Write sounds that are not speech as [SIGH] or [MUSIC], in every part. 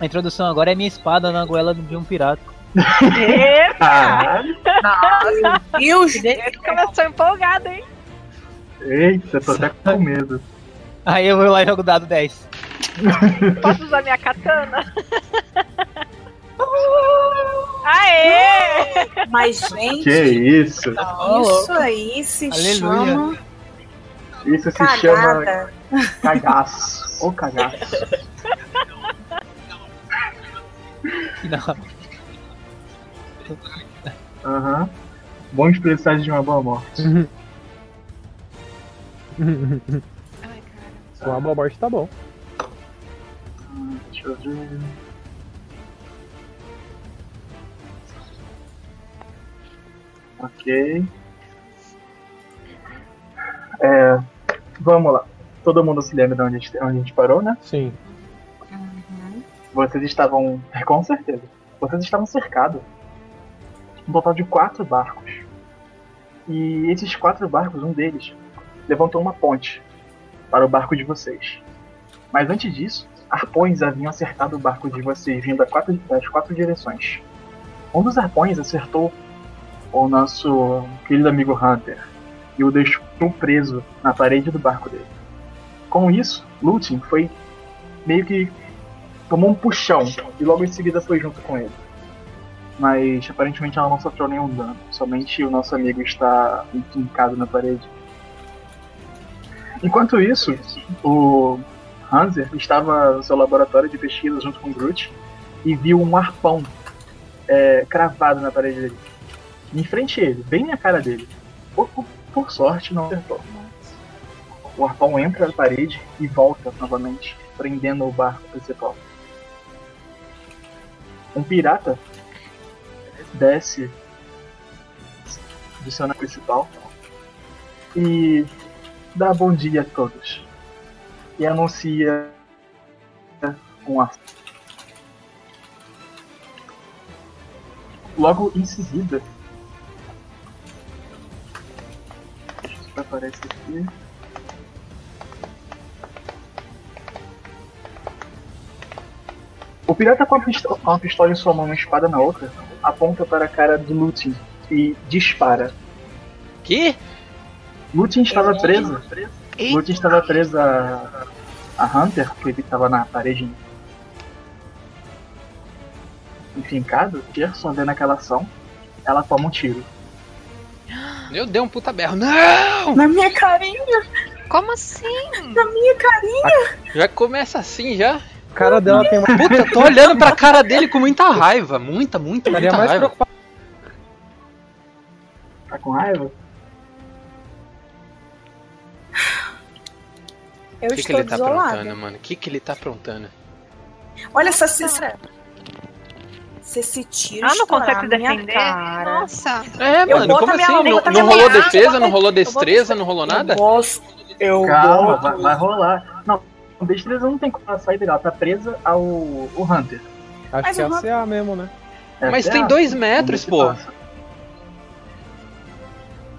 A introdução agora é minha espada na goela de um pirata. Eita! Nossa, e [LAUGHS] os Ele começou empolgado, hein? Eita, tô até com medo. Aí eu vou lá e jogo dado 10. Posso usar minha katana? Aê! Mas, gente, Que isso? Ah, isso aí se Aleluia. chama Isso se chama cagada. cagaço. Ô cagaço. Não. Aham. Bons presságios de uma boa morte. Ai, cara. Uma boa morte tá bom. Deixa eu ver. Ok. É, vamos lá. Todo mundo se lembra de onde a gente, onde a gente parou, né? Sim. Vocês estavam. é, Com certeza. Vocês estavam cercados. Um total de quatro barcos. E esses quatro barcos, um deles, levantou uma ponte para o barco de vocês. Mas antes disso, arpões haviam acertado o barco de vocês vindo a quatro, das quatro direções. Um dos arpões acertou o nosso querido amigo Hunter e o deixou preso na parede do barco dele. Com isso, Lutin foi meio que tomou um puxão e logo em seguida foi junto com ele. Mas aparentemente ela não sofreu nenhum dano, somente o nosso amigo está enquincado na parede. Enquanto isso, o Hanser estava no seu laboratório de pesquisa junto com o Groot e viu um arpão é, cravado na parede dele. Em frente a ele, bem na cara dele. Por, por- por sorte, não acertou. O arpão entra na parede e volta novamente, prendendo o barco principal um pirata desce do cenário principal e dá bom dia a todos. E anuncia um ato. Logo em seguida. Deixa eu ver se aparece aqui. O pirata com a, pistola, com a pistola em sua mão e uma espada na outra aponta para a cara do Lutin e dispara. Que? Lutin estava preso. Lutin estava preso a, a Hunter, porque ele estava na parede enfincado. Gerson vendo aquela ação, ela toma um tiro. Eu dei um puta berro. Não! Na minha carinha, Como assim? na minha carinha. Já começa assim já. O cara Uhum. dela tem uma Puta, eu tô olhando pra cara dele com muita raiva. Muita, muita, muita estaria mais raiva. preocupada. Tá com raiva? Eu O que, que estou ele tá desolada. aprontando, mano? O que, que ele tá aprontando? Olha essa censura. Se esse tiro Ah, não estourar consegue na minha defender? Cara, Nossa. É, Eu mano, boto como a minha- assim? eu Não, boto a não minha rolou arma, defesa, eu não boto- rolou eu boto- destreza, não rolou nada? Eu gosto. Oh, Eu Calma, gosto. vai, vai rolar. Não, a destreza não tem como sair dela, ela tá presa ao o Hunter. Acho Mas que é o Ram- a CA mesmo, né? É Mas até tem a- dois metros, pô.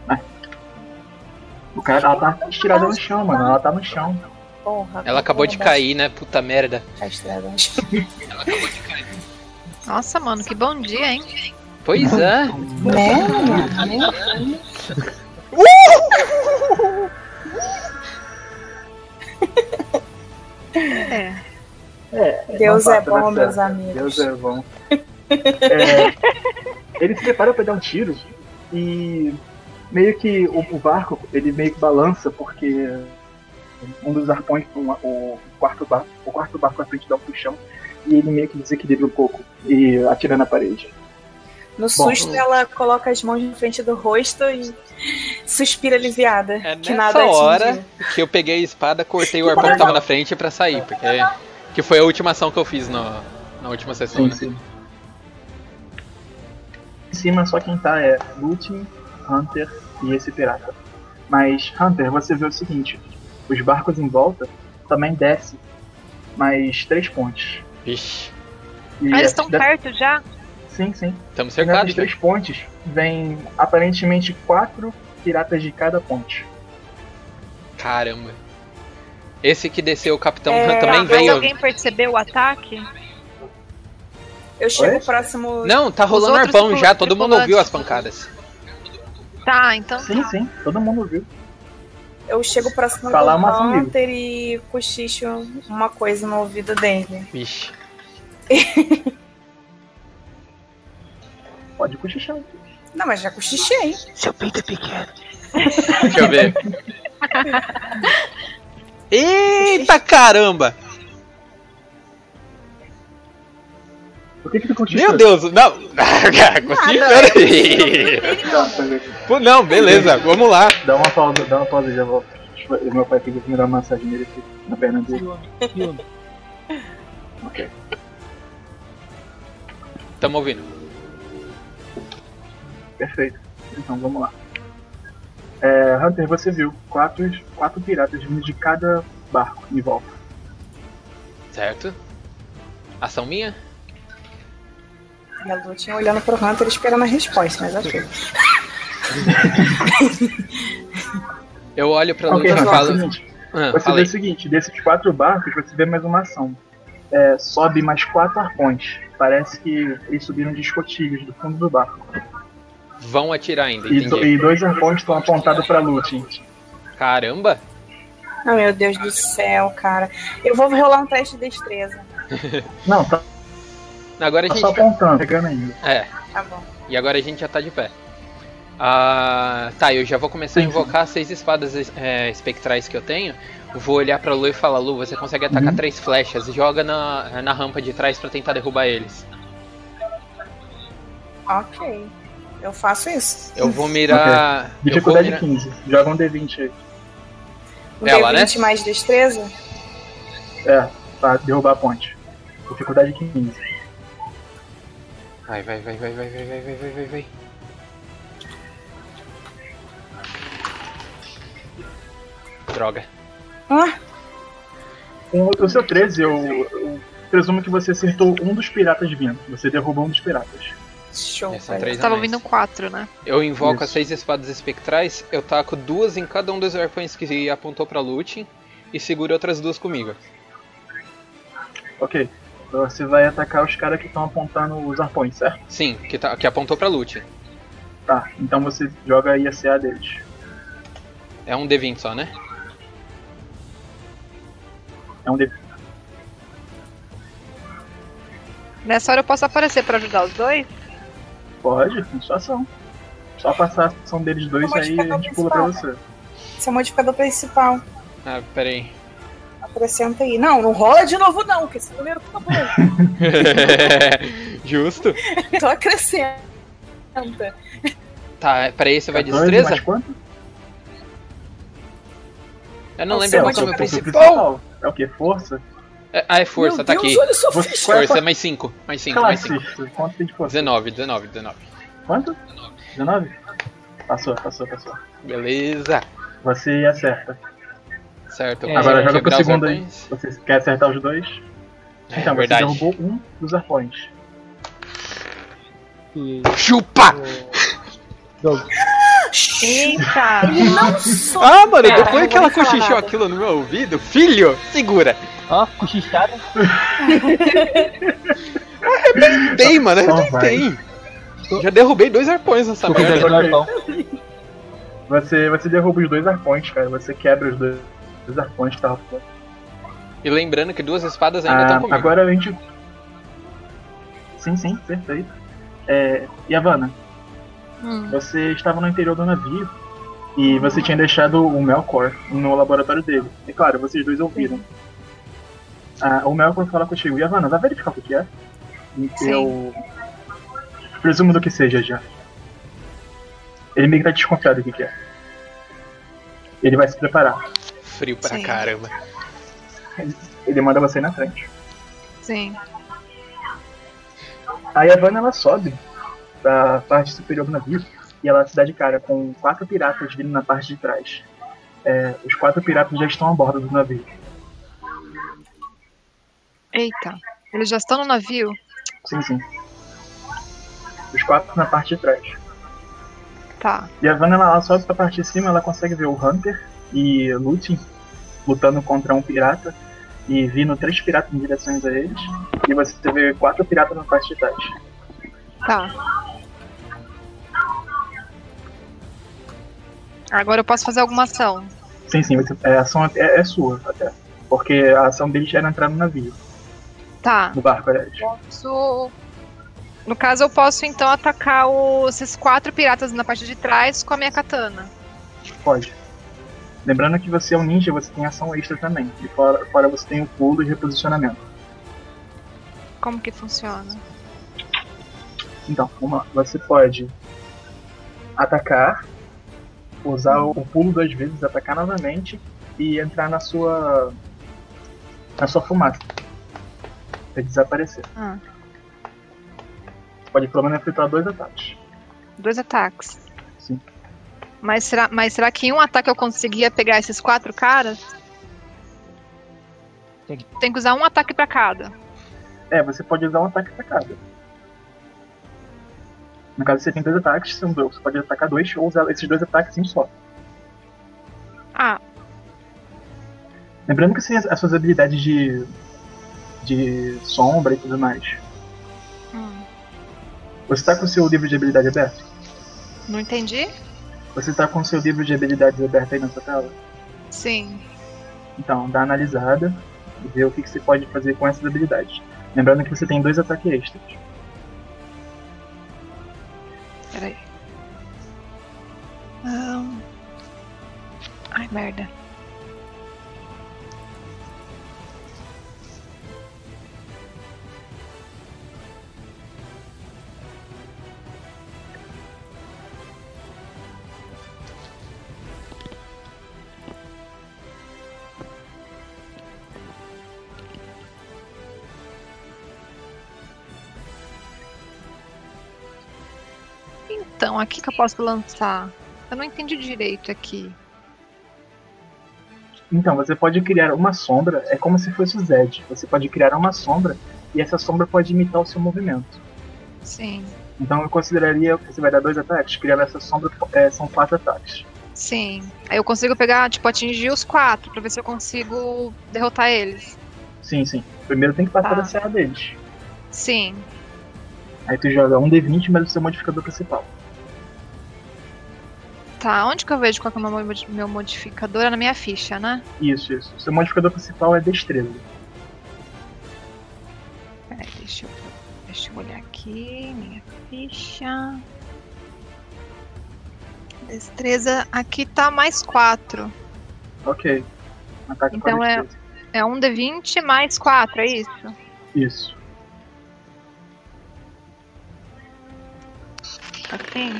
Ah. O cara, ela tá estirada no chão, mano. Ela tá no chão. Porra, Ela acabou de cair, né? Puta merda. Tá estragando. Nossa, mano, que bom dia, hein? Pois [LAUGHS] é. Mano, É. Deus Não é passa bom, da meus certa. amigos. Deus é bom. É, ele se prepara pra dar um tiro e meio que o, o barco, ele meio que balança porque um dos arpões, um- o, quarto barco, o quarto barco à frente dá um puxão e ele meio que desequilibra um pouco e atira na parede. No susto, ela coloca as mãos na frente do rosto e suspira aliviada. É que nessa nada atingiu. hora- Que eu peguei a espada, cortei o arpão que tava na frente pra sair, porque. Que foi a última ação que eu fiz na na última sessão. né? Em cima só quem tá é Lutin, Hunter e esse pirata. Mas, Hunter, você vê o seguinte: os barcos em volta também descem mais três pontes. Vixe, E Ah, eles a- estão da- perto já? Sim, sim. estamos Cercados cercados. né? três pontes, vem aparentemente quatro piratas de cada ponte. Caramba. Esse que desceu o capitão É, também Mas veio. alguém percebeu o ataque? Eu chego Oi? próximo. Não, tá rolando outros arpão tri- já, todo mundo ouviu tripulantes. as pancadas. Tá, então. Sim, sim, todo mundo viu. Eu chego próximo Falar do uma família. Hunter e cochicho uma coisa no ouvido dele. Vixe. Pode cochichar. Não, mas já cochichei. Deixa eu ver. [LAUGHS] Eita caramba! Por que que tu cochichou? Meu Deus, [LAUGHS] não! Peraí. Pô, Não, beleza, vamos lá. Dá uma pausa, dá uma pausa e já volto. Deixa eu- Meu pai pediu pra me dar uma massagem nele aqui, na perna dele. Ok. Tamo ouvindo. Perfeito. Então vamos lá. É, Hunter, você viu quatro, quatro piratas vindo de cada barco em volta. Certo? Ação minha? E a Lu tinha olhando pro Hunter esperando a resposta, mas ok. Eu olho pra ok, Luta Hunter, é e o falo. seguinte, você Ah, vê falei. o seguinte, desses quatro barcos você vê mais uma ação. É, sobe mais quatro arpões. Parece que eles subiram de escotilhos do fundo do barco. Vão atirar ainda, E, do- entendi. e dois arpões estão apontados pra Lutin. Caramba! Ah, meu Deus do céu, cara. Eu vou rolar um teste de destreza. Não, tá Agora a só gente. apontando, pegando ainda. É, Tá bom. e agora a gente já tá de pé. Ah, tá, eu já vou começar a Sim, sim. invocar as seis espadas é, espectrais que eu tenho. Vou olhar pra Lu e falar: Lu, você consegue atacar Uhum. três flechas. Joga na, na rampa de trás pra tentar derrubar eles. Ok. Eu faço isso. Eu vou mirar. Eu vou né? Dificuldade mirar. 15. Joga um D20 aí. Um É Ela, né? D20 mais destreza? É, pra derrubar a ponte. Dificuldade 15. Vai, vai, vai, vai, vai, vai, vai, vai, vai, vai, vai. Droga. Ah, Com Um o seu 13, eu, eu presumo que você acertou um dos piratas vindo. Você derrubou um dos piratas. show. É, são cara. três Você tava anões. ouvindo quatro, né? Eu invoco Isso. as seis espadas espectrais, eu taco duas em cada um dos arpões que apontou pra Lutin e seguro outras duas comigo. Ok. Você vai atacar os caras que estão apontando os arpões, certo? Sim, que, tá, que apontou pra Lutin. Tá, então você joga aí a CA deles. É um D20 só, né? É um D. Nessa hora eu posso aparecer pra ajudar os dois? Pode, com sua ação. Só passar a ação deles dois Vou aí modificar a gente pula pra você. Esse é o modificador principal. Ah, [LAUGHS] peraí. Acrescenta aí. Não, não rola de novo, não, que esse número tá bom. [LAUGHS] Justo. Então acrescenta. Tá, peraí, você vai 14, destreza? mais quanto? Eu não Você lembro É, qual o que é o seu, o seu meu principal. principal. É o que? Força? É- Ah, é força, meu tá Deus, aqui. olha só. Você, qual é a Força, sua mais 5, mais 5, mais 5. classe? Quanto tem de força? 19, 19, 19. Quanto? 19? Passou, passou, passou. Beleza. Você acerta. Certo. eu É, Agora consigo joga pro quebrar os segundo aí. arpões. Você quer acertar os dois? É, então, você verdade. derrubou um dos arpões. E Chupa! eu Eita! Não sou. Ah, mano, Cara, depois não que ela vou falar cochichou nada. aquilo no meu ouvido, filho, segura! Ó, cochichada. Tem, mano, Só eu vai. tem. Já derrubei dois arpões nessa Tô com merda. dano no arpão. Você, você derruba os dois arpões, cara. Você quebra os dois, dois arpões que tava fora. E lembrando que duas espadas ainda tá Ah, estão comigo. Agora a gente. Sim, sim, perfeito. É, Yavanna, Hum, você estava no interior do navio e você tinha deixado o Melkor no laboratório dele. É claro, vocês dois ouviram. Ah, o Melkor fala contigo, Yavanna, vai verificar o que que é? E Sim. Eu presumo do que seja já. Ele meio que tá desconfiado do que que é. Ele vai se preparar. Frio pra Sim. caramba. Ele manda você ir na frente. sim. Aí a Vanna ela sobe pra parte superior do navio e ela se dá de cara com quatro piratas vindo na parte de trás. É, os quatro piratas já estão a bordo do navio. Eita. Eles já estão no navio? Sim, sim. Os quatro na parte de trás. Tá. E a Vanna ela sobe pra parte de cima, ela consegue ver o Hunter e Lutin lutando contra um pirata. e vindo três piratas em direções a eles, e você vê quatro piratas na parte de trás. Tá. Agora eu posso fazer alguma ação. Sim, sim, você- é, a ação é, é sua até. Porque a ação deles era entrar no navio, Tá. no barco, aliás. Posso. No caso, eu posso então atacar o- esses quatro piratas na parte de trás com a minha katana. Pode. Lembrando que você é um ninja, você tem ação extra também. E fora, fora você tem o pulo e reposicionamento. Como que funciona? Então, vamos lá. Você pode atacar, usar o- o pulo duas vezes, atacar novamente e entrar na sua. na sua fumaça. Pra desaparecer. Ah. Pode pelo menos efetuar dois ataques. Dois ataques. Sim. Mas será, mas será que em um ataque eu conseguia pegar esses quatro caras? Tem Tem que usar um ataque pra cada. É, você pode usar um ataque pra cada. No caso, você tem dois ataques, são dois. Você pode atacar dois ou usar esses dois ataques em um só. Ah, Lembrando que você tem as suas habilidades de. de sombra e tudo mais. hum, Você tá com o seu livro de habilidade aberto? não entendi? Você tá com o seu livro de habilidades aberto aí na sua tela? Sim. Então, dá uma analisada e vê o que, que você pode fazer com essas habilidades. Lembrando que você tem dois ataques extras. Peraí. Ahn. Ai, merda. Então, aqui que eu posso lançar. Eu não entendi direito aqui. Então, você pode criar uma sombra, é como se fosse o Zed. Você pode criar uma sombra e essa sombra pode imitar o seu movimento. Sim. Então eu consideraria que você vai dar dois ataques, criar essa sombra é, são quatro ataques. Sim. Aí eu consigo pegar, tipo, atingir os quatro pra ver se eu consigo derrotar eles. Sim, sim. Primeiro tem que passar Tá. da CA deles. Sim. Aí tu joga um D20 mais o seu modificador principal. Tá, onde que eu vejo qual que é o meu modi- meu modificador? É na minha ficha, né? Isso, isso. Seu modificador principal é destreza. Peraí, deixa eu, deixa eu olhar aqui. Minha ficha. Destreza. Aqui tá mais 4. Ok. Ataque Então com a é- destreza. É 1 de 20 mais 4, é isso? Isso. Assim.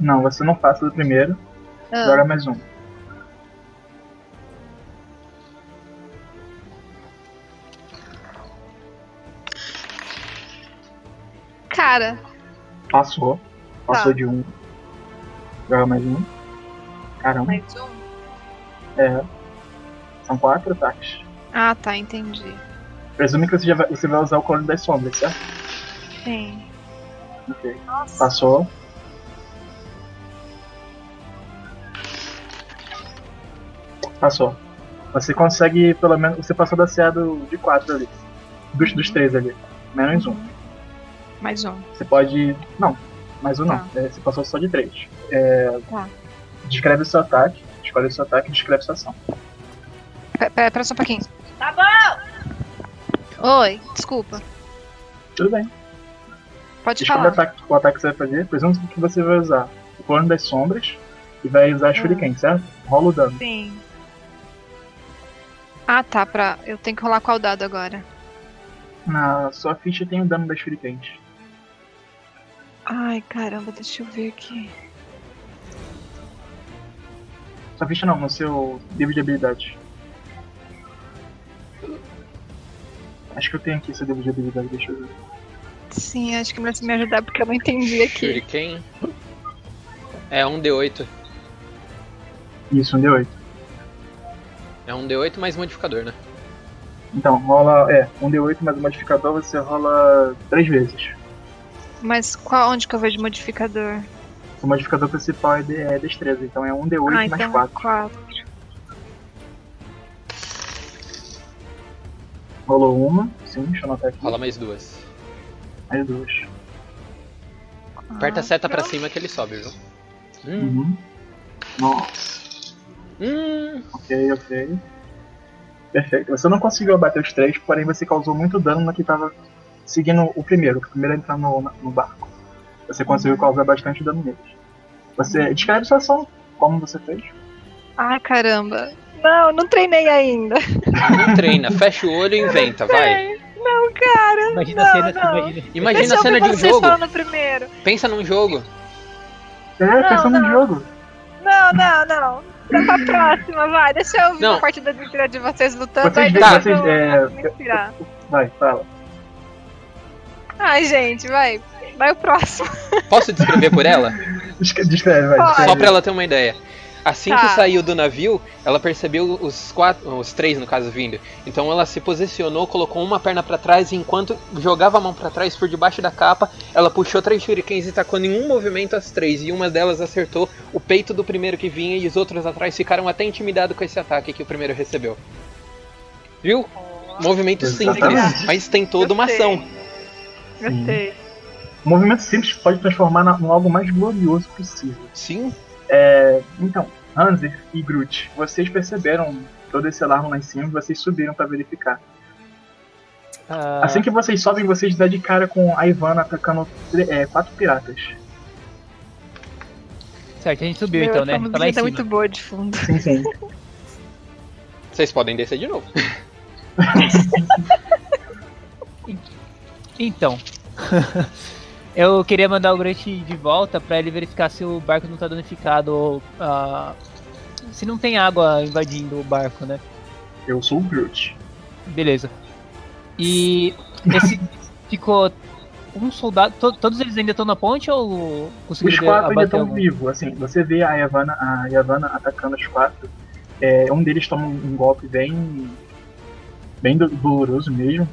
Não, você não passa do primeiro. Ah, Joga mais um. cara, Passou. Passou Tá. de um. Joga mais um. Caramba. mais um. É. São quatro ataques. Ah, tá, entendi. Presume que você, já vai, você vai usar o clone das sombras, tá? certo? Sim. Ok. Nossa, Passou. Passou. Você consegue, pelo menos. Você passou da CA do, de 4 ali. Dos, dos três ali. Menos um. mais um. Você pode. Não, mais um não. É, você passou só de três. É, Tá. Descreve o seu ataque. Escolhe o seu ataque e descreve sua ação. Pe- Pera, pera só um pouquinho. Tá bom! Oi, desculpa. Tudo bem. Pode Escolhe o falar. ataque, o ataque que você vai fazer. Presume que você vai usar o clone das sombras e vai usar a Ah. Shuriken, certo? Rola o dano. Sim. Ah, tá. Pra... Eu tenho que rolar qual dado agora? Na sua ficha tem o dano das shurikens. Ai, caramba, deixa eu ver aqui. Sua ficha não, no seu livro de habilidade. Acho que eu tenho aqui seu livro de habilidade, deixa eu ver. Sim, acho que melhor você me ajudar porque eu não entendi aqui. Shuriken. É um D8. Isso, um D8. É um D8 mais modificador, né? Então, rola. É, um D8 mais o modificador você rola três vezes. Mas qual, onde que eu vejo modificador? O modificador principal é, de, é destreza, então é 1d8 Ah, mais então é 4. 4. Rolou uma, sim, deixa eu anotar aqui. Rola mais duas. Mais duas. Ah. Aperta a seta pra cima que ele sobe, viu? Hum. Uhum. Nossa, Hum. ok, ok. Perfeito. Você não conseguiu abater os três, porém você causou muito dano no que tava seguindo o primeiro, o primeiro a entrar no, no barco. Você Uhum. conseguiu causar bastante dano neles. Você descreve sua ação, como você fez. Ai, Ah, caramba. Não, não treinei ainda. [LAUGHS] Não treina, fecha o olho e inventa, vai. Não, cara. Imagina Não, a cena, não. imagina. Imagina Deixa a cena eu ver de um vocês jogo. falando primeiro. Pensa num jogo. É, pensando no não. jogo. Não, não, não. Tá pra próxima, vai. Deixa eu ver Não. a partida inteira de vocês lutando. Vocês aí vê- depois vocês, eu é, posso me inspirar. Vai, fala. Ai, gente, vai. Vai [LAUGHS] o próximo. Posso descrever por ela? Descre- Descreve, vai. Ó, Descreve. Só pra ela ter uma ideia. Assim Tá. que saiu do navio, ela percebeu os quatro, os três no caso vindo. Então ela se posicionou, colocou uma perna pra trás e enquanto jogava a mão pra trás por debaixo da capa, ela puxou três shurikens e tacou em um movimento as três e uma delas acertou o peito do primeiro que vinha e os outros atrás ficaram até intimidados com esse ataque que o primeiro recebeu. Viu? Movimento simples, Exatamente. mas tem toda uma Gostei. ação. então, Gostei. né? Um movimento simples pode transformar na- em algo mais glorioso possível. Sim, Então, Hanser e Groot, vocês perceberam todo esse alarme lá em cima e vocês subiram pra verificar. Ah, Assim que vocês sobem, vocês dão de cara com a Ivana atacando tre- é, quatro piratas. Certo, a gente subiu Meu, então, né? essa Tá lá em musiquinha tá cima. muito boa de fundo. Sim, sim. vocês podem descer [LAUGHS] de novo. Então. [LAUGHS] Eu queria mandar o Grant de volta pra ele verificar se o barco não tá danificado ou. ah, se não tem água invadindo o barco, né? Eu sou o Groot. Beleza. E [LAUGHS] esse ficou um soldado. to- todos eles ainda estão na ponte ou Os conseguiram quatro ainda abater estão algum? vivos, assim. Você vê a Ivana, a Ivana atacando os quatro. É, um deles toma um, um golpe bem. bem do- doloroso mesmo.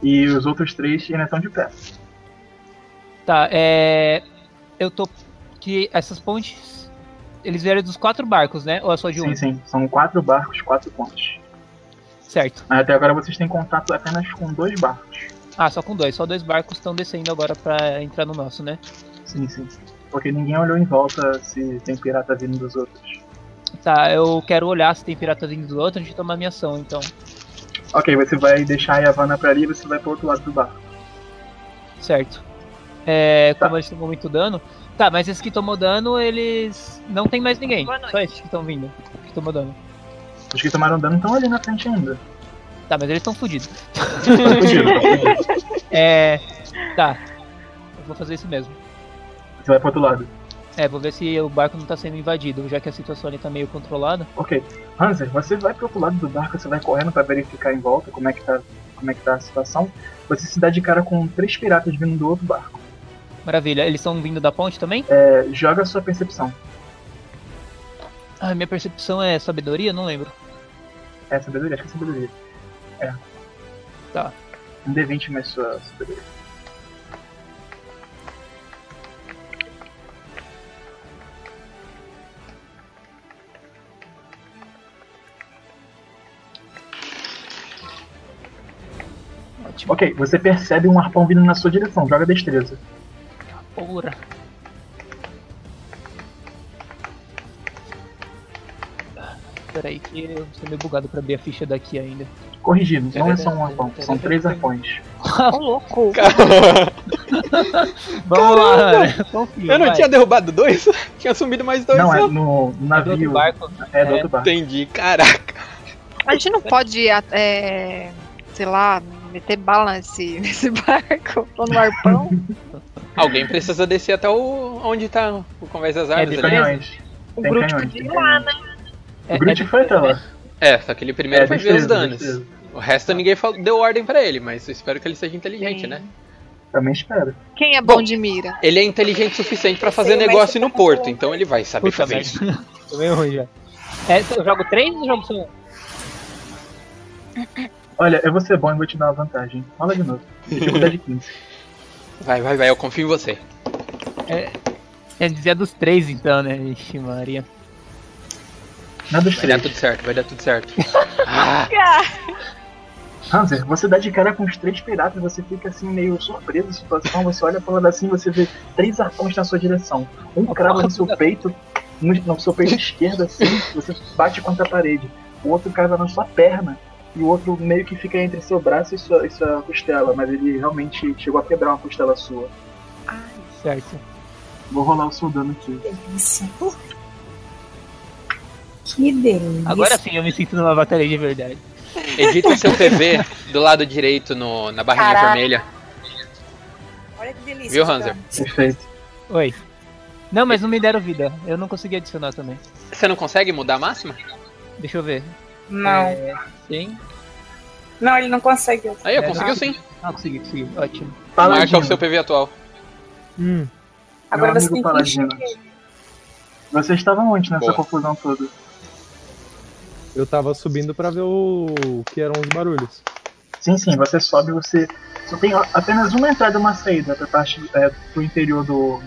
E os outros três ainda estão de pé. Tá, é. Eu tô. Que essas pontes. Eles vieram dos quatro barcos, né? Ou é só de um? Sim, sim. São quatro barcos, quatro pontes. Certo. Até agora vocês têm contato apenas com dois barcos. Ah, só com dois. Só dois barcos estão descendo agora pra entrar no nosso, né? Sim, sim. Porque ninguém olhou em volta se tem pirata vindo dos outros. Tá, eu quero olhar se tem pirata vindo do outro antes de tomar minha ação, então. Ok, você vai deixar a Yavanna pra ali e você vai pro outro lado do barco. Certo. É, Tá. como eles tomam muito dano. Tá, mas esses que tomou dano, eles. Não tem mais ninguém. Boa noite. Só esses que estão vindo. Que tomou dano. Os que tomaram dano estão ali na frente ainda. Tá, mas eles estão fodidos. Tá fudido, tá fudido. É. Tá. Eu vou fazer isso mesmo. você vai pro outro lado. É, vou ver se o barco não tá sendo invadido, já que a situação ali tá meio controlada. Ok. Hanser, você vai pro outro lado do barco, você vai correndo pra verificar em volta como é que tá, como é que tá a situação. Você se dá de cara com três piratas vindo do outro barco. Maravilha. Eles estão vindo da ponte também? É, joga a sua percepção. Ah, minha percepção é sabedoria? Não lembro. É sabedoria? Acho que é sabedoria. É. Tá. Um D20 mais sua sabedoria. Ótimo. Ok, você percebe um arpão vindo na sua direção, joga destreza. Porra. Peraí, que eu tô meio bugado pra abrir a ficha daqui ainda. Corrigindo, não é só um arpão, são três arpões. Tá Ô, louco. Vamos lá, confio. Eu não vai. tinha derrubado dois? [LAUGHS] Tinha sumido mais dois. Não, é né? no É do outro navio. barco. É do outro barco. Entendi, caraca. A gente não pode, é, sei lá, meter bala nesse, [LAUGHS] nesse barco ou [LAUGHS] no arpão. [LAUGHS] Alguém precisa descer até o onde tá o Convés das Armas É, Tem beleza. ali. canhões. O Tem Groot canhões, podia tem ir Um lá, canhões. né? É- O Groot é- foi até lá. É, só que ele primeiro É, Tá. foi ver destreza, os danos. destreza. O resto ninguém fal- deu ordem pra ele, mas eu espero que ele seja inteligente, Sim. né? Também espero. Quem é bom, Bom. de mira? Ele é inteligente o suficiente pra fazer Sim, mas negócio você no tá porto, falando. então ele vai saber Puta fazer merda. isso. Tô meio ruim já. É, eu jogo três ou jogo só um? Olha, eu vou ser bom e vou te dar uma vantagem. Rola de novo. Dificuldade 15. Vai, vai, vai, eu confio em você. Quer dizer, é dos três então, né? Ixi, Maria. Na dos Vai dar três. tudo certo, vai dar tudo certo. Hanser, Ah, você dá de cara com os três piratas, você fica assim meio surpreso da situação, você olha pra lado assim você vê três arpões na sua direção. Um crava no seu peito, no, no seu peito esquerdo assim, você bate contra a parede. O outro crava na sua perna, e o outro meio que fica entre seu braço e sua, e sua costela, mas ele realmente chegou a quebrar uma costela sua. Certo. Vou rolar o seu dano aqui. delícia. Que delícia. Agora sim eu me sinto numa batalha de verdade. Edita seu PV do lado direito no- na barrinha Caraca. vermelha. Olha que delícia. Viu, de Hanser? dano. Perfeito. Oi. Não, mas não me deram vida. Eu não consegui adicionar também. Você não consegue mudar a máxima? Deixa eu ver. Não. É, sim. Não, ele não consegue. Aí, É, ó, conseguiu não. sim. Ah, consegui, consegui. Ótimo. Marca Paladino, o seu PV atual. Hum. Agora Meu você amigo tem que Paladino. encher. você estava onde nessa Boa. confusão toda? Eu tava subindo pra ver o... o que eram os barulhos. Sim, sim, você sobe, você só tem a- apenas uma entrada e uma saída pra parte é, pro interior do,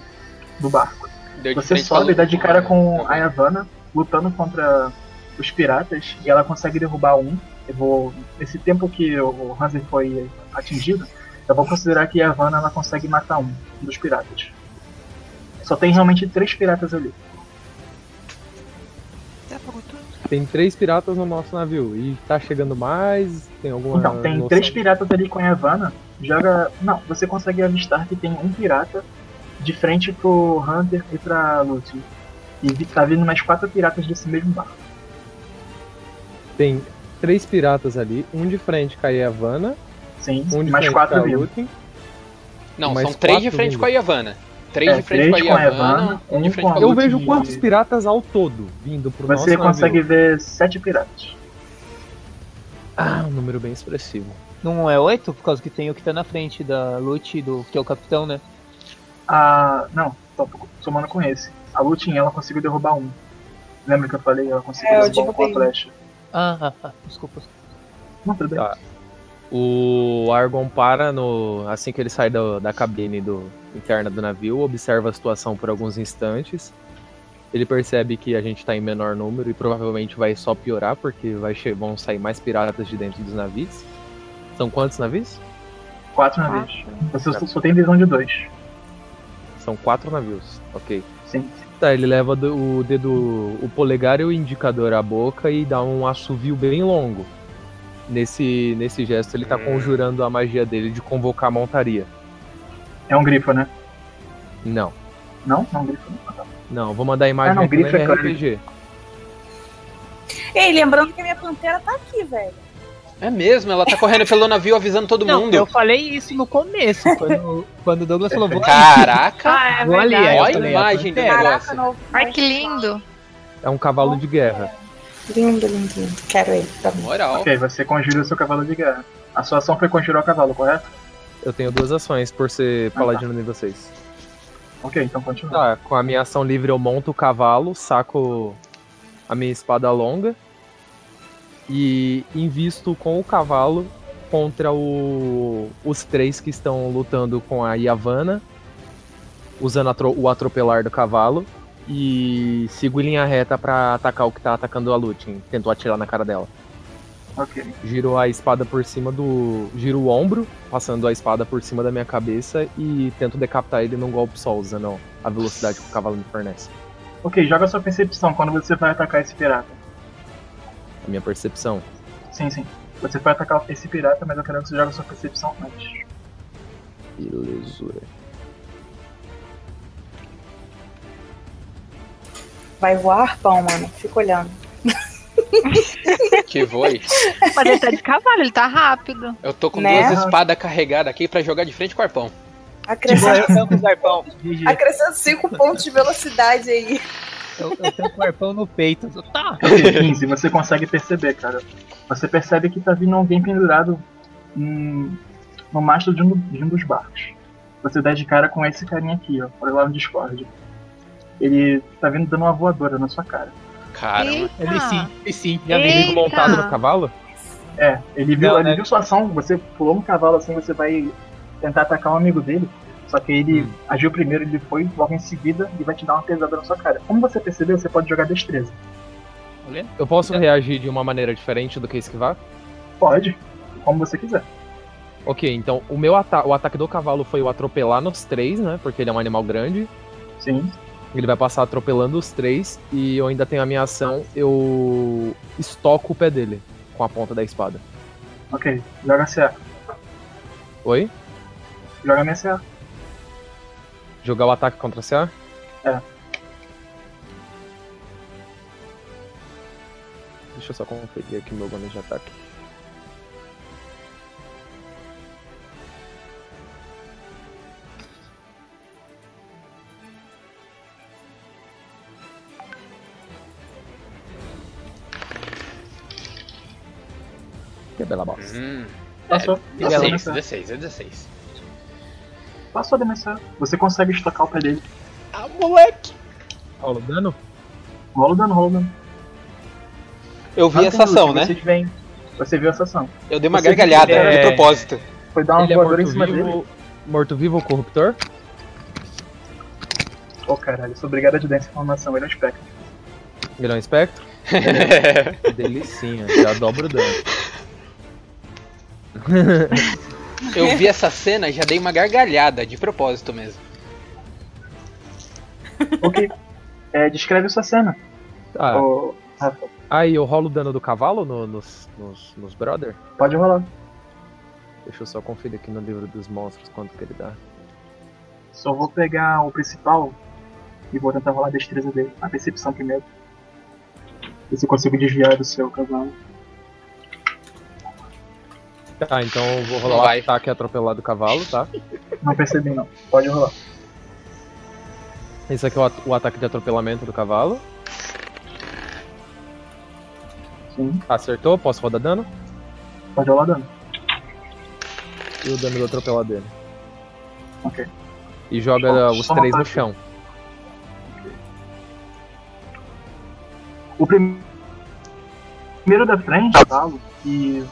do barco. Deu de Você frente pra sobe e dá lua. né? Tá de cara com a Yavanna lutando contra os piratas e ela consegue derrubar um. Eu vou. Esse tempo que o Hanser foi atingido, eu vou considerar que a Yavanna ela consegue matar um dos piratas. Só tem realmente três piratas ali. Tá Tem três piratas no nosso navio. E tá chegando mais? Tem alguma. Então, tem noção? três piratas ali com a Yavanna. Joga. Não, você consegue avistar que tem um pirata de frente pro Hunter e pra Lúcio. E vi- tá vindo mais quatro piratas desse mesmo barco. Tem três piratas ali. Um de frente com a Yavanna. Sim, Um de mais frente quatro com a vindo. Lutin. Não, Mais são três de quatro frente vindo. com a Yavanna. Três É, de frente três com com a a Yavanna, Yavanna, um de um frente com a com a Eu Lutin. Lute. vejo quantos piratas ao todo vindo pro nosso Você navio. consegue ver sete piratas. Ah, um número bem expressivo. Não é oito? Por causa que tem o que tá na frente da Lute, do que é o capitão, né? Ah. Não, tô somando com esse. A Lutin ela conseguiu derrubar um. Lembra que eu falei? Ela conseguiu É, eu derrubar um com a derrubei um. flecha. Ah, ah, ah desculpa. Não, tudo bem. Tá. O Argon para no. Assim que ele sai do- da cabine do, interna do navio, observa a situação por alguns instantes. Ele percebe que a gente tá em menor número e provavelmente vai só piorar, porque vai che- vão sair mais piratas de dentro dos navios. São quantos navios? Quatro na vez. Você só- só tem visão de dois. São quatro navios, ok. Sim. Tá, ele leva do- o dedo, o polegar e o indicador à boca e dá um assovio bem longo. Nesse, nesse gesto, ele tá Hum. conjurando a magia dele de convocar a montaria. É um grifo, né? Não. Não? Não, um grifo não. Não, vou mandar a imagem Ah, não, aqui no grifo é claro. RPG. Ei, lembrando que a minha pantera tá aqui, velho. É mesmo, ela tá correndo pelo navio avisando todo Não, mundo. eu falei isso no começo, quando, [LAUGHS] quando o Douglas falou. "Vou ali". Caraca! Ah, é Vou ali, verdade. aí eu Olha a falei, imagem "Ah, do pera". Caraca, negócio. novo. Ai, que lindo. É um cavalo de guerra. Lindo, lindo, lindo. Quero ele. Tá bom. [LAUGHS] Moral. Ok, você conjura o seu cavalo de guerra. A sua ação foi conjurar o cavalo, correto? Eu tenho duas ações por ser tá. paladino de vocês. Ok, então continua. Tá, com a minha ação livre eu monto o cavalo, saco a minha espada longa e invisto com o cavalo contra o- os três que estão lutando com a Yavanna, usando atro- o atropelar do cavalo. E sigo em linha reta pra atacar o que tá atacando a Lutin. Tentou atirar na cara dela. Ok. Giro a espada por cima do. Giro o ombro, passando a espada por cima da minha cabeça e tento decapitar ele num golpe só, usando a velocidade que o cavalo me fornece. Ok, joga sua percepção quando você vai atacar esse pirata. A minha percepção. Sim, sim. Você vai atacar esse pirata, mas eu quero que você joga sua percepção antes. Belezura. Vai voar pão, mano. Fica olhando. Que voe. Mas ele tá de cavalo, ele tá rápido. Eu tô com Né? duas espadas carregadas aqui pra jogar de frente com o arpão. Igual Acrescenta, eu [LAUGHS] tanco os arpão. acrescenta cinco pontos de velocidade aí. Eu, eu tanco o arpão no peito. Eu, Tá. Ok, 15, você consegue perceber, cara. Você percebe que tá vindo alguém pendurado hum, no mastro de um, do- de um dos barcos. Você dá de cara com esse carinha aqui, ó. Olha lá no Discord. Ele tá vindo dando uma voadora na sua cara. Caramba. Eita. Ele é sim, ele sim. Já Já vi. Eita. me montado no cavalo? É, ele viu, Não, ele né? viu sua ação, você pulou no cavalo assim, você vai tentar atacar um amigo dele. Só que ele agiu primeiro, ele foi, logo em seguida, ele vai te dar uma pesada na sua cara. Como você percebeu, você pode jogar destreza. Olha. Eu posso reagir de uma maneira diferente do que esquivar? Pode, como você quiser. Ok, então o meu ata o ataque do cavalo foi o atropelar nos três, né? Porque ele é um animal grande. Sim. Ele vai passar atropelando os três e eu ainda tenho a minha ação, eu estoco o pé dele com a ponta da espada. Ok, joga CA. Oi? Joga minha CA. Jogar o ataque contra a CA? É. Deixa eu só conferir aqui o meu bônus de ataque. Que bela bosta. Hum. Passou. É, Passou, 16, né, 16, é 16. CA? Passou da minha CA. Você consegue estocar o pé dele. Ah, moleque! Rola o dano? Rola o dano, rola o dano. Eu vi Não essa tem ação, dúvida, né? Vocês veem. Você viu essa ação. Eu dei uma Você- gargalhada É. de [LAUGHS] propósito. Foi dar uma ele é voadora Tá um em cima dele. morto-vivo. Morto-vivo ou corruptor? Ô caralho, eu sou obrigado a te dar essa informação, ele é um espectro. Ele é um espectro? Que delicinha, já dobra o dano. Eu vi essa cena e já dei uma gargalhada de propósito mesmo. Ok. [LAUGHS] É, descreve sua cena. Tá. Ô, Rafa, Aí eu rolo o dano do cavalo no- nos, nos, nos brother? pode rolar. Deixa eu só conferir aqui no livro dos monstros quanto que ele dá. Só vou pegar o principal e vou tentar rolar a destreza dele. A percepção primeiro. Ver se eu consigo desviar do seu cavalo. Tá, então eu vou rolar Vai. o ataque atropelado do cavalo, tá? Não percebi não. Pode rolar. Esse aqui é o, at- o ataque de atropelamento do cavalo. Sim, Acertou, posso rodar dano? pode rolar dano. E o dano do atropelado dele. Ok. E joga Só- um os só três uma no parte. chão. O prim- primeiro da frente, o cavalo, e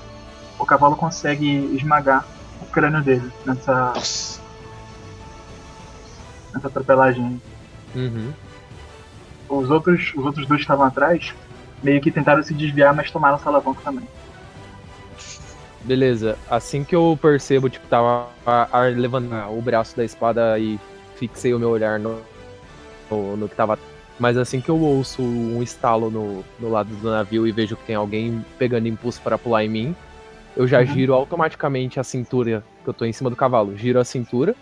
o cavalo consegue esmagar o crânio dele nessa, Nossa. nessa atropelagem. Uhum. Os outros, os outros dois que estavam atrás meio que tentaram se desviar, mas tomaram essa alavanca também. Beleza. Assim que eu percebo, tipo, tava a- a- levando o braço da espada e fixei o meu olhar no, no, no que tava. Mas assim que eu ouço um estalo no, no lado do navio e vejo que tem alguém pegando impulso para pular em mim, eu já Uhum. giro automaticamente a cintura, que eu tô em cima do cavalo, giro a cintura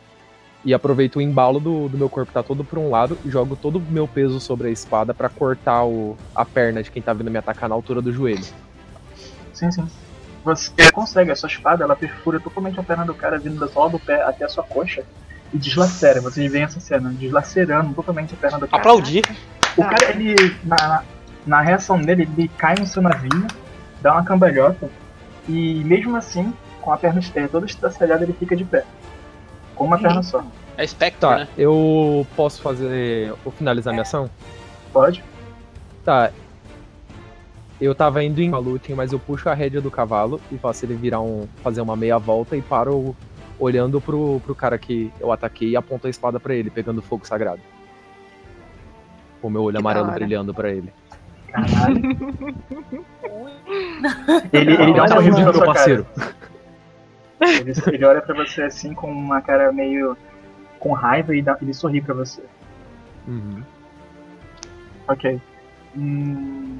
e aproveito o embalo do, do meu corpo tá todo pra um lado, jogo todo o meu peso sobre a espada para cortar o, a perna de quem tá vindo me atacar na altura do joelho. Sim, sim. Você consegue, a sua espada ela perfura totalmente a perna do cara, vindo da sola do pé até a sua coxa, e deslacera. Vocês veem essa cena, deslacerando totalmente a perna do cara. Aplaudi. O cara, ele, na, na- na reação dele, ele cai no seu navio, dá uma cambalhota, e mesmo assim, com a perna externa toda estraçalhada, ele fica de pé. Com uma perna só. É Spectre, Tá, né? eu posso fazer. ou finalizar minha ação? Pode? Tá. Eu tava indo em Malutin, mas eu puxo a rédea do cavalo e faço ele virar um. fazer uma meia volta e paro olhando pro, pro cara que eu ataquei e aponto a espada pra ele, pegando fogo sagrado. Com o meu olho da amarelo hora. brilhando pra ele. Caralho. ele, ele dá um Olha sorriso lá, na meu sua cara. parceiro. Ele, ele olha pra você assim, com uma cara meio com raiva, e dá, ele sorri pra você. Uhum. Ok. Hum...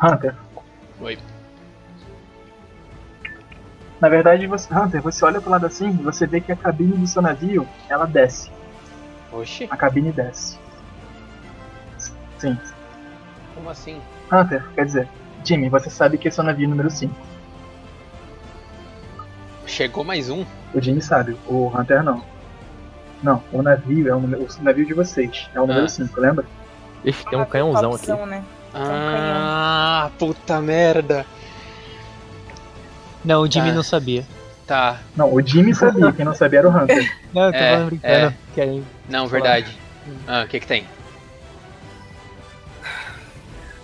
Hunter. Oi. Na verdade, você, Hunter, você olha pro lado assim e você vê que a cabine do seu navio, ela desce. Oxi, A cabine desce. Sim. como assim? Hunter, quer dizer, Jimmy, você sabe que esse é o navio número 5. Chegou mais um. O Jimmy sabe, o Hunter não. Não, o navio é o, número- o navio de vocês. É o número Ah. 5, lembra? Ixi, tem um canhãozão aqui. Opção, Né? É Ah, puta merda. Não, o Jimmy Tá. não sabia. Tá. Não, o Jimmy sabia, quem não sabia era o Hunter. Não, eu É, tava brincando. que aí- Não, verdade. Ah, o que que tem?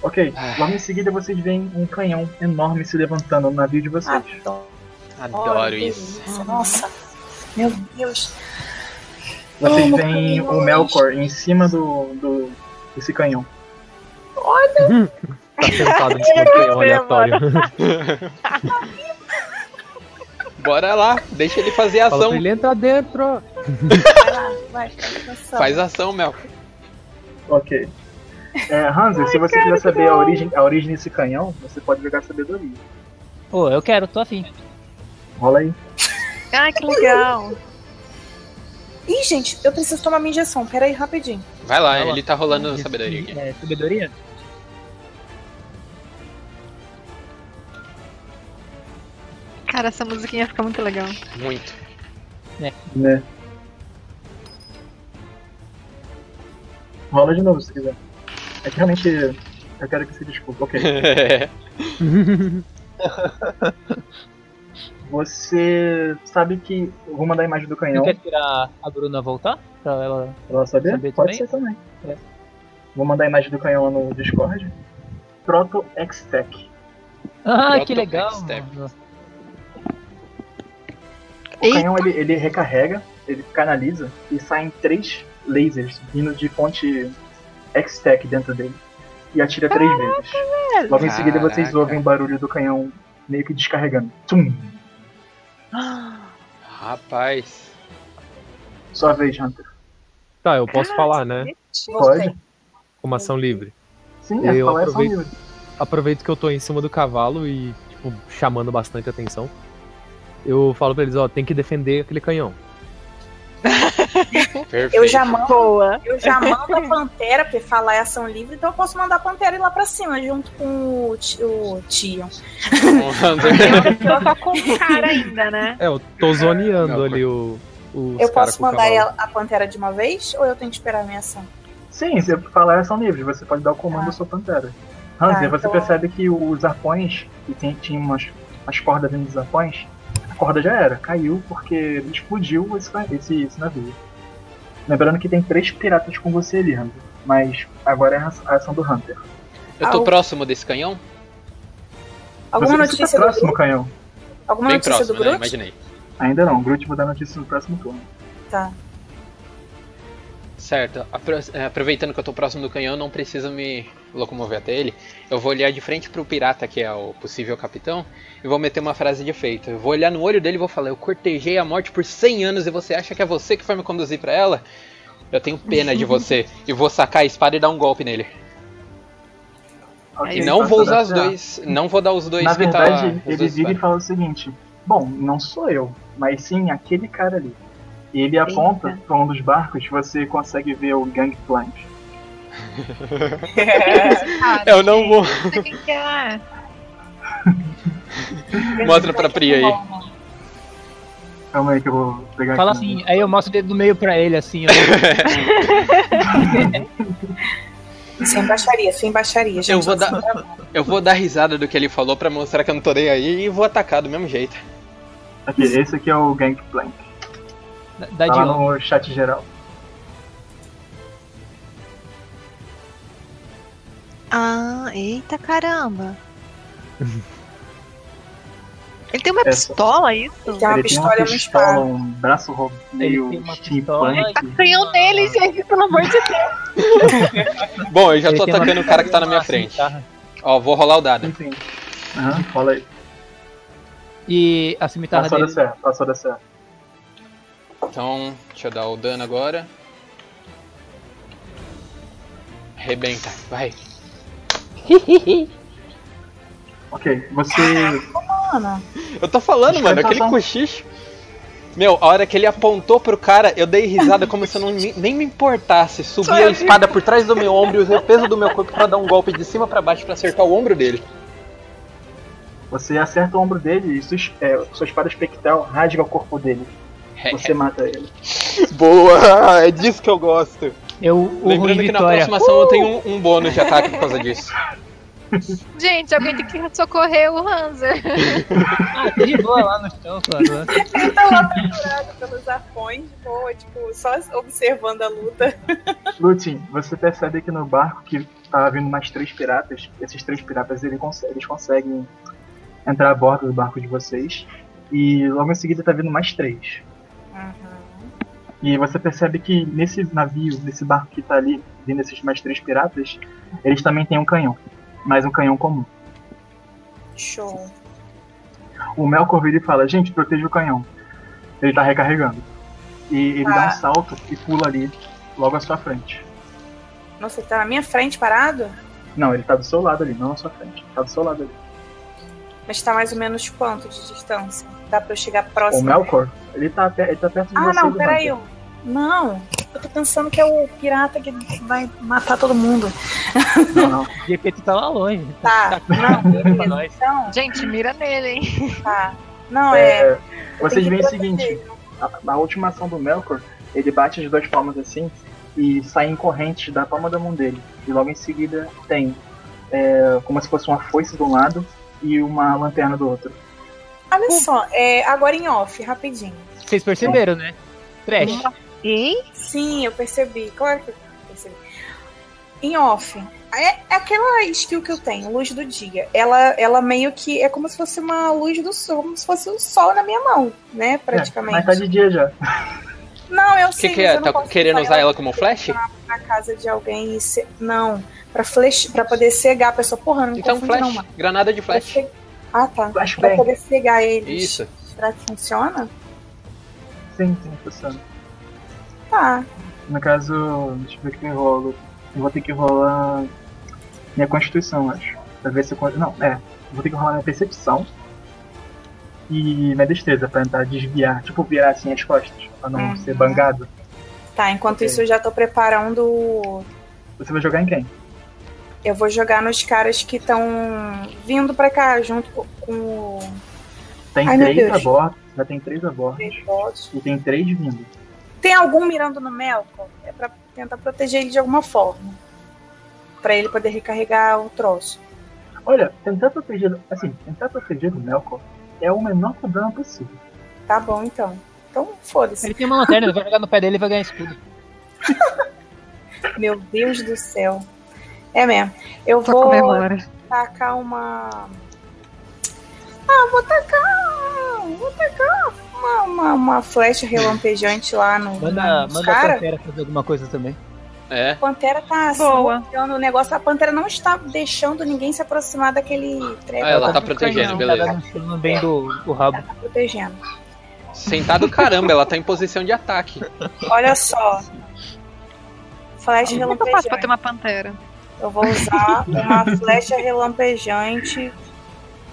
Ok, Ah. logo em seguida vocês veem um canhão enorme se levantando no navio de vocês. Adoro, Adoro isso. delícia, Nossa. Meu Deus. Vocês Como veem canhões. o Melkor em cima do, do desse canhão. Tá sentado em cima do é um canhão aleatório. Bora lá, deixa ele fazer a Fala ação. pra ele entrar dentro. ó. Vai lá, vai, faz ação. Faz a ação, Mel. Ok. É, Hanser, se você quiser saber a origem, a origem desse canhão, você pode jogar sabedoria. Ô, eu quero, tô afim. Rola aí. Ah, que legal. Ih, gente, eu preciso tomar minha injeção. Pera aí, rapidinho. Vai lá, Vai lá. ele tá rolando sabedoria aqui. É, sabedoria? Cara, essa musiquinha fica muito legal. Muito. Né? Rola de novo se quiser. É que realmente eu quero que você desculpa. [LAUGHS] Ok. Você sabe que. eu Vou mandar a imagem do Você canhão quer tirar a Bruna voltar? Pra ela. pra ela saber? Saber Pode também? ser também. É. Vou mandar a imagem do canhão lá no Discord. Proto X-Tech. Ah, Proto que legal! Backstep. mano. O Eita. canhão ele, ele recarrega, ele canaliza e saem três lasers vindo de fonte X-Tech dentro dele. E atira três vezes. Logo em seguida vocês Caraca. ouvem o barulho do canhão meio que descarregando. Tum! Rapaz. Sua vez, Hunter. Tá, eu posso falar, né? Voltei. Pode? Como ação livre. Sim, é Eu falar é só um aproveito. minuto. aproveito que eu tô em cima do cavalo e, tipo, chamando bastante atenção. Eu falo pra eles, ó, tem que defender aquele canhão. Perfeito. Eu [LAUGHS] já mando, Boa. eu já mando a Pantera, porque falar é ação livre, então eu posso mandar a Pantera ir lá pra cima, junto com o, Ti- o Tion. Um É Hunter. Eu tô com o cara ainda, né? É, eu tô zoneando Não, ali o. Os Eu cara posso com o mandar cavalo. ela- a Pantera de uma vez, ou eu tenho que esperar a minha ação? Sim, se falar são livres, você pode dar o Tá. comando à sua pantera. Hanser, Ah, você então- percebe que os arpões, que tem, tinha umas, umas cordas dentro dos arpões, a corda já era, caiu porque explodiu esse, ca- esse, esse navio. Lembrando que tem três piratas com você ali, Hunter. Mas agora é a a ação do Hunter. Eu tô próximo desse canhão? Alguma você, você notícia tá do próximo, Groot? canhão? Alguma Bem notícia próximo, do né? Groot? Imaginei. Ainda não, o Groot vai dar notícia no próximo turno. Tá. Certo. Apro- eh, Aproveitando que eu tô próximo do canhão, não preciso me locomover até ele. Eu vou olhar de frente pro pirata, que é o possível capitão, e vou meter uma frase de efeito. Eu vou olhar no olho dele e vou falar: Eu cortejei a morte por 100 anos e você acha que é você que vai me conduzir pra ela? Eu tenho pena de [LAUGHS] você. E vou sacar a espada e dar um golpe nele. Ok, E não passa vou da usar os tirada. dois. Não vou dar os dois Na que tá. verdade, os ele dois vira e espadas. fala o seguinte: Bom, não sou eu, mas sim aquele cara ali. E ele aponta para um dos barcos, você consegue ver o Gangplank. Cara, Eu não vou. Ah, não sei quem que é. Mostra pra Pri aí. Calma aí que eu vou pegar Fala aqui. assim, aí eu mostro o dedo do meio pra ele, assim, ó. Sem baixaria, sem baixaria. Gente, Eu vou dar- Assim, Eu vou dar risada do que ele falou pra mostrar que eu não tô nem aí e vou atacar do mesmo [LAUGHS] jeito. Aqui, esse aqui é o Gangplank. Dá- Dá Tá de lá um. no chat geral. Ah, eita caramba. Ele tem uma Essa. pistola, isso? tem uma ele pistola e tem uma uma espada. pistola, um braço ro- meio tem uma pistola steampunk. Canhão dele, Tá gente, pelo amor de Deus. Bom, eu já Ele tô tem uma atacando o cara que tá [LAUGHS] na Ah, minha assim, frente. tá? Ó, vou rolar o dado. Enfim. Aham, rola aí. E a cimitarra Passou da dele. certo, passou da certo. Então, deixa eu dar o dano agora. Arrebenta, vai. Ok, você Ana, Eu tô falando, mano, Tá aquele cochicho. Meu, a hora que ele apontou pro cara, eu dei risada como se eu não, me- nem me importasse. Subi a espada por trás do meu ombro e usei o peso do meu corpo pra dar um golpe de cima pra baixo pra acertar o ombro dele. Você acerta o ombro dele e sua, es- é, sua espada espectral rasga o corpo dele. É, É. Você mata ele. Boa! É disso que eu gosto. Eu, o Rui Lembrando que na Vitória. próxima ação eu tenho um, um bônus de ataque por causa disso. Gente, alguém tem que socorrer o Hanser. Ah, tá de boa lá no chão, né? claro. ele tá lá pendurado pelos arpões, de boa, tipo, só observando a luta. Lutin, você percebe que no barco que tá vindo mais três piratas, esses três piratas ele conse- eles conseguem entrar a bordo do barco de vocês. E logo em seguida tá vindo mais três. E você percebe que nesse navio, nesse barco que tá ali, vindo esses mais três piratas, eles também têm um canhão. Mas um canhão comum. Show. O Melkor vira e fala, gente, proteja o canhão. Ele tá recarregando. E ele dá Ah. um salto e pula ali, logo à sua frente. Nossa, ele tá na minha frente parado? Não, ele tá do seu lado ali, não à sua frente. Ele tá do seu lado ali. Mas tá mais ou menos quanto de distância? Dá pra eu chegar O próximo? Melkor, ele tá, pe- ele tá perto de Ah, você. não, do peraí. Hunter. eu- Não, eu tô pensando que é o pirata que vai matar todo mundo. Não, não. O GPT tá lá longe. Tá, não, Pra beleza. nós. Então, Gente, mira nele, hein? tá. Não, [LAUGHS] é. É, vocês que veem o proteger. seguinte: a- na última ação do Melkor, ele bate as duas palmas assim e sai em corrente da palma da mão dele. E logo em seguida tem é, como se fosse uma foice de um lado e uma lanterna do outro. Olha só, é, agora em off, rapidinho. Vocês perceberam, né? Trash. Hein? Sim, eu percebi. Claro que eu percebi. Em off. É, é aquela skill que eu tenho, luz do dia. Ela, ela meio que. É como se fosse uma luz do sol, como se fosse o sol na minha mão, né? Praticamente. É, mas tá de dia já. Não, eu O sei. que, que mas é? eu não Tá posso querendo usar ela como flash? na casa de alguém e ce- Não, pra, fleche... pra poder cegar a pessoa. Porra, não me Então confunde flash, não, mano. granada de Pra flash. ce- Ah, tá. Pra Flashbang. poder cegar eles. Isso. Será que funciona? Sim, sim, funciona. Tá. No caso, deixa eu ver o que eu rolo. Eu vou ter que rolar minha constituição, acho. Pra ver se eu. con- Não, é. Eu vou ter que rolar minha percepção e minha destreza pra tentar desviar, tipo, virar assim as costas, pra não Uhum. ser bangado. Tá, enquanto Ok. isso eu já tô preparando Você vai jogar em quem? Eu vou jogar nos caras que estão vindo pra cá junto co- com o Tem Ai, meu três Deus. a bordo, já tem três a bordo. Bezos. E tem três vindo. Tem algum mirando no Melkor? É pra tentar proteger ele de alguma forma. Pra ele poder recarregar o troço. Olha, tentar proteger. Assim, tentar proteger o Melkor é o menor problema possível. Tá bom, então. Então, foda-se. Ele tem uma lanterna, ele vai jogar no pé dele e vai ganhar escudo. Meu Deus do céu. É mesmo. Eu Tô vou comemora. tacar uma. Ah, vou tacar. Vou tacar uma, uma, uma flecha relampejante lá no. Manda, nos manda a cara. Pantera fazer alguma coisa também. É. A Pantera tá Boa. saboteando o negócio. A Pantera não está deixando ninguém se aproximar daquele treco. Ah, ela tá com protegendo, canhão, beleza. Tá dando um tiro no bem do, do rabo. tá protegendo. Sentado caramba, ela tá em posição de ataque. Olha só. Flecha Como que eu faço pra relampejante. ter uma pantera? Eu vou usar uma flecha relampejante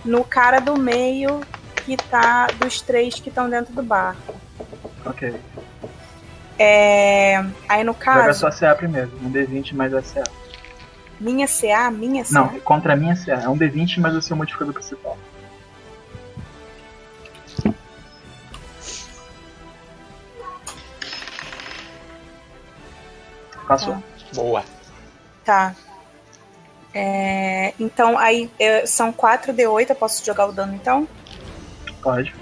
no cara do meio que tá dos três que estão dentro do bar. Ok. É... Aí no Joga caso, sua CA primeiro. Um D20 mais a CA. minha CA, minha CA. Não, contra a minha CA. É um D20 mais o seu modificador principal. Passou. Boa. Tá. É, Então aí é, são 4D8, eu posso jogar o dano então? Pode.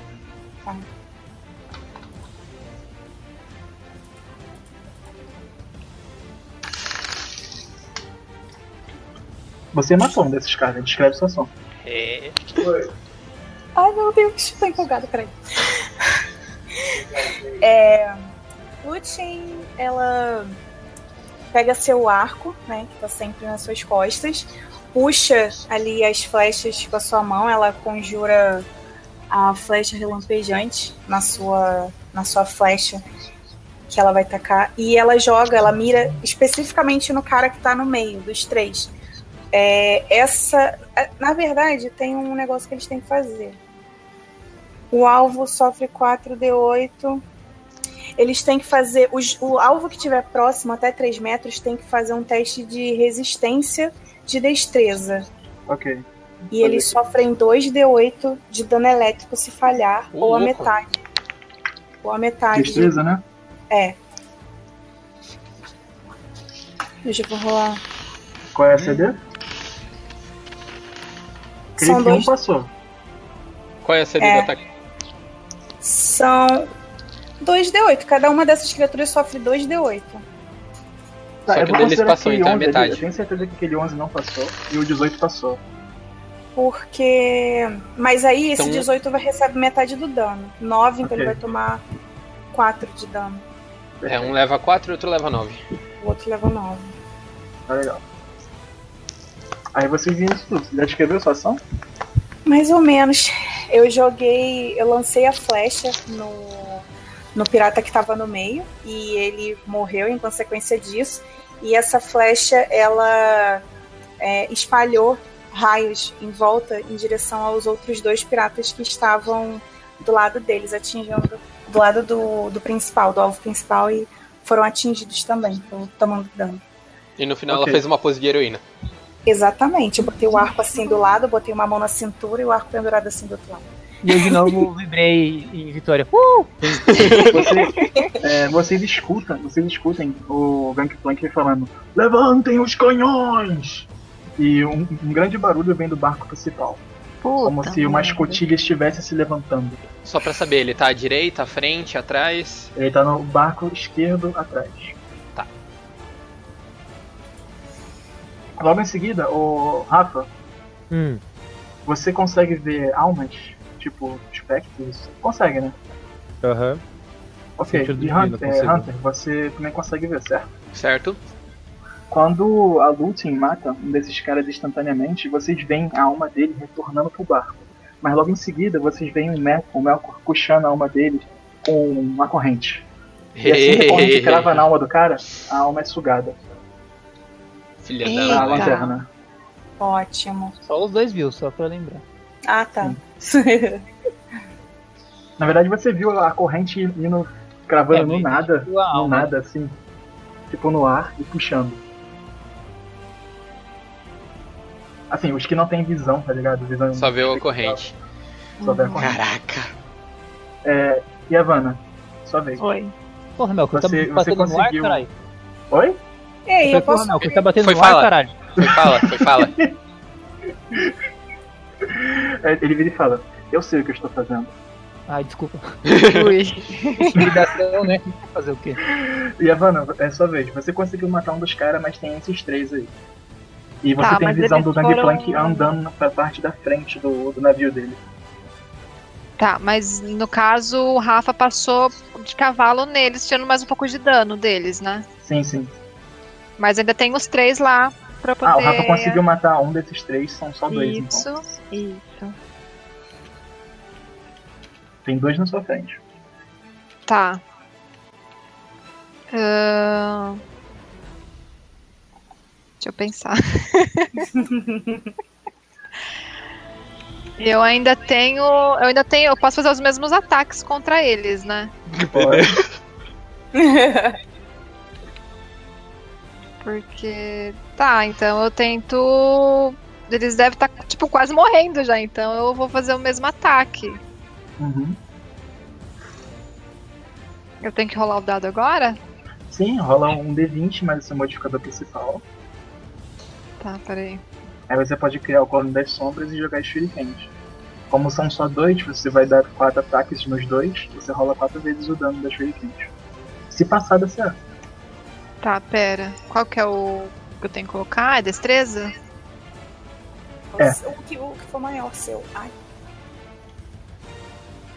Você matou um desses caras, descreve sua ação. É. Ai, meu Deus, tô empolgada, peraí. É, Lutin, ela pega seu arco, né, que tá sempre nas suas costas, puxa ali as flechas com a sua mão, ela conjura a flecha relampejante na sua, na sua flecha que ela vai tacar, e ela joga, ela mira especificamente no cara que tá no meio dos três. É, essa, é, na verdade, tem um negócio que eles têm que fazer. O alvo sofre 4d8. Eles têm que fazer. os- o alvo que tiver próximo, até 3 metros, tem que fazer um teste de resistência de destreza. Ok. E eles sofrem 2d8 de dano elétrico se falhar, Ô, ou a louco. metade. Ou a metade. Destreza, né? Deixa eu vou rolar. Qual é a CD? Creio São que um dois. passou. Qual é a CD É. do ataque? São 2d8. Cada uma dessas criaturas sofre 2d8. Tá, Só eu que vou o deles considerar passou, aquele então é 11 ali, metade. Eu tenho certeza que aquele 11 não passou e o 18 passou. Porque. Mas aí esse Então- 18 vai receber metade do dano. 9, então Ok. ele vai tomar 4 de dano. É, um leva 4 e outro leva 9. O outro leva 9. Tá legal. Aí vocês viram isso tudo. Já descreveu a sua ação? Mais ou menos. Eu joguei, eu lancei a flecha no, no pirata que tava no meio e ele morreu em consequência disso. E essa flecha, ela é, espalhou raios em volta em direção aos outros dois piratas que estavam do lado deles, atingindo do lado do, do principal, do alvo principal, e foram atingidos também, pelo- tomando dano. E no final Ok. ela fez uma pose de heroína. Exatamente, eu botei o arco assim do lado, botei uma mão na cintura e o arco pendurado assim do outro lado. E eu de novo vibrei em vitória. Uh, Vocês, é, vocês escutam, vocês escutem o Gangplank falando Levantem os canhões! E um, um grande barulho vem do barco principal. Puta como se uma merda. escotilha estivesse se levantando. Só pra saber, ele tá à direita, à frente, atrás. Ele tá no barco esquerdo atrás. Tá. Logo em seguida, o Rafa, Hum. você consegue ver almas, tipo espectros? Consegue, né? Aham. Ok, Sentido e divino, Hunter, é, consigo. Hunter, você também consegue ver, certo? Certo? Quando a Lutin mata um desses caras instantaneamente, vocês veem a alma dele retornando pro barco. Mas logo em seguida, vocês veem o Melkor, o Melkor puxando a alma dele com uma corrente. E assim que a [LAUGHS] corrente crava na alma do cara, a alma é sugada Filha na da Eita. lanterna. Ótimo. Só os dois viu, só pra lembrar. Ah, tá. Na verdade, você viu a corrente indo cravando É, no bem, nada, Sua no alma. nada, assim, tipo no ar e puxando. Assim, os que não têm visão, tá ligado? Visão Só vê a corrente. Só vê a corrente. Caraca. E a Vanna? Só vê. Oi. Porra, Melco, tá Você- você batendo no ar, conseguiu. caralho. Oi? [LAUGHS] Ei, eu Porra, posso. Melco, tá batendo Foi no ar, fala. caralho. Foi fala, [LAUGHS] foi fala. É, Ele vira e fala: Eu sei o que eu estou fazendo. Ai, desculpa. Ui. [LAUGHS] Intimidação, né? Fazer o quê? E Havana, é sua vez. Você conseguiu matar um dos caras, mas tem esses três aí. E você Tá, tem mas visão eles do Gangplank foram- andando pra parte da frente do, do navio dele. Tá, mas no caso o Rafa passou de cavalo neles, tirando mais um pouco de dano deles, né? Sim, sim. Mas ainda tem os três lá pra poder. Ah, o Rafa conseguiu matar um desses três, são só dois Isso, então. isso. Tem dois na sua frente. Tá. Ahn. Deixa eu pensar. eu ainda tenho. Eu ainda tenho. Eu posso fazer os mesmos ataques contra eles, né? Pode. Porque. Tá, então eu tento. Eles devem estar, tipo, quase morrendo já, então eu vou fazer o mesmo ataque. Uhum. Eu tenho que rolar o dado agora? Sim, rola um D20, mas esse é o modificador principal. Tá, peraí. Aí você pode criar o Corno das Sombras e jogar Shurikens. Como são só dois, você vai dar quatro ataques nos dois, você rola quatro vezes o dano das Shurikens. Se passar, dá certo. Tá, pera. Qual que é o que eu tenho que colocar? É destreza? É. O, que, o que for maior seu. Ai,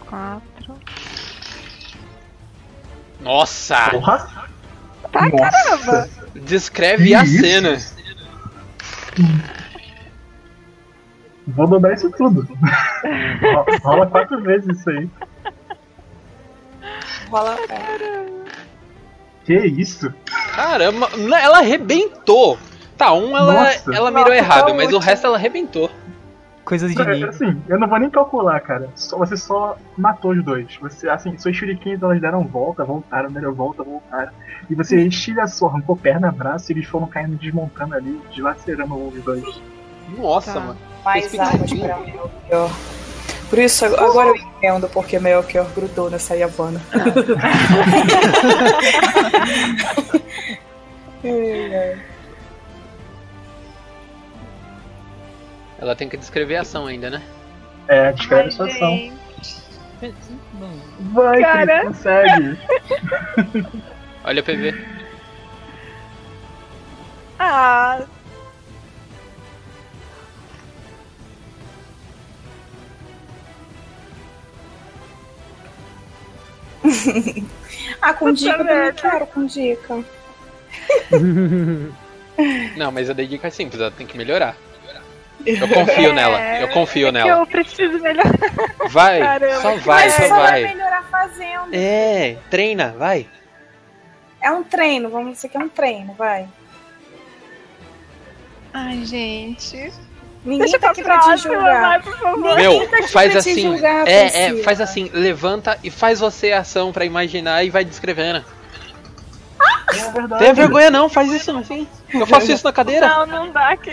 Quatro. Nossa! Porra! Tá, caramba! Descreve a Isso. cena. Vou dobrar isso tudo. [LAUGHS] Ro- Rola quatro vezes isso aí. rola. É. Que isso? Caramba, não, ela arrebentou. Tá, um ela, Nossa. ela mirou Nossa, errado, tá mas o ótimo. resto ela arrebentou. Coisas de Não, é ninja. Assim, eu não vou nem calcular, cara. Só- você só matou os dois. Você, assim, suas shurikens elas deram volta, voltaram, deram volta, voltaram. E você estilhaçou, arrancou perna, braço e eles foram caindo, desmontando ali, dilacerando os dois. Nossa, Tá. mano. Mais Respira um armas pouquinho. pra Melchior. Por isso, ag- agora eu entendo porque Melchior grudou nessa [LAUGHS] Yavanna. Ela tem que descrever a ação ainda, né? É, descreve sua ação. Vai, Cara. Cris, consegue. Olha o PV. Ah, Ah, com Puta dica eu também merda. quero, com dica. Não, mas a dedica é simples, ela tem que melhorar. Eu confio nela, eu confio Que nela. eu preciso melhorar. Vai, Caramba, só vai, Mas só só vai vai. melhorar fazendo. É, treina, vai. É um treino, vamos dizer que é um treino, vai. Ai, gente. Ninguém Deixa pra tá aqui pra te próxima, julgar. vai, por favor. Ninguém Meu, tá aqui faz pra te assim. julgar, É, é, Priscila. faz assim, levanta e faz você a ação pra imaginar e vai descrevendo. É verdade. Tem vergonha não, faz isso assim. Eu faço isso na [LAUGHS] cadeira. Não, não dá aqui.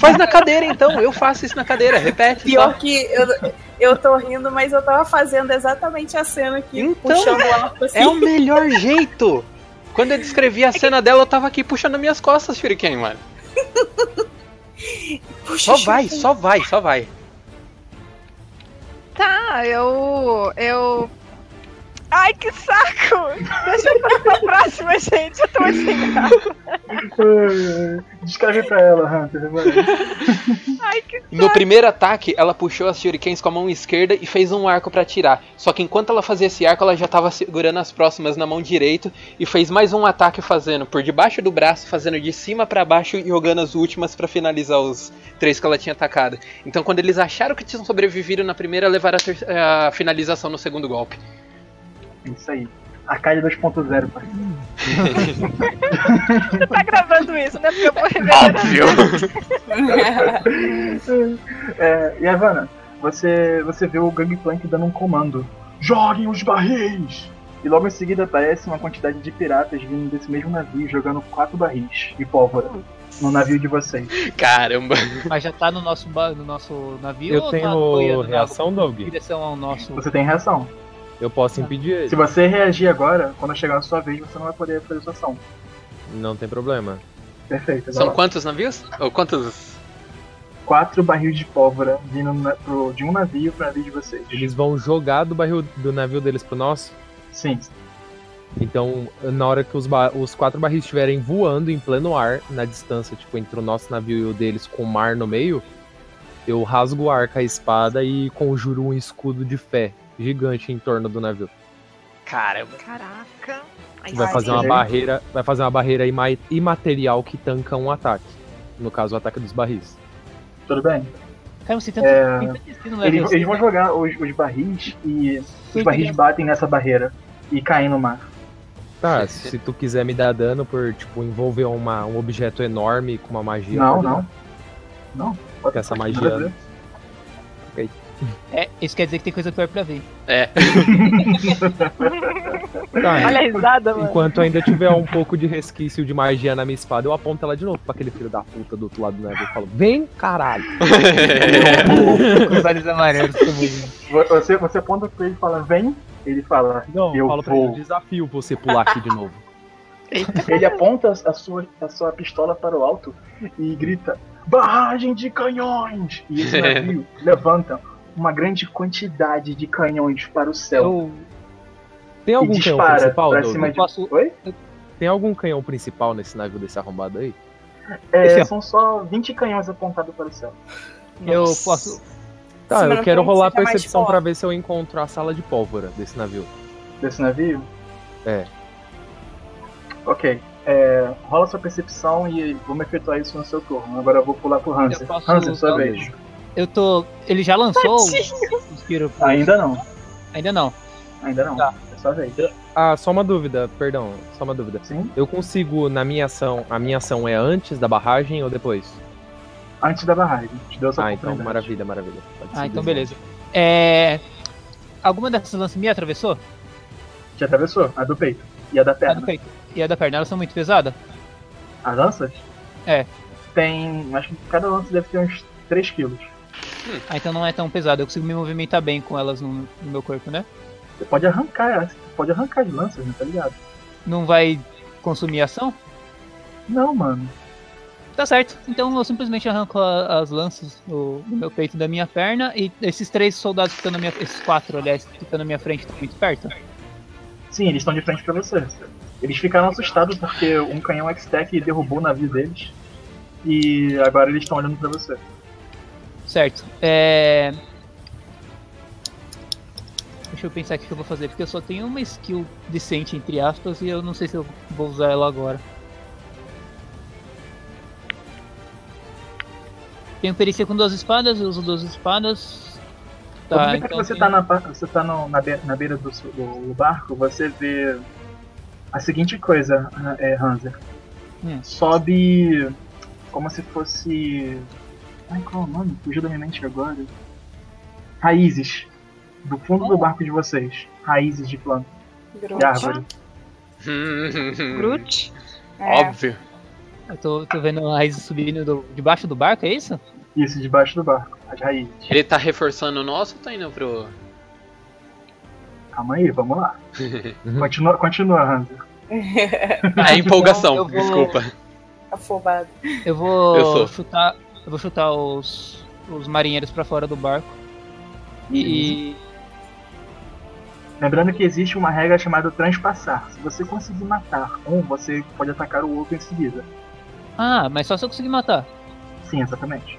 Faz na cadeira então, eu faço isso na cadeira, repete. Só. Pior que eu, eu tô rindo, mas eu tava fazendo exatamente a cena aqui, Então, puxando o arco assim. É o melhor jeito. Quando eu descrevi a cena dela, eu tava aqui puxando minhas costas, Shuriken, mano. [LAUGHS] Puxa, Só vai, só vai, só vai. Tá, eu. Eu. Ai, que saco! Deixa eu pra, pra próxima, gente. Eu tô muito sem graça. Descreve pra ela, Hunter. é vai. Ai, que No primeiro ataque, ela puxou as shurikens com a mão esquerda e fez um arco pra atirar. Só que enquanto ela fazia esse arco, ela já tava segurando as próximas na mão direita e fez mais um ataque fazendo por debaixo do braço, fazendo de cima pra baixo e jogando as últimas pra finalizar os três que ela tinha atacado. Então, quando eles acharam que tinham sobrevivido na primeira, levaram a, ter- a finalização no segundo golpe. É Isso aí. A Kali 2.0, pai. você tá gravando isso, né? Porque eu vou rever. [LAUGHS] É, e Ivana, você, você vê o Gangplank dando um comando. Joguem os barris! E logo em seguida aparece uma quantidade de piratas vindo desse mesmo navio jogando quatro barris de pólvora no navio de vocês. Caramba! Mas já tá no nosso, ba- no nosso navio Eu ou tá tenho boiando na água reação, Doug. em direção ao nosso. Você tem reação. Eu posso impedir ele. Se você reagir agora, quando chegar a sua vez, você não vai poder fazer sua ação. Não tem problema. Perfeito. vai São lá. quantos navios? Ou quantos? Quatro barris de pólvora vindo na- pro- de um navio pro navio de vocês. Eles vão jogar do barril do navio deles pro nosso. Sim. Então, na hora que os, ba- os quatro barris estiverem voando em pleno ar, na distância, tipo, entre o nosso navio e o deles, com o mar no meio, eu rasgo o ar com a espada e conjuro um escudo de fé gigante em torno do navio. Caramba! Caraca. Ai, Vai Ai, fazer uma gente. barreira, vai fazer uma barreira ima- imaterial que tanca um ataque. No caso, o ataque dos barris. Tudo bem? Cara, você tenta. É, tenta descer no level Eles, eles vão seis, jogar os, os barris e os Sim, barris sim. batem nessa barreira e caem no mar. Tá, se tu quiser me dar dano por, tipo, envolver uma, um objeto enorme com uma magia. Não, pode não. dar. Não. Pode- Essa pode magia- fazer. né? É, isso quer dizer que tem coisa pior pra ver. [LAUGHS] Tá, Olha a É. risada, mano. Enquanto ainda tiver um pouco de resquício de magia na minha espada, eu aponto ela de novo pra aquele filho da puta do outro lado do navio e falo: Vem, caralho! Com os olhos amarelos como isso. Vo- Você, você aponta pra ele e fala, vem. Ele fala. Não, Eu eu falo pra ele: vou. eu desafio você pular aqui de novo. Ele aponta a sua, a sua pistola para o alto e grita: Barragem de canhões! E [LAUGHS] esse navio levanta uma grande quantidade de canhões para o céu. Eu, Tem E algum canhão dispara principal, pra Doug? cima de. Posso- Oi? Tem algum canhão principal nesse navio desse arrombado aí? É, Esse é- São só 20 canhões apontados para o céu. eu Nossa. posso. Tá, Semana eu quero que vem rolar a seja mais percepção forte. pra ver se eu encontro a sala de pólvora desse navio. Desse navio? É. Ok. É, rola sua percepção e vamos efetuar isso no seu turno. Agora eu vou pular pro Hansen. Eu posso Hansen, sua usar vez. Eu tô. Ele já lançou o os tiro. Ainda não, Ainda não. ainda não. Tá. É sua vez. Ah, só uma dúvida, perdão, só uma dúvida. Sim. Eu consigo, na minha ação, a minha ação é antes da barragem ou depois? Antes da barragem. Te deu essa Ah, então oportunidade. maravilha, maravilha. Pode Ah, seguir, então né? beleza. É. Alguma dessas lances me atravessou? Te atravessou, a do peito. E a da A perna. do peito. é? E a da perna, elas são muito pesadas? As lanças? É. Tem. Acho que cada lança deve ter uns 3 quilos. Ah, então não é tão pesado. Eu consigo me movimentar bem com elas no, no meu corpo, né? Você pode arrancar, elas- você pode arrancar de lanças, né? Tá ligado? Não vai consumir ação? Não, mano. Tá certo. Então eu simplesmente arranco a- as lanças do, do meu peito e da minha perna. E esses três soldados que estão na minha. Esses quatro, aliás, que estão na minha frente estão muito perto. Sim, eles estão de frente pra você. Eles ficaram assustados porque um canhão X-Tech derrubou o navio deles. E agora eles estão olhando pra você. Certo. É. deixa eu pensar o que eu vou fazer, porque eu só tenho uma skill decente, entre aspas, e eu não sei se eu vou usar ela agora. Tenho perícia com duas espadas, eu uso duas espadas. Tá, então que você tá, na, você tá no- na, be- na beira do, su- do barco, você vê a seguinte coisa, Han- é, Hanser. Hum. Sobe como se fosse. Ai, qual é o nome? Fugiu da minha mente agora. Raízes. Do fundo do barco de vocês. Raízes de planta, de árvore. Hum, Groot. É. Óbvio. eu tô, tô vendo a raiz subindo do- debaixo do barco, é isso? Isso, debaixo do barco. As raízes. Ele tá reforçando o nosso ou tá indo pro. Calma aí, vamos lá. Continua, continua Hanser. É empolgação, eu vou- desculpa. [LAUGHS] Afobado. Eu vou Eu sou. chutar. Eu vou chutar os, os marinheiros pra fora do barco. E. Lembrando que existe uma regra chamada transpassar. Se você conseguir matar um, você pode atacar o outro em seguida. Ah, mas só se eu conseguir matar. Sim, exatamente.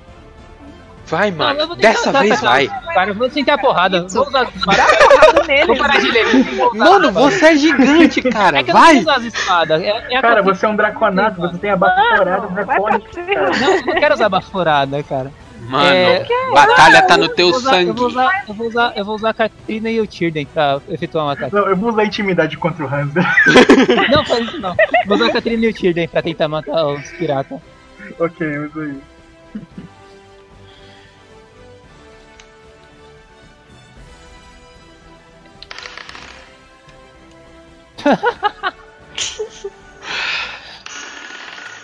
Vai, mas eu mano. vou tentar- Dessa tá, vez tá, vai. Cara, eu vou sentar a porrada. Isso. Vou usar parar a porrada nele. Vou parar de ler. Mano, você [LAUGHS] é gigante, cara. É que eu não Vai! vou usar as espadas. É, é a Cara, coisa- você é um draconato, você tem a baforada dracônica. cara. Não, eu não quero usar baforada, cara. Mano, É, batalha tá no teu eu, vou usar, eu, vou sangue. usar, eu, vou usar, eu vou usar a Katrina e o Tirden pra efetuar um ataque. Não, eu vou usar intimidade contra o Hanser. Não, faz isso não. Vou usar a Katrina e o Tirden pra tentar matar os piratas. [LAUGHS] ok, usa aí.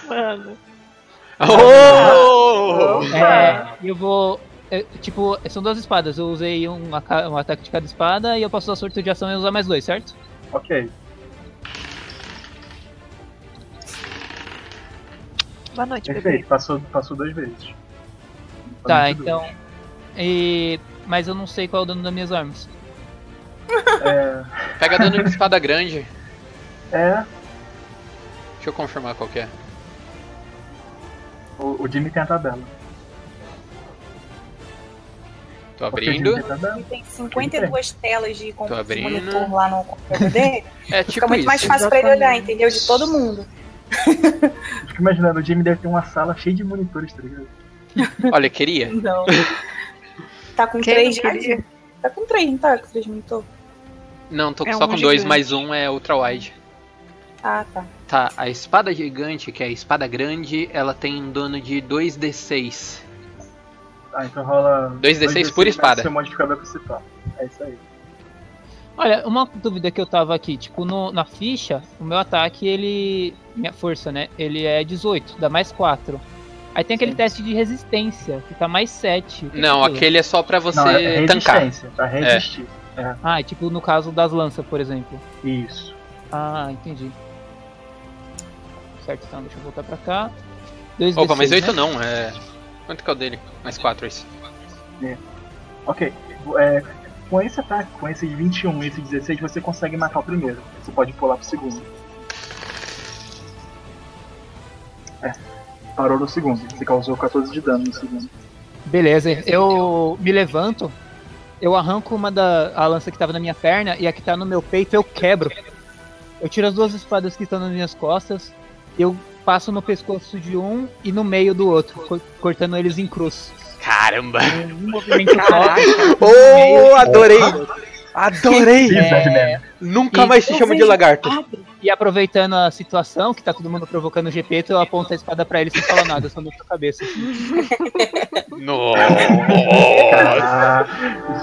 Mano. Oh! É, eu vou. é, tipo, são duas espadas. Eu usei um, aca- um ataque de cada espada e eu posso usar sorte de ação e usar mais dois, certo? Ok. Boa noite, bebê. Perfeito, passou, passou duas vezes. tá, Muito então. E... Mas eu não sei qual é o dano das minhas armas. Pega dano de espada grande. bem. É, Deixa eu confirmar qual que é. o, o Jimmy tem a tabela. Tô Ok, o Jimmy tem abrindo. a tabela. Ele tem 52 telas de com- Tô abrindo. monitor lá no computador [LAUGHS] dele. É Fica tipo muito mais isso. fácil pra ele olhar, entendeu? De todo mundo. Eu Fico imaginando, o Jimmy deve ter uma sala cheia de monitores, tá ligado? Olha, queria. [LAUGHS] Não. Tá com Quem três não de queria? Tá com três, não tá? Com três monitor? Não, tô É só um com dois, gigante. mais um é ultra-wide. Ah, tá. Tá, a espada gigante, que é a espada grande, ela tem um dano de 2d6. Ah, então rola. 2d6 dois por mais espada. Seu modificador que você tá. É isso aí. Olha, uma dúvida que eu tava aqui, tipo, no- na ficha, o meu ataque, ele. Minha força, né? Ele é 18, dá mais 4. Aí tem aquele teste de resistência, que tá mais 7. O que Não, é aquilo? aquele é só pra você Não, é tancar. resistência, pra resistir. Ah, é tipo no caso das lanças, por exemplo. É. Isso. Ah, entendi. Certo, então, deixa eu voltar pra cá. 2 Opa, mais 8 não, é. Quanto que é o dele? Mais 4 esse. Ok. é, com esse ataque, com esse 21 e esse 16, você consegue matar o primeiro. Você pode pular pro segundo. É. Parou no segundo. Você causou 14 de dano no segundo. Beleza, eu me levanto, eu arranco uma da a lança que tava na minha perna e a que tá no meu peito eu quebro. Eu tiro as duas espadas que estão nas minhas costas, eu passo no pescoço de um e no meio do outro, co- cortando eles em cruz. Caramba! Um movimento só. Oh, adorei! Adorei! Sim, Batman. Nunca mais se chama de lagarto. E aproveitando a situação, que tá todo mundo provocando o GP, eu aponto a espada pra ele sem falar nada, só mexo a cabeça. É. Nossa! Ah,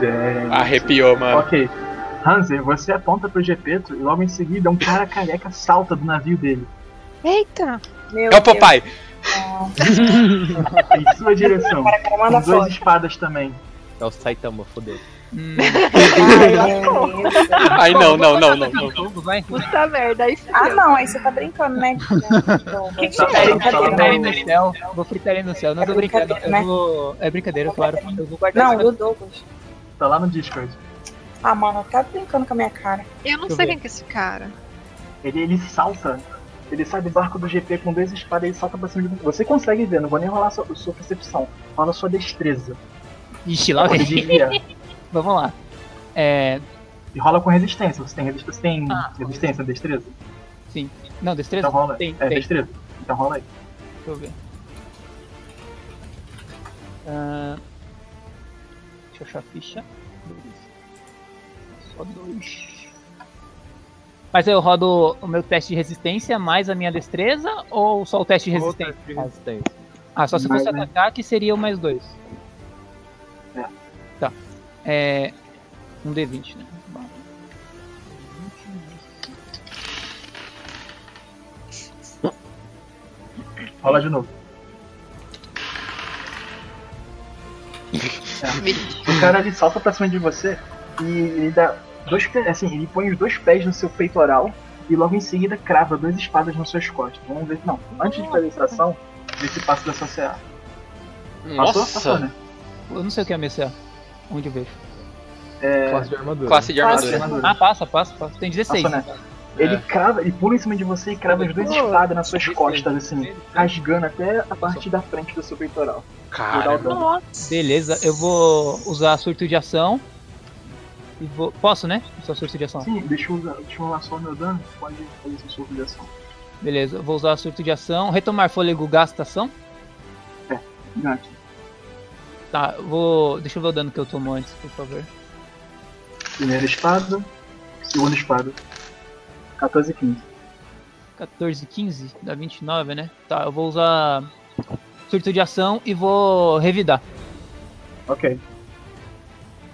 gente. Arrepiou, mano. Ok. Hanser, você aponta pro Gepeto e logo em seguida um cara careca salta do navio dele. Eita! Meu É o Deus, papai. [LAUGHS] Em sua direção. cara, Com manda duas é foto. espadas também. É o Saitama, fodeu. Hum, Ai, não, não, [LAUGHS] não, não, não. fogo, vai. Puta merda, aí Ah, fudeu. não, aí você tá brincando, né? Não, Que que não, é? não, Vou fritar ele não, no céu. Vou fritar ele no céu. Não É tô brincando. brincadeira, né? Eu vou... É brincadeira, claro. Eu vou guardar Não, essa- o Douglas. Tá lá no Discord. Ah, mano, tá brincando com a minha cara. Eu não Deixa eu sei ver. quem que é esse cara. Ele, ele salta. Ele sai do barco do GP com duas espadas e ele salta pra cima de Você consegue ver, não vou nem rolar sua, sua percepção. Rola sua destreza. Ixi, lá vem. Desviar. Vamos lá. É... E rola com resistência. Você tem resistência, você tem resistência, destreza? Sim. Não, destreza? Então rola. Tem, é, tem. destreza. Então rola aí. Deixa eu ver. Ah, deixa eu achar a ficha. Dois. Só dois. Mas eu rodo o meu teste de resistência mais a minha destreza ou só o teste de resistência? resistência. Ah, só se Mais, fosse né? atacar que seria o mais dois. É. Tá. É. Um D20, né? Rola de novo. O cara ele salta pra cima de você e ele dá dois pé- assim, ele põe os dois pés no seu peitoral e logo em seguida crava duas espadas nas suas costas. Vamos ver, não, antes de fazer essa ação, ver se passa dessa CA. Passou? Passou, Nossa! né? Eu não sei o que é MCA. Onde eu vejo? É, Classe de armadura. Classe de classe de armadura. É. armadura. Ah, passa, passa, passa. Tem né? 16. Passou, Ele crava, ele pula em cima de você e crava as duas espadas nas suas costas, assim, rasgando até a parte da frente do seu peitoral. E dá o Cara, dano. Beleza, eu vou usar surto de ação. E vou... Posso, né? Só surto de ação. Sim, deixa eu, usar- deixa eu rolar só o meu dano, pode fazer sua obrigação. Beleza, eu vou usar surto de ação. Retomar fôlego, gasta ação. Gante. Tá, eu vou. Deixa eu ver o dano que eu tomo antes, por favor. Primeira espada, segunda espada. 14 e 15. 14, 15, dá 29, né? Tá, eu vou usar surto de ação e vou revidar. Ok.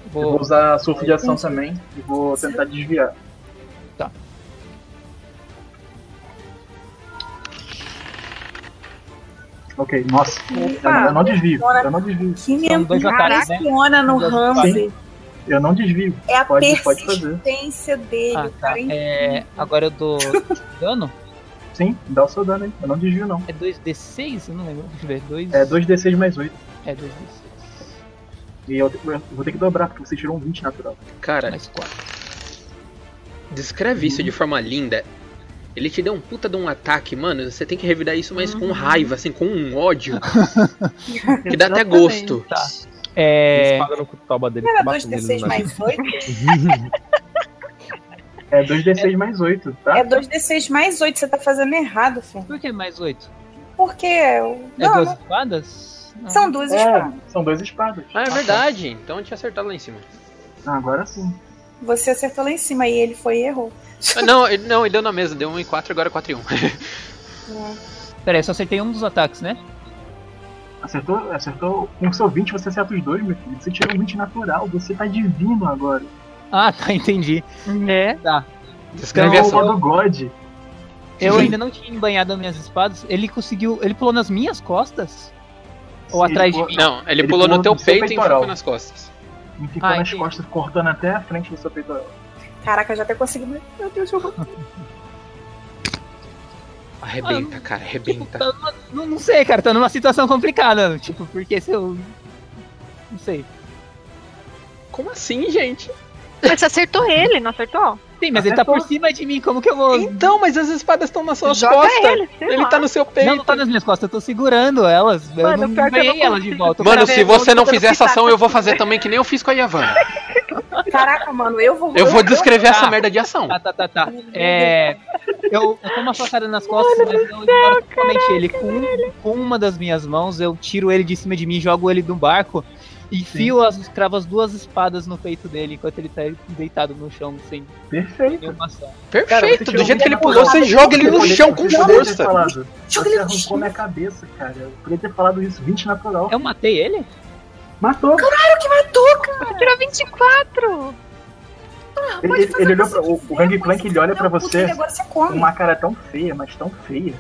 Eu Vou... vou usar surf de ação também e vou tentar desviar. Tá. Ok, nossa. Eu, Opa. eu não desvio. Eu não desvio. Que São dois ataques, né? menciona no Dois Ramsey. Eu não desvio. É a Pode- pode fazer. persistência dele, Ah, tá. cara. hein? É, agora eu [LAUGHS] dou dano? Sim, dá o seu dano aí. Eu não desvio, não. É 2d6? Eu não lembro. Deixa eu ver. 2... É 2d6 mais 8. É 2d6. E eu, eu vou ter que dobrar, porque você tirou um 20 natural. cara, Hum. Mais 4. descreve isso de forma linda. Ele te deu um puta de um ataque, mano. Você tem que revidar isso, mas com raiva, assim, com um [LAUGHS] ódio. que dá até gosto. Tá. É. Espada no cutoba dele. Era bate nele 2d6 no nariz. mais 8? É 2d6 mais 8, tá? É 2d6 mais 8, você tá fazendo errado, filho. Por que mais 8? Porque. eu- É Não, duas não, espadas? Ah. Não. são duas espadas. É, são dois espadas. Ah, é verdade. Então eu tinha acertado lá em [LAUGHS] cima. Ah, agora sim. Você acertou lá em cima e ele foi e errou. Ah, não, ele, não, ele deu na mesa. Deu 1 e 4, agora é 4 e 1. [LAUGHS] Pera aí, só acertei um dos ataques, né? Acertou, acertou. Com o seu 20 você acerta os dois, meu filho. Você tirou um 20 natural, você tá divino agora. Ah, tá, [LAUGHS] entendi. Né? É. Tá. Descreve Então, essa. o modo God. Eu ainda não tinha embanhado as minhas espadas. Ele conseguiu. Ele pulou nas minhas costas? Ou Ele atrás de pulou- mim? Não, ele, Ele pulou no pulou teu no seu peito e peitoral. ficou nas costas. E ficou Ah, nas entendi. costas, cortando até a frente do seu peitoral. Caraca, eu já até consegui. Meu Deus, eu vou. Arrebenta, cara, Tipo, arrebenta. tá numa- não, não sei, cara, tá numa situação complicada. Tipo, porque se eu. Não sei. Como assim, gente? Mas você acertou ele, não acertou? Sim, mas ele é tá por cima de mim, como que eu vou. Então, mas as espadas estão nas suas Joga costas. ele, sei Ele lá. tá no seu Não, peito. não tá nas minhas costas, eu tô segurando elas. Mano, eu não pior que eu não ganhei elas de consigo. volta. eu Mano, quero se ver- você não dando fizer essa pitaco. ação, eu vou fazer também que nem eu fiz com a Yavanna. Caraca, mano, eu vou. Eu vou descrever essa Ah. merda de ação. Tá, tá, tá, tá. É. Eu, eu tomo uma facada nas costas, mas eu ignoro totalmente ele. Com, um- com uma das minhas mãos, eu tiro ele de cima de mim, jogo ele de um barco e fio as cravas duas espadas no peito dele enquanto ele tá deitado no chão sem Perfeito. nenhuma ação. Cara, você Perfeito. tirou Do jeito um que ele natural. pulou, você joga ele no Você chão com poderia ter força. falado. Joga Você ele no arrancou chão. minha cabeça, cara. Eu poderia ter falado isso, 20 natural. Eu matei ele? Matou. Tirou 24! Ele, ele, ele olhou pra, o, o Hang Clank, é ele olha pra você Agora você com come. uma cara tão feia, mas tão feia,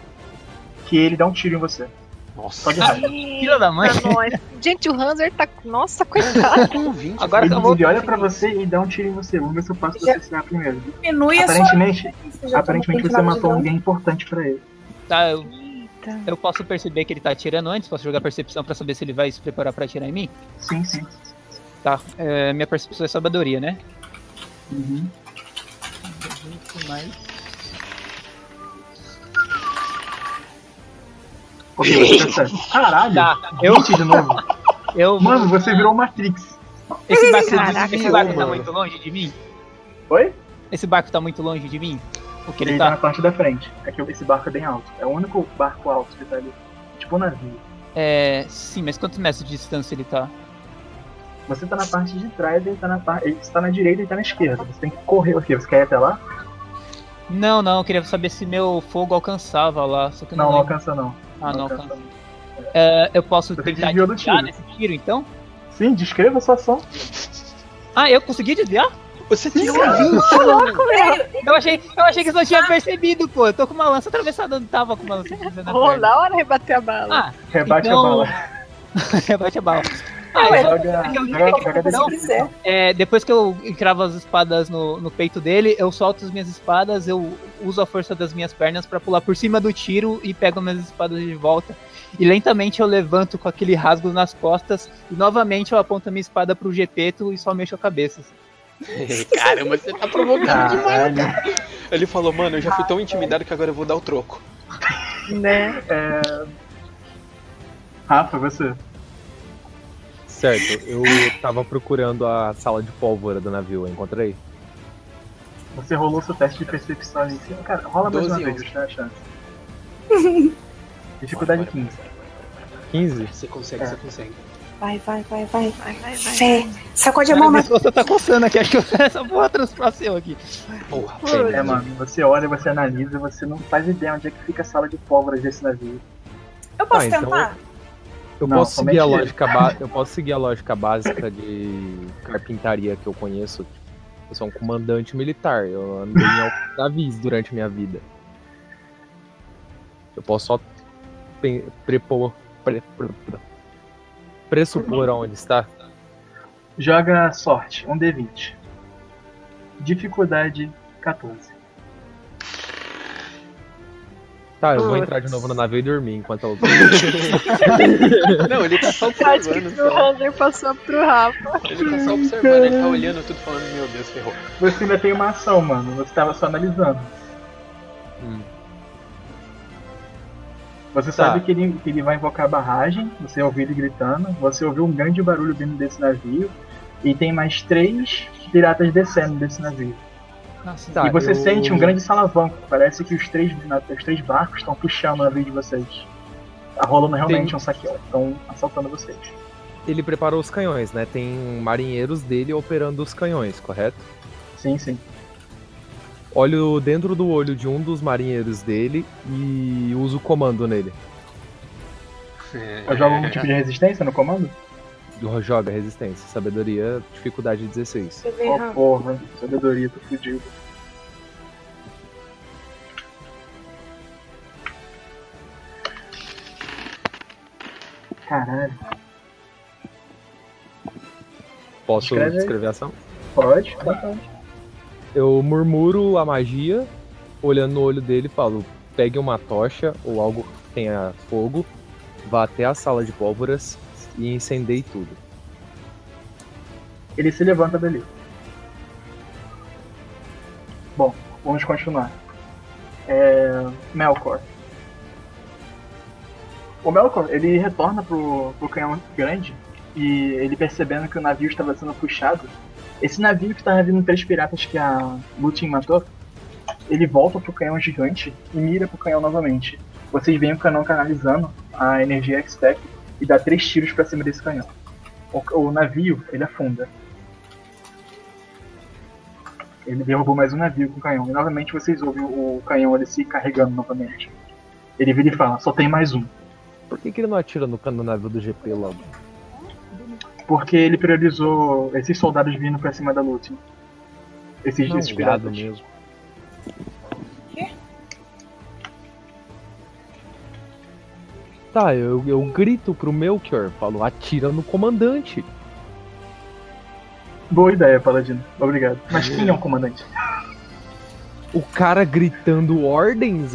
que ele dá um tiro em você. Nossa, Só de raiva. Filha da mãe. Pra nós. Ah, é Gente, o Hanser tá. Nossa, [LAUGHS] coitado. com 20. Agora Ele, que eu vou. ele olha pra você e dá um tiro em você. Vamos ver se eu passo Já- você CA primeiro. Diminui a sua. Aparentemente, Você já Aparentemente tomou você 29 de matou um dano. alguém importante pra ele. Tá, eu, Eita. eu posso perceber que ele tá atirando antes? Posso jogar percepção pra saber se ele vai se preparar pra atirar em mim? Sim, sim. Tá, é, minha percepção é sabedoria, né? Uhum. Mas. Ok, você [LAUGHS] percebe. Caralho! Tá, eu, 20 de novo. eu Mano, você virou Matrix. Esse barco, Caraca, esse barco tá mano. muito longe de mim? Oi? Esse barco tá muito longe de mim? Porque ele, Ele tá na tá. parte da frente. É que esse barco é bem alto. É o único barco alto que tá ali. Tipo um navio. É. Sim, mas quantos metros de distância ele tá? Você tá na parte de trás, ele tá na parte. Ele está na direita e tá na esquerda. Você tem que correr aqui. Você quer ir até lá? Não, não, eu queria saber se meu fogo alcançava lá. Só que eu Não, não, não lembro. alcança não. Ah, não alcança, alcança. É, eu posso Você tentar desviou do desviar tiro. nesse tiro, então? Sim, descreva a sua ação. Ah, eu consegui desviar? Tá Você tirou Tá Eu achei, eu achei que você não tinha percebido, pô. Eu tô com uma lança atravessada, eu não tava com uma lança atravessada. na Rolou [LAUGHS] perna. na hora rebater a bala. Ah, Rebate Então, a bala. bate a bala. é Ah, eu só- Joga, eu- joga, joga Se Não. daqui. quiser. É, depois que eu cravo as espadas no, no peito dele, eu solto as minhas espadas, eu uso a força das minhas pernas pra pular por cima do tiro e pego minhas espadas de volta. E lentamente eu levanto com aquele rasgo nas costas e novamente eu aponto a minha espada pro Gepeto e só mexo a cabeça. [LAUGHS] Caramba, você tá provocando demais. Caralho. Ah. Ele falou, mano, eu já fui tão intimidado que agora eu vou dar o troco. Né? Rafa, você. Certo, eu tava procurando a sala de pólvora do navio, eu encontrei. Você rolou seu teste de percepção ali em cima. Cara, rola mais 12 uma e vez, 11. tá a chance. [LAUGHS] Dificuldade É, 15. 15? Você consegue, você consegue. Vai, vai, vai, vai. Vai, vai, vai. Fé. Sacode a mão, Cara, mas minha costa tá coçando aqui, acho que [LAUGHS] eu- essa porra transpasseu aqui. Porra, É, mano, você olha, você analisa, você não faz ideia onde é que fica a sala de pólvora desse navio. eu posso Ah, então- tentar? Eu Não, posso seguir a somente ele. lógica ba- eu posso seguir a lógica básica de carpintaria que eu conheço. Eu sou um comandante militar, eu andei em alguns navios durante minha vida. Eu posso só pe- prepor, pre- pre- pre- pressupor onde está. Joga sorte, um D20. Dificuldade 14. Tá, eu vou entrar de novo no navio e dormir enquanto eu Não, ele tá só [LAUGHS] Acho que observando. o só. Hunter passou pro Rafa. Ele tá só observando, ele tá olhando tudo falando, meu Deus, ferrou. Você ainda tem uma ação, mano. Você tava só analisando. Hum. Você Tá. sabe que ele, que ele vai invocar a barragem, você ouviu ele gritando, você ouviu um grande barulho vindo desse navio, e tem mais três piratas descendo desse navio. Nossa, Tá, e você eu- sente um grande salavanco, parece que os três, na- os três barcos estão puxando o navio de vocês. Tá rolando realmente Tem- um saqueão, estão assaltando vocês. Ele preparou os canhões, né? Tem marinheiros dele operando os canhões, correto? Sim, sim. Olho dentro do olho de um dos marinheiros dele e uso o comando nele. É. Eu jogo algum tipo de resistência no comando? Joga resistência, sabedoria, dificuldade 16. Deixa então, eu ver, Ó, Rafa. porra, sabedoria, tô fudido. Caralho, Posso Escreve aí. descrever a ação? pode? Pode. Eu murmuro a magia, olhando no olho dele, falo: pegue uma tocha ou algo que tenha fogo, vá até a sala de pólvoras e incendei tudo. Ele se levanta dali. Bom, vamos continuar. É... Melkor. O Melkor, ele retorna pro, pro canhão grande e ele percebendo que o navio estava sendo puxado. Esse navio que estava vindo três piratas que a Lutin matou, ele volta pro canhão gigante e mira pro canhão novamente. Vocês veem o canhão canalizando a energia X-Tech e dá três tiros pra cima desse canhão. O, o navio, ele afunda. Ele derrubou mais um navio com o canhão. E novamente vocês ouvem o canhão ele se carregando novamente. Ele vira e fala, só tem mais um. Por que, que ele não atira no cano do navio do GP logo? Porque ele priorizou esses soldados vindo pra cima da Lutin. Esses, Não, esses gado piratas. mesmo. Tá, eu, eu grito pro Melchior, falo, atira no comandante. Boa ideia, Paladino. Obrigado. Mas quem é o comandante? O cara gritando ordens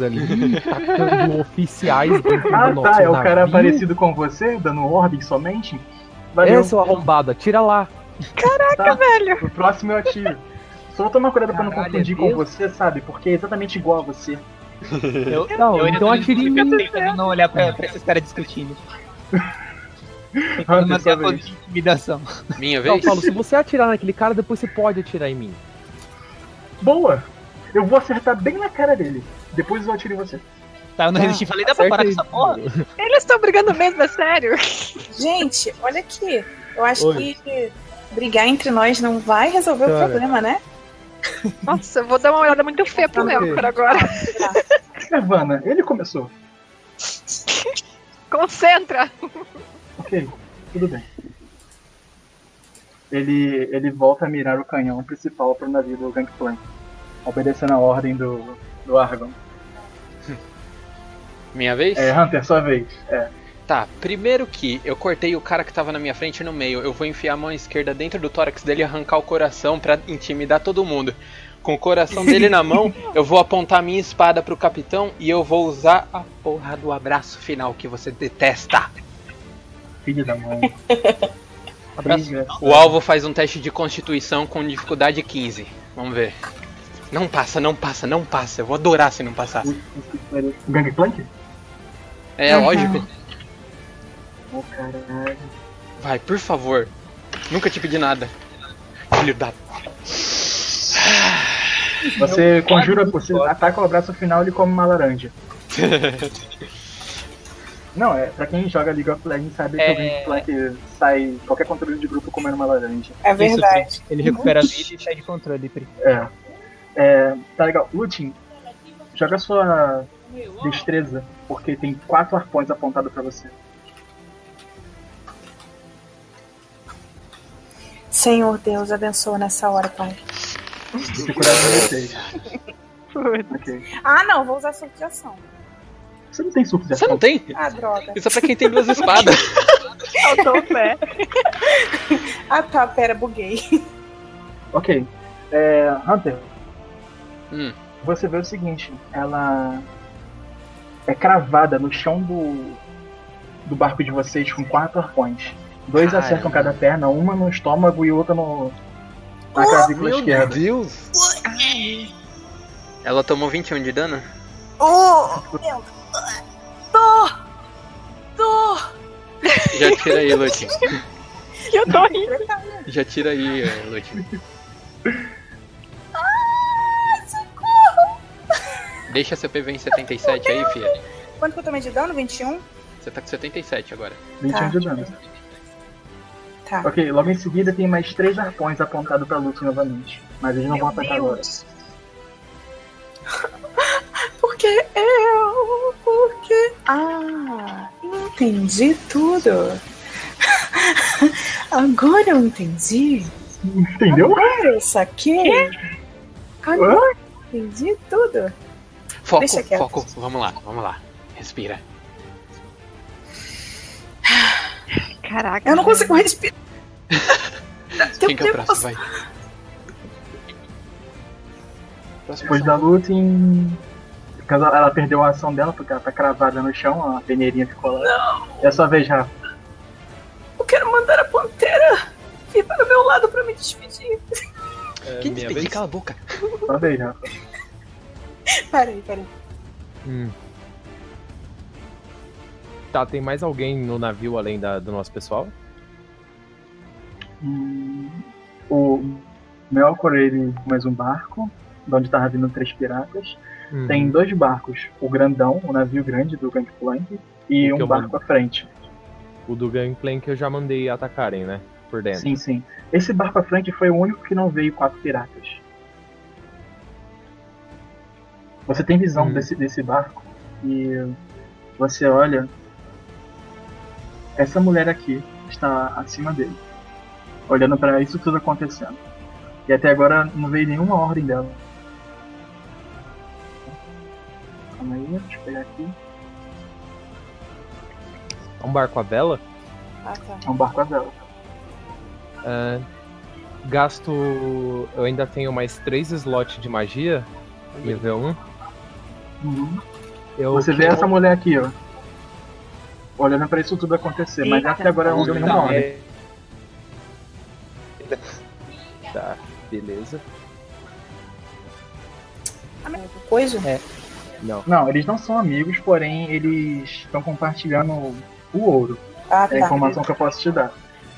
[LAUGHS] ali, tacando oficiais dentro Ah do nosso tá, é o um navio. cara parecido com você, dando ordem somente? É, Valeu, seu arrombado, atira lá. tá? Velho, O próximo eu atiro. Só vou tomar cuidado pra não é Caralho, é confundir com Deus. você, sabe? Porque é exatamente igual a você. Eu, Não, eu ainda então tô atire em tentando- mim. tentando não olhar pra, pra esses caras discutindo. Hunter, Tentando manter sua a coisa vez. de intimidação. Minha Não, eu vez? falo, se você atirar naquele cara, depois você pode atirar em mim. Boa! Eu vou acertar bem na cara dele. Depois eu atiro em você. Tá, eu não resisti falei, dá pra parar com essa porra? Eles estão brigando mesmo, é sério? Gente, olha aqui. Eu acho que brigar entre nós não vai resolver o Cara. problema, né? Nossa, eu vou dar uma olhada muito feia pro meu por agora. [LAUGHS] Nirvana, ele começou. Concentra. Ok, tudo bem. Ele, ele volta a mirar o canhão principal pro navio do Gangplank, obedecendo a ordem do, do Argon. Minha vez? É, Hunter, sua vez. É. Tá, primeiro que eu cortei o cara que tava na minha frente no meio. Eu vou enfiar a mão esquerda dentro do tórax dele e arrancar o coração pra intimidar todo mundo. Com o coração dele na mão, eu vou apontar minha espada pro capitão e eu vou usar a porra do abraço final que você detesta. Filho da mãe. Abraço. Briga. O alvo faz um teste de constituição com dificuldade 15. Vamos ver. Não passa, não passa, não passa. Eu vou adorar se não passar. O Gangplank? É Uhum. lógico. Ô, caralho. Vai, por favor. Nunca te pedi nada. Filho da Você conjura, você ataca o abraço final e ele come uma laranja. Não, é, pra quem joga League of Legends sabe que o Gangplank sai qualquer controle de grupo comendo uma laranja. É Isso, verdade. Pri. ele recupera a vida e sai de controle, Pri. É. É, tá legal. Lutin, joga sua destreza, porque tem quatro arpões apontados pra você. Senhor Deus, abençoa nessa hora, pai. Você curar com vocês. Ok. Ah, não, vou usar surto de ação. Você não tem surto de Você não ação. tem? Ah, droga. Isso é pra quem tem duas espadas. Faltou fé. Ah, tá, pera, buguei. Ok. É, Hunter, Hum. você vê o seguinte, ela é cravada no chão do, do barco de vocês com quatro arpões. Dois Caramba. acertam cada perna, uma no estômago e outra no, na clavícula esquerda. Deus! Ela tomou 21 de dano? Oh, meu. Tô! Tô! Já tira aí, Lutin. Que eu tô rindo. Já tira aí, eh, Lutin. Deixa seu PV em 77 aí, filha. Quanto que eu tomei de dano? 21? Você tá com 77 agora. 21 Tá. de dano. Tá. Ok, logo em seguida tem mais três arpões apontados pra Lute novamente. Mas eles não vão Meu atacar agora. [LAUGHS] Deus. Por que eu? Por que? Ah, entendi tudo. [LAUGHS] Agora eu entendi. Entendeu? Agora eu saquei. Agora eu entendi tudo. Foco, Deixa quieto. foco. Vamos lá, vamos lá. Respira. Caraca. Eu não consigo respirar. Tem Quem que é o tempo próximo? Vai. Próximo. é Depois da luta, em... por causa- ela perdeu a ação dela, porque ela tá cravada no chão, a peneirinha ficou lá. É só ver já. Eu quero mandar a ponteira vir para o meu lado para me despedir. É, Que minha despedi, vez? cala a boca. É Só ver já. Peraí, peraí. Hum. Tá, tem mais alguém no navio além da- do nosso pessoal? Hum, O Melkor, ele mais um barco, de onde tava vindo três piratas. Uhum. Tem dois barcos, o grandão, o navio grande do Gangplank, e O que um eu barco à frente. O do Gangplank eu já mandei atacarem, né? Por dentro. Sim, sim. Esse barco à frente foi o único que não veio quatro piratas. Você tem visão Hum. desse, desse barco e você olha. Essa mulher aqui está acima dele, olhando para isso tudo acontecendo. E até agora não veio nenhuma ordem dela. Calma aí, deixa eu pegar aqui. É Um barco à vela? Ah, tá. É um barco a vela. Ah, gasto. Eu ainda tenho mais três slots de magia. Nível 1. Uhum. Eu Você vê essa mulher aqui, ó. Olhando pra isso tudo acontecer, mas até agora não deu nenhuma Não, ordem. é... Tá, beleza. Ah, Coisa? É. Não. Não, eles não são amigos, porém eles estão compartilhando o ouro. Ah, É a tá. informação que eu posso te dar.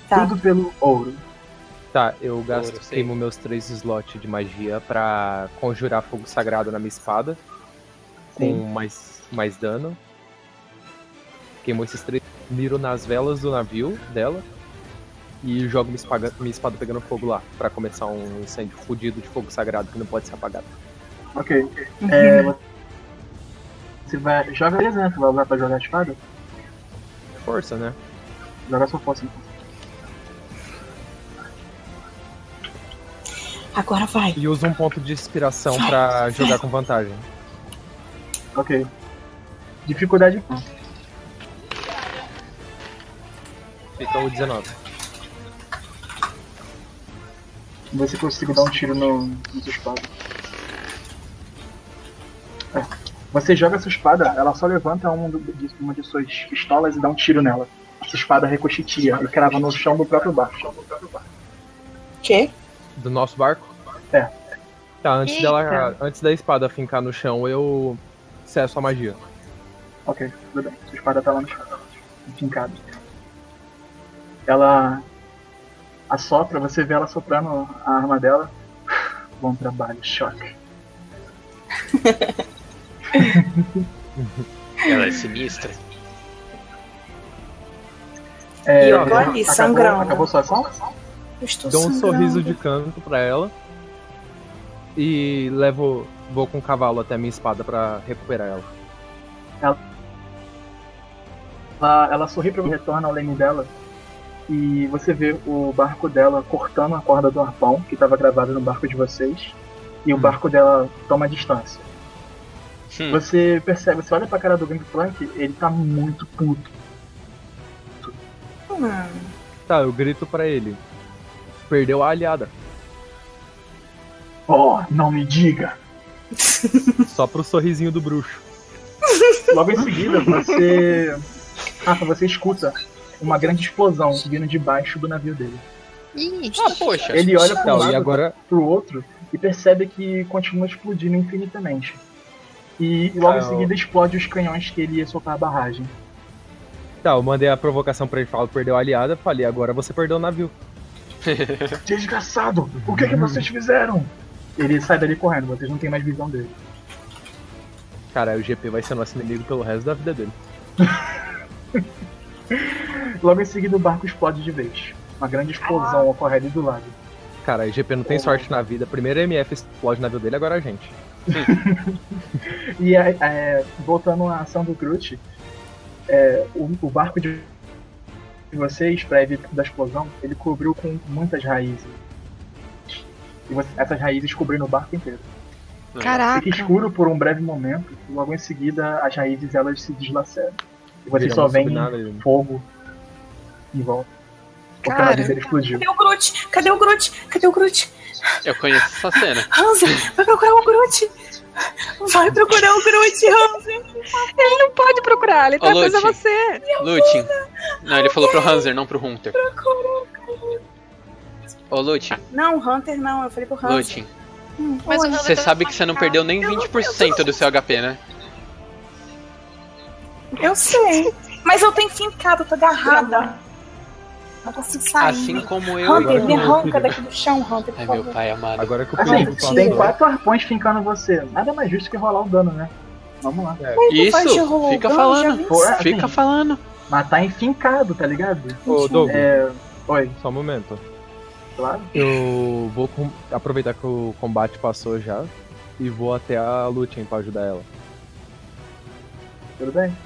Tá. Tudo pelo ouro. Tá, eu gasto, Ouro, sim. queimo meus três slots de magia pra conjurar fogo sagrado na minha espada. Com mais, mais dano. Queimo esses três. Miro nas velas do navio dela. E jogo minha espada, minha espada pegando fogo lá. Pra começar um incêndio fudido de fogo sagrado que não pode ser apagado. Ok. [LAUGHS] Uhum. É, você vai. Joga beleza, né? Você vai usar pra jogar a espada? Força, né? Joga sua força então. Agora vai. E uso um ponto de inspiração pra jogar com vantagem. Ok. Dificuldade 1. Fica o 19. Ver se eu consigo dar um tiro no, na sua espada. É. Você joga a sua espada, ela só levanta um do- de- uma de suas pistolas e dá um tiro nela. A sua espada recochitia e crava no chão do próprio barco. Quê? Do nosso barco? É. Tá, antes, Eita. dela, antes da espada fincar no chão, eu cesso a magia. Ok, tudo bem. Sua espada tá lá no chão. Fincada. Ela assopra, você vê ela soprando a arma dela. Bom trabalho, choque. Ela é sinistra. É, E eu tô ali, acabou- sangrando. Acabou sua ação? Eu estou Dou um sangrando. sorriso de canto pra ela. E levo. Vou com o cavalo até a minha espada pra recuperar ela. Ela, ela sorri para retorna ao leme dela e você vê o barco dela cortando a corda do arpão que estava gravado no barco de vocês e o Hum. barco dela toma a distância. Hum. Você percebe, você olha pra cara do Gangplank, ele tá muito puto. Hum, Tá, eu grito pra ele. Perdeu a aliada. Oh, não me diga! Só pro sorrisinho do bruxo. Logo em seguida, você. [LAUGHS] Rafa, você escuta uma grande explosão vindo de baixo do navio dele. Ih, Ah, poxa. Ele olha pra um Tá, e lado, agora. pro outro e percebe que continua explodindo infinitamente. E logo Ah, em seguida explode os canhões que ele ia soltar a barragem. Tá, eu mandei a provocação pra ele falar perdeu a aliada. Falei, agora você perdeu o navio. Desgraçado! O que, que vocês fizeram? Ele sai dali correndo, vocês não têm mais visão dele. Cara, o GP vai ser nosso inimigo pelo resto da vida dele. Logo em seguida o barco explode de vez. Uma grande explosão ocorre ali do lado. Cara, o GP não tem sorte na vida. Primeiro MF explode o navio dele, agora a gente. E é, é, voltando à ação do Groot, é, o, o barco de vocês, pra evitar da explosão, ele cobriu com muitas raízes. E você- essas raízes cobriram o barco inteiro. Fica Ah, caraca. tá. escuro por um breve momento, e logo em seguida as raízes elas se deslaceram. E vocês Viramos só veem subnada, né? fogo em volta. Porque a Cara. raiz dele explodiu. Cadê o Groot? Cadê o Groot? Cadê o Groot? Eu conheço essa cena. Hansa, vai procurar o Groot! Vai procurar o Groot, Hansa! Ele não pode procurar, ele tá Ô, coisa Lute. você. Lutin. Não, ele falou pro Hanser, não pro Hunter. Ô, Lutin, Não, Hunter não, eu falei pro Hansa. Lutin, Hum, Mas o oi. Hunter você tá sabe que você não perdeu nem Eu não- 20% do seu HP, né? Eu sei. Mas eu tô enfincada, tô agarrada. Não consigo sair. Assim como eu Tá. Hunter, me agora- arranca daqui do chão, Hunter, por Ai, meu favor. pai amado. Agora que o Assim, perigo tem passou. quatro arpões fincando você. Nada mais justo que rolar o dano, né? Vamos lá. Faz de Isso, rolar fica o dano, já falando. vem Pô, certo. Fica falando. Mas tá enfincado, tá ligado? Ô, Doug, É. Oi, só um momento. claro. Eu vou com- aproveitar que o combate passou já e vou até a Lutin pra ajudar ela. Tudo bem.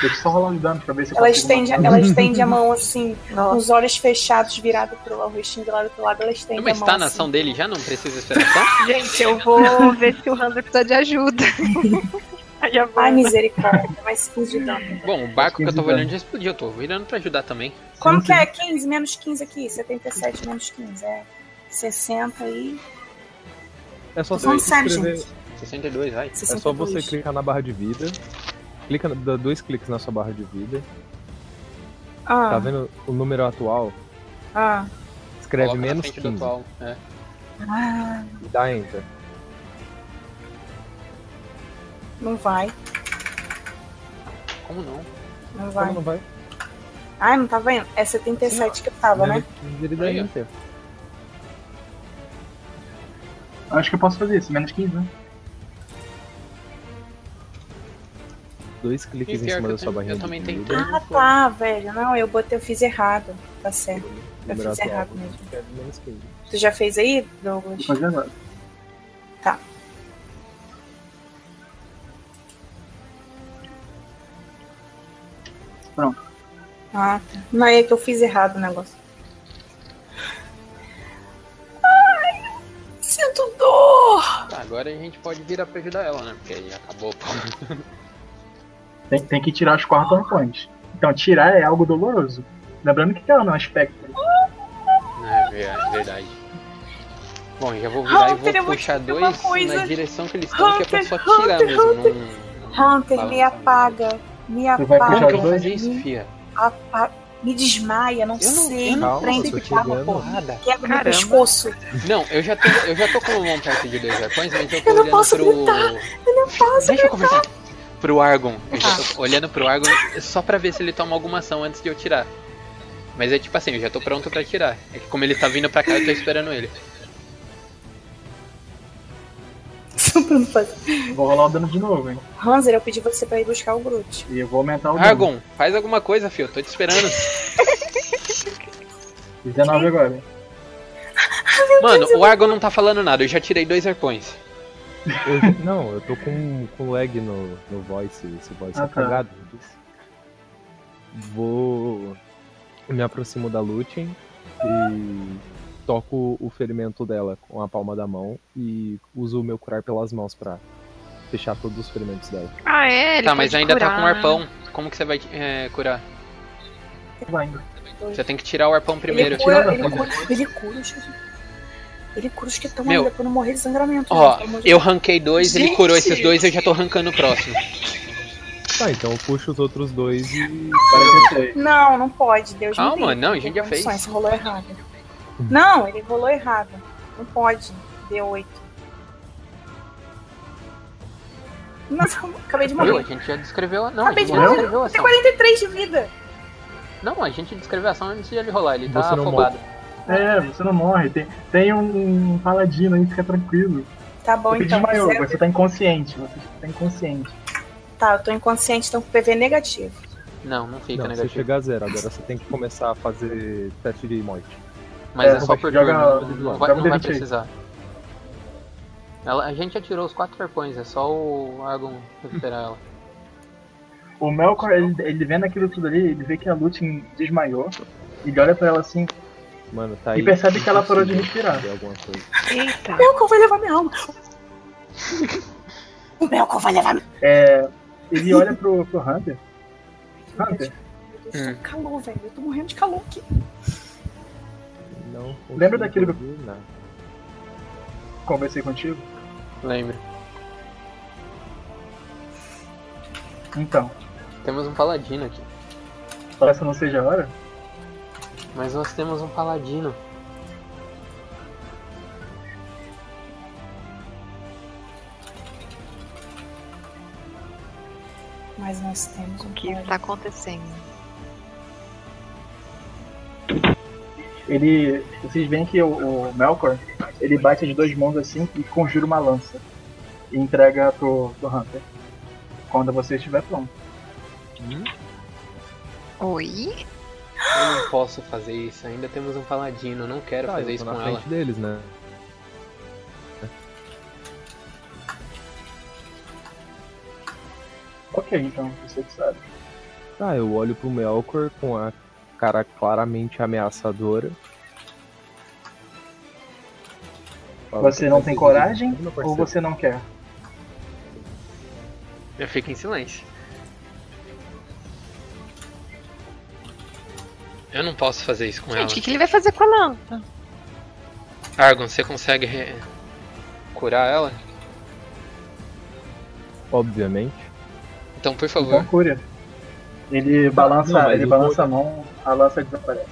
Deixa eu só rolar o dano pra ver se eu Ela consigo estende, matar. ela estende a mão assim, com Nossa. os olhos fechados, virado pro o rostinho do lado pro lado, ela estende Mas a mão. está na assim. ação dele já? Não precisa esperar só? Gente, eu vou ver se o Hanser Precisa de ajuda. [LAUGHS] Aí eu vou. Ai, misericórdia, vai se fugir dano. Bom, o barco que eu tava olhando já explodiu. Eu tô virando pra ajudar também. Como Sim, que é? 15 menos 15 aqui? 77 menos 15, é 60 e. É só, Tô falando você sério, escrever- 62, vai. é 62. só você clicar na barra de vida. Clica, dá dois cliques na sua barra de vida. Ah, Tá vendo o número atual? ah. Escreve Coloca na menos frente do 15 atual. É. Ah, e dá enter. não vai, Como não? não Como vai. Ah, tá não vai? Ai, não tá vendo? É 77 que eu tava, né? Menos 15 ele dá Aí, ó. enter. Acho que eu posso fazer isso, menos 15, né? Dois cliques E em pior cima que da eu sua tenho- barrinha. eu de também vida. tenho tudo. Ah, tá, velho. Não, eu botei, eu fiz errado. Tá certo. Eu Lembrar fiz só. errado mesmo. É, menos 15. Tu já fez aí, Vou Douglas? fazer agora. Ah, tá. Não, é que eu fiz errado o negócio. Ai, eu sinto dor! Tá, agora a gente pode virar pra ajudar ela, né? Porque aí acabou. pô. Tem, tem que tirar os quatro arpões. Então, tirar é algo doloroso. Lembrando que ela não é um espectro. É ver- verdade. Bom, já vou virar Hunter, e eu vou vou puxar te dizer uma dois na coisa. direção que eles estão, que é pra Hunter, só tirar Hunter, mesmo. Hunter. não- não Hunter, me balançar, né? apaga. Me Tu vai apaga. Como que eu os vou dois? fazer isso, fia? Apa- Me desmaia, não Eu não- sei. eu não não prende tô que tava chegando. Porrada. quebra meu Caramba. pescoço. Não, eu já tô, eu já tô com uma mão perto de dois arpões, mas eu tô Eu não olhando posso pro. gritar, Eu não posso Deixa eu conversar. Pro Argon. Eu já Ah. tô olhando pro Argon só pra ver se ele toma alguma ação antes de eu tirar. Mas é tipo assim, eu já tô pronto pra tirar. É que como ele tá vindo pra cá, eu tô esperando ele. [LAUGHS] Só pra não fazer. Vou rolar o dano de novo, hein? Hanser, eu pedi você pra ir buscar o Groot. E eu vou aumentar o dano. Argon, faz alguma coisa, fio. Tô te esperando. 19 agora. Mano, o Argon não tá falando nada. Eu já tirei dois arpões. Eu- não, eu tô com, com lag no, no voice, esse voice Ah, é tá. cagado. Vou. Me aproximo da Lutin e toco o ferimento dela com a palma da mão e uso o meu curar pelas mãos pra fechar todos os ferimentos dela. Ah, é? Ele tá, mas pode ainda tá curar. né? com o arpão. Como que você vai é, curar? Vai ainda. Você tem que tirar o arpão primeiro. Ele cura, tira ele da cura, ele cura os. Ele cura os que estão Meu. ainda pra não morrer de sangramento. Ó, gente, pelo amor de Eu ranquei dois, ele Gente! curou esses dois, eu já tô rancando o próximo. Tá, então eu puxo os outros dois e. 46. Deus. Não, não pode, Deus me Calma, livre, não, a gente tem já fez. condições, Isso rolou errado. Não, ele rolou errado. Não pode. Deu 8. Nossa, acabei de Viu? A morrer. gente já descreveu a. Não, a Acabei gente de já morrer. descreveu a Tem ação. 43 de vida. Não, a gente descreveu a ação antes de ele rolar, ele tá Você não afobado. É, você não morre. Tem, tem um, um paladino aí, fica tranquilo. Tá bom, Você então. desmaiou, zero- você tá inconsciente. Você tá inconsciente. Tá, eu tô inconsciente, então com PV negativo. Não, não fica Não, você negativo. chega a zero, agora você tem que começar a fazer teste de morte. Mas é, É, só por joga- turno, não, joga vai, não um vai D20 aí. precisar. Ela, a gente atirou os quatro arpões, é só o Argon recuperar ela. O Melkor, ele, ele vendo aquilo tudo ali, ele vê que a Lutin desmaiou. Ele olha pra ela assim. Mano, tá E aí percebe que ela parou de impossível respirar. fazer alguma coisa. Eita. O Melkor vai levar minha alma. O Melkor vai levar minha É, ele olha pro, pro Hunter. Hunter, Meu Deus, tô com calor, velho. Eu tô morrendo de calor aqui. Não, Lembra daquele- consegui, não. conversei contigo. Lembra? Então, Temos um paladino aqui. parece que não seja a hora. Mas nós temos um paladino. Mas nós temos um O que está Tá acontecendo? Ele. Vocês veem que o, o Melkor, ele bate as duas mãos assim e conjura uma lança. E entrega pro, pro Hunter. Quando você estiver pronto. Oi? Eu não posso fazer isso, ainda temos um paladino, não quero Tá, fazer eu isso tô com na ela. frente deles, né? Ok, então, você que sabe. Tá, eu olho pro Melkor com a cara claramente ameaçadora. Falo Você que eu não tem preciso de coragem ajuda, ou parceiro. você não quer? Eu fico em silêncio. Eu não posso fazer isso com Gente, o que, que ele vai fazer com a lança? ela. Argon, você consegue re- curar ela? Obviamente. Então, por Então favor. cura. Ele balança, Não, mas ele eu balança a mão, a lança desaparece.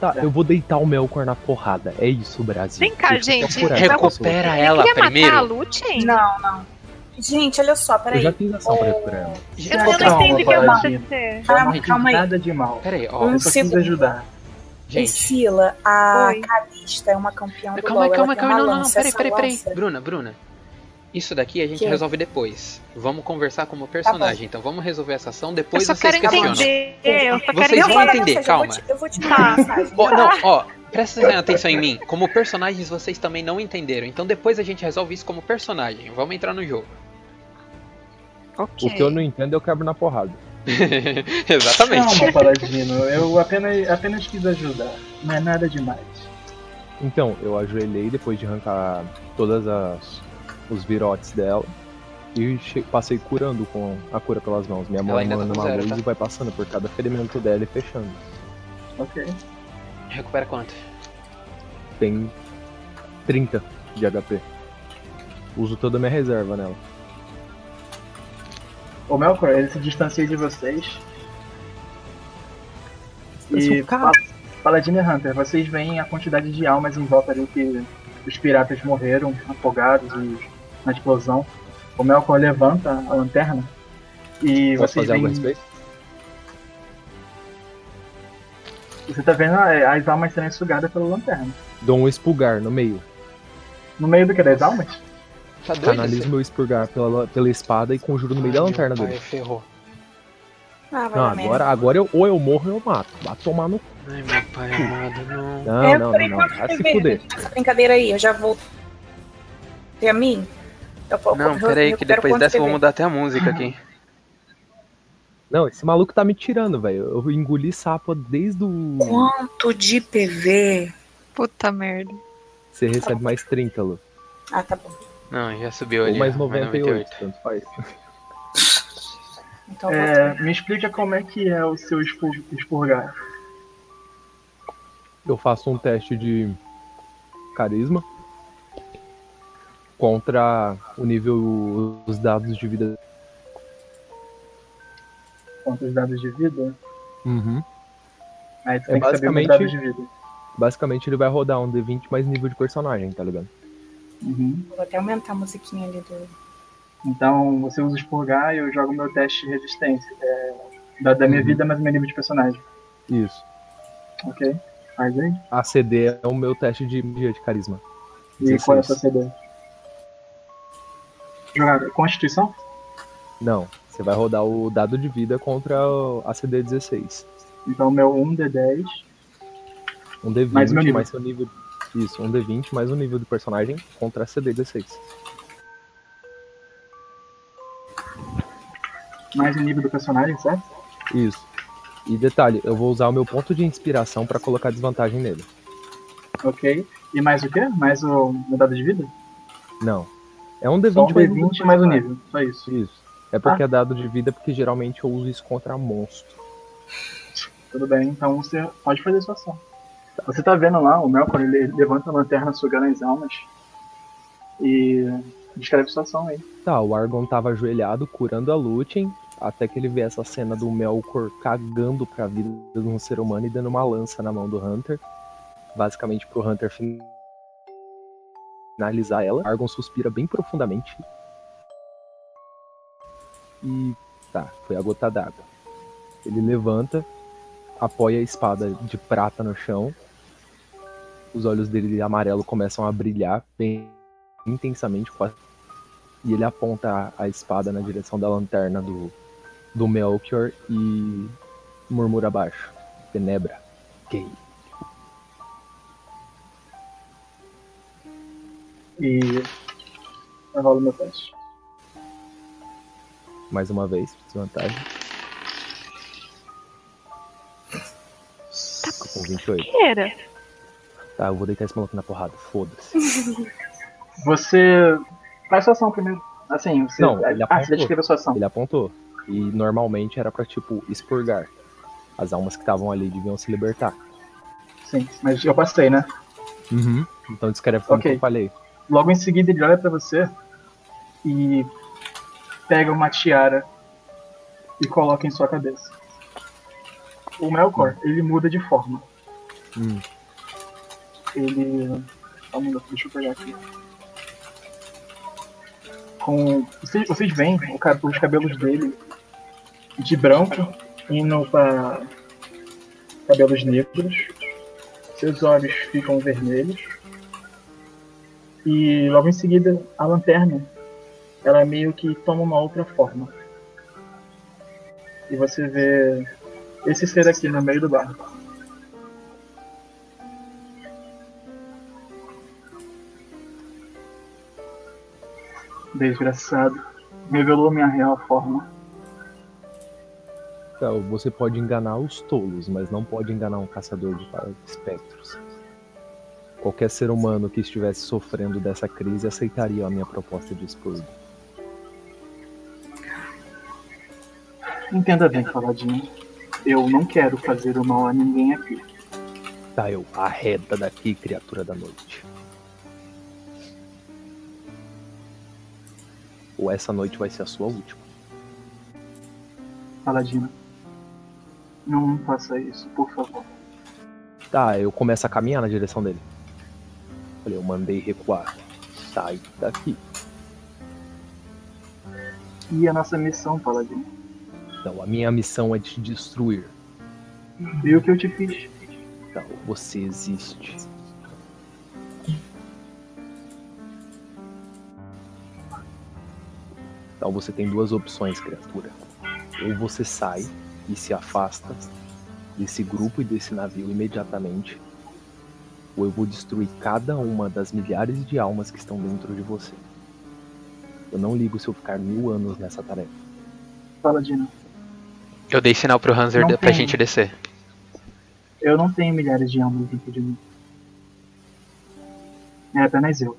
Tá, É. eu vou deitar o Melkor na porrada. É isso, Brasil. Vem cá, Vocês gente. estão por aí, Recupera pessoal. Recupera Ele ela queria matar a primeiro. Lutin? Não, não. Gente, olha só, Eu peraí. já fiz ação pra recuperar ela. Eu Calma, não entendi o que Paladino. aconteceu. Eu não Ah, Calma, fiz calma aí. Nada de mal. Pera aí, ó. Eu só segundo. quis ajudar. Gente. Priscila, a Oi. Calista é uma campeã do Calma, LoL, calma, ela tem calma. uma Não, não, não. lança, Peraí, essa peraí, peraí. lança- Bruna, Bruna. Isso daqui a gente Que? resolve depois. Vamos conversar como personagem. então vamos resolver essa ação, depois Eu só vocês quero questionam. Entendi. Eu só quero Vocês é Eu vão falo a entender, mensagem, eu vou calma. te- Eu vou te [LAUGHS] mandar mensagem. Ó, [LAUGHS] não, ó, presta atenção em mim. Como personagens, vocês também não entenderam. Então depois a gente resolve isso como personagem. Vamos entrar no jogo. [LAUGHS] Ok. O que eu não entendo, é eu quebro na porrada. Exatamente. Calma, Paladino. Eu apenas, apenas quis ajudar. Não é nada demais. Então, eu ajoelhei depois de arrancar todas as os virotes dela. E che- passei curando com a cura pelas mãos. Minha mão Ela ainda tá manda com uma zero, luz tá? e vai passando por cada ferimento dela e fechando. Ok. Recupera quanto? Tem 30 de HP. Uso toda a minha reserva nela. O Melkor, ele se distancia de vocês. E Distancia o cara. Pa- Paladino e Hunter, vocês veem a quantidade de almas em volta ali que os piratas morreram, afogados e na explosão. O Melkor levanta a lanterna e Posso vocês fazer algo a veem respeito? Você tá vendo a- as almas serem sugadas pela lanterna. Dou um expulgar no meio. No meio do que? Das almas? Tá doido? assim. Canalizo meu expurgar pela, pela espada e conjuro no meio da lanterna Ai, meu dele. pai, ferrou. Ah, vai Não, dar merda. agora, agora eu, ou eu morro ou eu mato. Vai tomar no. Ai, meu pai amado, não. Não, É, não, por não, não. enquanto, Vai se primeiro. fuder. Essa brincadeira aí, eu já vou. E a mim? Eu, eu- Não, eu- peraí, eu que quero depois quanto dessa eu vou TV? mudar até [LAUGHS] a música aqui. Não, esse maluco tá me tirando, velho. Eu engoli sapo desde o. Quanto de PV? Puta merda. Você recebe mais 30, Lu. Ah, tá bom. Não, já subiu ali. Ou mais ó, 98, tanto faz. Então eu vou. É, me explica como é que é o seu expur- expurgar. Eu faço um teste de carisma contra o nível os dados de vida. Quantos dados de vida? Uhum. Aí você É tem que saber os basicamente- dados de vida. Basicamente ele vai rodar um D20 mais nível de personagem, tá ligado? Uhum. Vou até aumentar a musiquinha ali do. Então você usa expurgar e eu jogo meu teste de resistência. É, da, da minha Uhum. vida, mas meu nível de personagem. Isso. Ok? Faz aí. A CD é o meu teste de magia de carisma. E qual é a sua 16. CD? Jogar Constituição? Não, você vai rodar o dado de vida contra o- a CD 16. Então meu 1D10. Um D20 Mais mais, o meu nível. seu nível. Isso, um D20 mais o nível do personagem contra a CD 16. Mais o nível do personagem, certo? Isso. E detalhe, eu vou usar o meu ponto de inspiração pra colocar desvantagem nele. Ok. E mais o quê? Mais o, o dado de vida? Não. É um Só um D20 D20 mais mais um o nível. Ah. Só isso. Isso. É porque é dado de vida, porque geralmente eu uso isso contra monstro. Tudo bem, então você pode fazer sua ação. Você tá vendo lá o Melkor, ele levanta a lanterna sugando as almas e descreve sua ação aí. Tá, o Argon tava ajoelhado, curando a Lutin, até que ele vê essa cena do Melkor cagando pra vida de um ser humano e dando uma lança na mão do Hunter. Basicamente pro Hunter fin- finalizar ela. Argon suspira bem profundamente. E tá, foi a gota d'água. Ele levanta, apoia a espada de prata no chão. Os olhos dele amarelo começam a brilhar bem intensamente, quase e ele aponta a espada na direção da lanterna do, do Melchior e murmura abaixo. Tenebra. Quem? E eu rolo meu teste. Mais uma vez, desvantagem. Tô Tá com 28. Era. Tá, eu vou deitar esse maluco na porrada. Foda-se. Você faz sua ação primeiro. Assim, você. Não, ele ah, você apontou. descreveu sua ação. Ele apontou. E normalmente era pra, tipo, expurgar. As almas que estavam ali deviam se libertar. Sim, mas eu passei, né? Uhum. Então descreve como Ok. que eu falei. Logo em seguida ele olha pra você e pega uma tiara e coloca em sua cabeça. O Melkor, ele muda de forma. Hum. ele. Só um minuto, deixa eu pegar aqui. Com. Vocês, vocês veem o ca- os cabelos dele de branco indo pra cabelos negros. seus olhos ficam vermelhos. E logo em seguida, a lanterna, ela meio que toma uma outra forma. E você vê esse ser aqui no meio do barco. Desgraçado, revelou minha real forma. Então, você pode enganar os tolos, mas não pode enganar um caçador de espectros. Qualquer ser humano que estivesse sofrendo dessa crise aceitaria a minha proposta de esposa. Entenda bem, Paladino. Eu não quero fazer o mal a ninguém aqui. Tá, eu arreda daqui, criatura da noite. Ou essa noite vai ser a sua última. Paladino. Não faça isso, por favor. Tá, eu começo a caminhar na direção dele. Falei, eu mandei recuar. Sai daqui. E a nossa missão, Paladino? Então, a minha missão é te destruir. E o que eu te fiz? Então, você existe. Então você tem duas opções, criatura ou você sai e se afasta desse grupo e desse navio imediatamente, ou eu vou destruir cada uma das milhares de almas que estão dentro de você. Eu não ligo se eu ficar mil anos nessa tarefa. Paladino. Eu dei sinal pro Hanser pra tenho. gente descer. Eu não tenho milhares de almas dentro de mim. É apenas eu.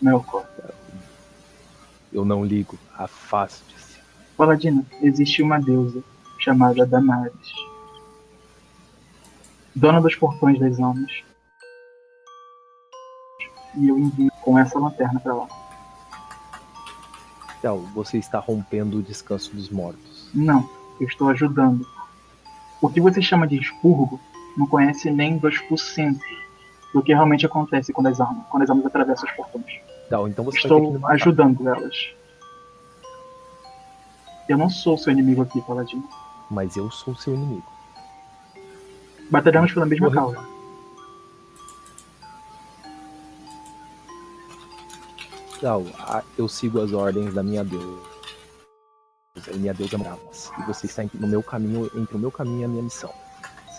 Meu corpo. Eu não ligo. Afaste. Paladino, existe uma deusa chamada Damares, dona dos portões das almas. E eu envio com essa lanterna para lá. Então, você está rompendo o descanso dos mortos. Não, eu estou ajudando. O que você chama de expurgo não conhece nem 2% do que realmente acontece quando as almas, quando as almas atravessam os portões. Então, então você estou ajudando elas. Eu não sou seu inimigo aqui, Paladino. Mas eu sou seu inimigo. Batalhamos pela mesma Morreu. causa. Não, eu sigo as ordens da minha deusa. Minha deusa Bravas. E você está no meu caminho, entre o meu caminho e a minha missão.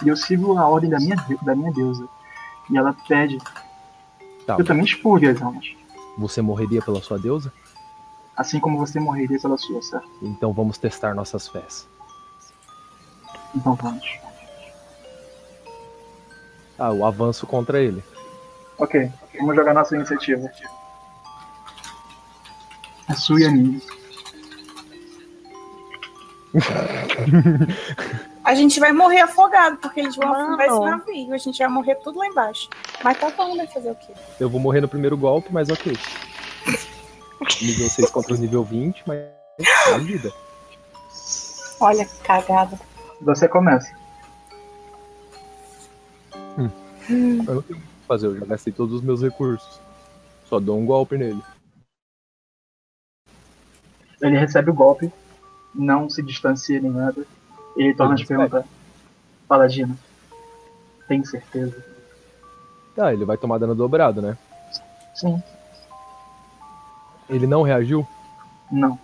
E eu sigo a ordem da minha, da minha deusa. E ela pede. Tá. Eu também expurgo as almas. Você morreria pela sua deusa? assim como você morreria pela sua, certo? Então vamos testar nossas fés. Então vamos. Ah, o avanço contra ele. Ok, vamos jogar nossa iniciativa. A sua e a minha. A gente vai morrer afogado, porque eles vão afundar esse navio. A gente vai morrer tudo lá embaixo. Mas tá bom, vai fazer o quê? Eu vou morrer no primeiro golpe, mas ok. Nível 6 contra o nível 20, mas é a vida. Olha que cagada. Você começa. Hum. Hum. Eu não tenho o que fazer, eu já gastei todos os meus recursos. Só dou um golpe nele. Ele recebe o golpe, não se distancia nem nada. Ele torna a te perguntar. Paladino, tem certeza? Tá, ah, ele vai tomar dano dobrado, né? Sim. Ele não reagiu? Não.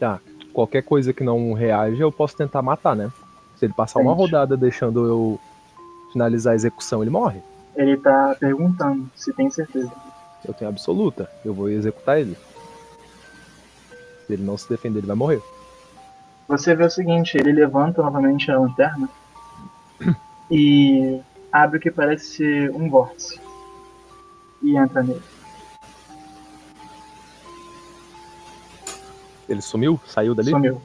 Tá. Qualquer coisa que não reage, eu posso tentar matar, né? Se ele passar Entendi. uma rodada deixando eu finalizar a execução, ele morre. Ele tá perguntando se tem certeza. Eu tenho absoluta. Eu vou executar ele. Se ele não se defender, ele vai morrer. Você vê o seguinte, ele levanta novamente a lanterna e abre o que parece um vórtice. E entra nele. Ele sumiu? Saiu dali? Sumiu.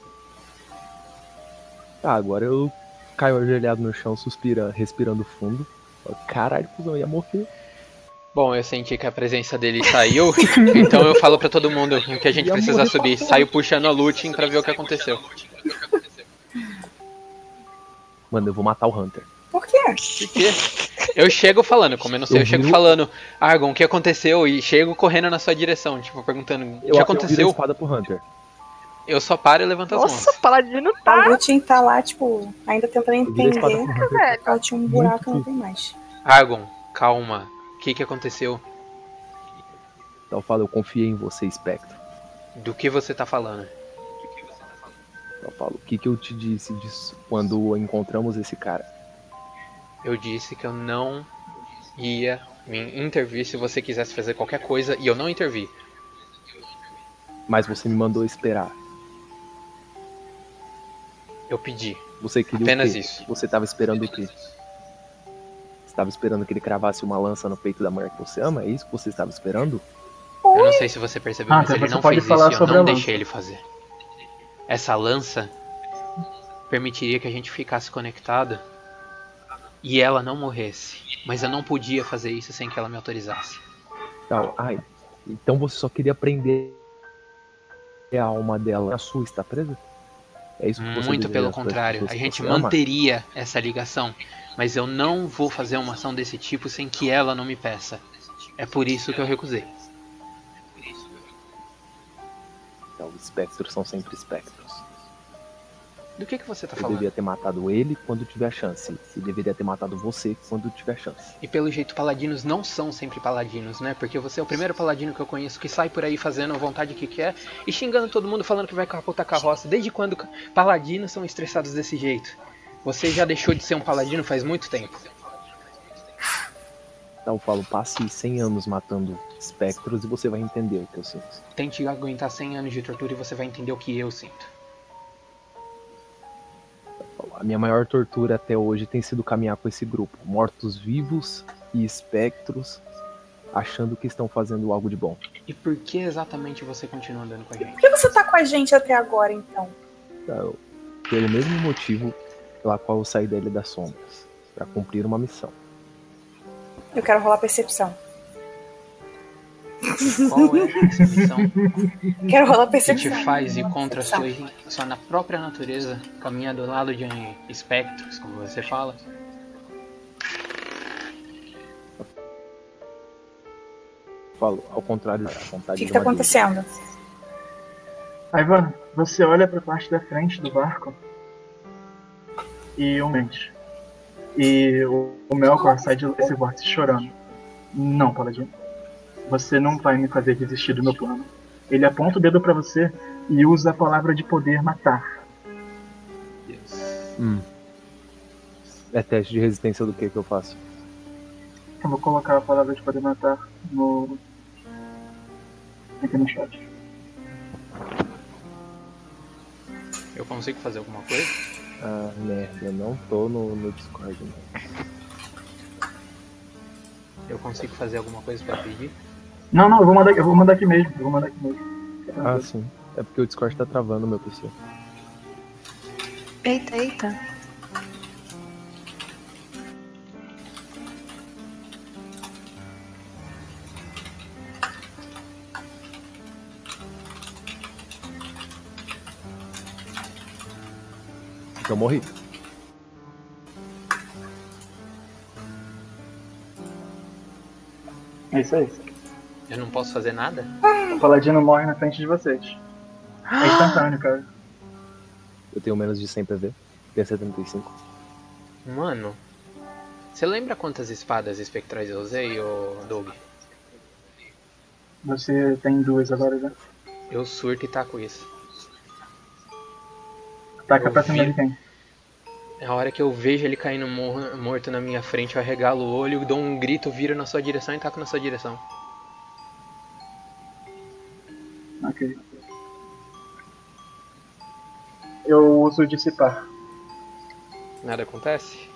Tá, agora eu caio ajoelhado no chão, suspira, respirando fundo. Caralho, cuzão, ia morrer. Bom, eu senti que a presença dele saiu, [LAUGHS] então eu falo para todo mundo que a gente ia precisa subir. tá Saio puxando a Lutin para ver o que aconteceu. Mano, eu vou matar o Hunter. Por quê? Por quê? Eu chego falando, como eu não sei, eu, eu chego vi... falando, Argon, o que aconteceu? E chego correndo na sua direção, tipo, perguntando, o que eu, aconteceu? Eu espada pro Hunter. Eu só paro e levanto as Nossa, mãos. Nossa, o paladino tá. Ah? A Lutin tá lá, tipo, ainda tentando virei entender. espada pro Hunter. Ela tinha um buraco, não tem mais. Agon, calma. O que, que aconteceu? Então fala, eu confiei em você, Espectro. Do que você tá falando? Então fala, o que, que eu te disse disso quando encontramos esse cara? Eu disse que eu não ia me intervir se você quisesse fazer qualquer coisa e eu não intervi. Mas você me mandou esperar. Eu pedi. Você queria Apenas o quê? isso. Você tava esperando o quê? Você tava esperando que ele cravasse uma lança no peito da mulher que você ama? É isso que você estava esperando? Eu não sei se você percebeu, Ah, mas então ele você não pode fez falar isso e eu sobre não a lança. deixei ele fazer. Essa lança permitiria que a gente ficasse conectado e ela não morresse. Mas eu não podia fazer isso sem que ela me autorizasse. Tal. Ai, então você só queria prender a alma dela. A sua está presa? É Hum. isso que você Muito deseja pelo das contrário, pessoas a que gente você ama? manteria essa ligação, mas eu não vou fazer uma ação desse tipo sem que ela não me peça. É por isso que eu recusei. Então, os espectros são sempre espectros. Do que, que você tá Eu falando? deveria ter matado ele quando tiver a chance. E deveria ter matado você quando tiver a chance. E pelo jeito, paladinos não são sempre paladinos, né? Porque você é o primeiro paladino que eu conheço que sai por aí fazendo a vontade que quer e xingando todo mundo falando que vai capotar carroça. Desde quando ca- paladinos são estressados desse jeito? Você já deixou de ser um paladino faz muito tempo. Então eu falo, passe 100 anos matando espectros e você vai entender o que eu sinto. Tente aguentar 100 anos de tortura e você vai entender o que eu sinto. A minha maior tortura até hoje tem sido caminhar com esse grupo. Mortos-vivos e espectros achando que estão fazendo algo de bom. E por que exatamente você continua andando com a gente? Por que você tá com a gente até agora, então? Eu- Pelo mesmo motivo pela qual eu saí da Ilha das Sombras. Pra cumprir uma missão. Eu quero rolar percepção. Qual é a percepção Quero rolar que percepção. te faz ir contra a Percepção. sua, sua na própria natureza, caminhar do lado de espectros, como você fala? Falo, ao contrário da O vontade é que, de que tá uma deusa. acontecendo? Ivan, você olha pra parte da frente do barco e um mente. E o, o Melkor sai de esse vórtice chorando. Não, Paladino. Você não vai me fazer desistir do meu plano. Ele aponta o dedo pra você e usa a palavra de poder matar. Hum. É teste de resistência do que que eu faço? Eu vou colocar a palavra de poder matar no. aqui no chat. Eu consigo fazer alguma coisa? Ah, merda, eu não tô no, no Discord, né? não. Eu consigo fazer alguma coisa pra pedir? Não, não, eu vou mandar, eu vou mandar aqui mesmo. Eu vou mandar aqui mesmo. Ah, sim. É porque o Discord tá travando meu PC. Eita, eita. Eu morri. É isso aí. Eu não posso fazer nada? O Paladino morre na frente de vocês. É instantâneo, cara. Eu tenho menos de 100 PV. Tenho 75. Mano, você lembra quantas espadas espectrais eu usei, ô Doug? Você tem duas agora né? já. Eu surto e taco isso. Taca Eu pra cima vi. de quem? Na É hora que eu vejo ele caindo mor- morto na minha frente, eu arregalo o olho, dou um grito, viro na sua direção e taco na sua direção. Ok. Eu uso dissipar. Nada acontece?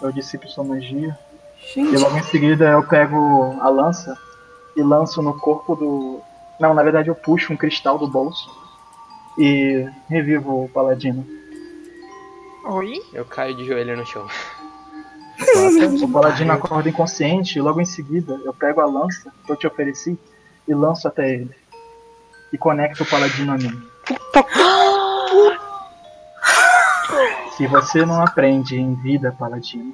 Eu dissipo sua magia. E Gente, logo em seguida eu pego a lança e lanço no corpo do. Não, na verdade eu puxo um cristal do bolso e revivo o paladino. Oi? Eu caio de joelho no chão. O paladino acorda inconsciente e logo em seguida eu pego a lança que eu te ofereci e lanço até ele. E conecto o paladino a mim. Se você não aprende em vida, paladino,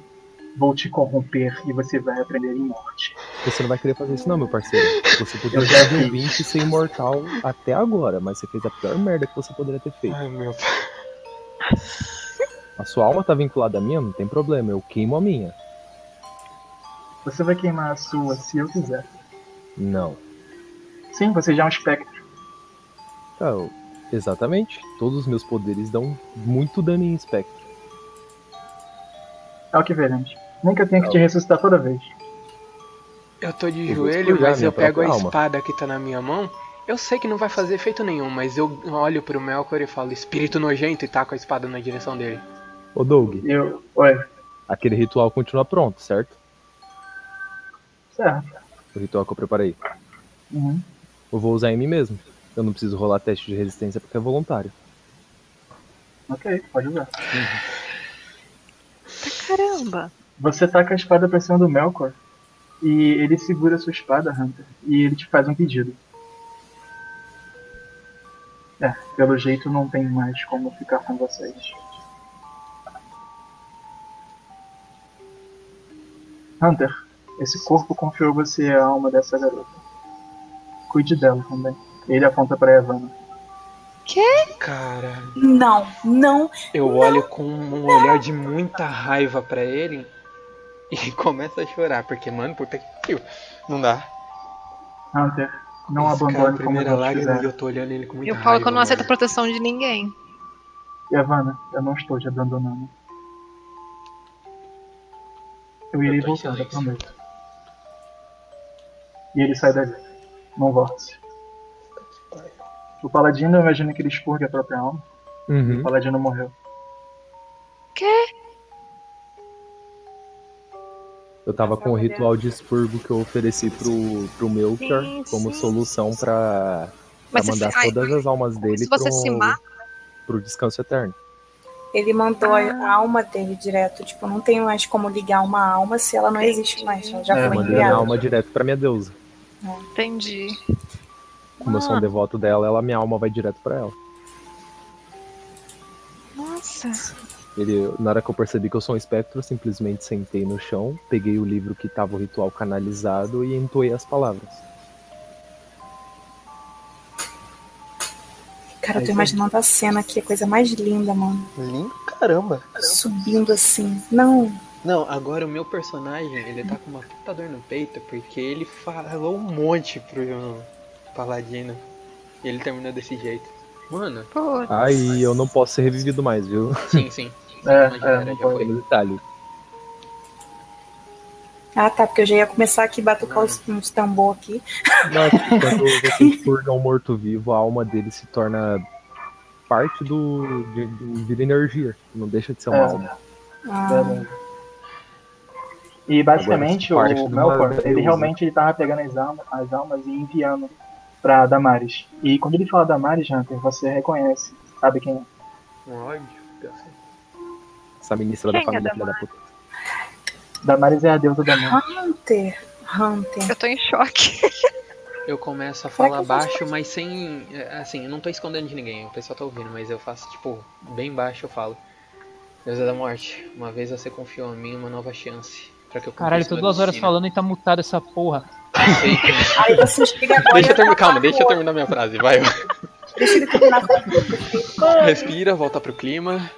vou te corromper e você vai aprender em morte. Você não vai querer fazer isso não, meu parceiro. Você podia Eu ter já um fiz. 20 e ser imortal até agora, mas você fez a pior merda que você poderia ter feito. Ai, meu A sua alma tá vinculada à minha, não tem problema. Eu queimo a minha. Você vai queimar a sua se eu quiser. Não. Sim, você já é um espectro. Ah, eu- exatamente. Todos os meus poderes dão muito dano em espectro. É o que veremos. Nem que eu tenha que te ressuscitar toda vez. Eu tô de Eu vou joelho, expurgar mas minha eu pego a própria alma. espada que tá na minha mão. Eu sei que não vai fazer efeito nenhum, mas eu olho pro Melkor e falo, espírito nojento, e taco a espada na direção dele. Ô Doug, Eu. Oi, aquele ritual continua pronto, certo? certo. O ritual que eu preparei. Uhum. Eu vou usar em mim mesmo. Eu não preciso rolar teste de resistência porque é voluntário. Ok, pode usar. Caramba. Você taca a espada pra cima do Melkor. E ele segura a sua espada, Hunter. E ele te faz um pedido. É, pelo jeito não tem mais como ficar com vocês. Hunter, esse corpo confiou você a alma dessa garota. Cuide dela também. Ele aponta pra Evana. Cara, Não, não. eu olho com um olhar de muita raiva pra ele e [LAUGHS] começo a chorar, porque, mano, puta que pariu. Não dá. Hunter, não Esse cara, abandone a como primeira eu lágrima fizer. e eu tô olhando ele com muita E o raiva. Paulo que eu não mano. aceito proteção de ninguém. Yavanna, eu não estou te abandonando. Eu irei Eu tô em voltar, eu silêncio. prometo. E ele sai dali. Não volte. O paladino, eu imagino que ele expurgue a própria alma. O Uhum. paladino morreu. Eu tava com o ritual de expurgo que eu ofereci pro, pro Melchior Sim, como sim. solução pra, pra Mas você mandar se- ai, todas as almas dele se você pro, se mata- pro descanso eterno. Ele mandou a alma dele direto. Tipo, não tem mais como ligar uma alma se ela não existe mais. Ela já É, Eu foi mandei a minha enviada. alma direto pra minha deusa. Entendi. Como eu Ah. sou um devoto dela, ela, minha alma vai direto pra ela. Nossa. Ele, na hora que eu percebi que eu sou um espectro, eu simplesmente sentei no chão, peguei o livro que tava o ritual canalizado e entoei as palavras. Cara, eu tô imaginando a cena aqui, a coisa mais linda, mano. Lindo, caramba. Subindo assim. Não, Não, agora o meu personagem, ele tá com uma puta dor no peito, porque ele falou um monte pro Paladino. E ele terminou desse jeito. Mano, Pô, Ai, eu não posso ser revivido mais, viu? sim, sim. É, Mas já é, era, não já pode. foi. Detalhe. Ah, tá, porque eu já ia começar aqui a batucar os, uns tambor aqui. Mas é quando você expurga um morto-vivo, a alma dele se torna parte do, de, de- vira energia. Não deixa de ser uma É. alma. Ah, Beleza. E basicamente Agora, parte o de Melkor, uma ele deusa. realmente ele tava pegando as almas, as almas e enviando pra Damares. E quando ele fala Damares, Hunter, você reconhece, sabe quem é. Um ódio. cacete. Essa ministra Quem da é família, da filha da puta. Damares é a deusa da morte. Hunter, Hunter. eu tô em choque. Eu começo Será a falar que eu faço baixo, mas sem. é, Assim, eu não tô escondendo de ninguém, o pessoal tá ouvindo, mas eu faço, tipo, bem baixo eu falo. Deusa da morte, uma vez você confiou em mim uma nova chance. Pra que eu Caralho, conquiste tô meu duas horas destino. falando e tá mutado essa porra. Sei. Aí você chega agora. tá Deixa eu e terminar, calma, acaba deixa eu com- terminar minha frase, vai. Deixa ele terminar essa Respira, volta pro clima.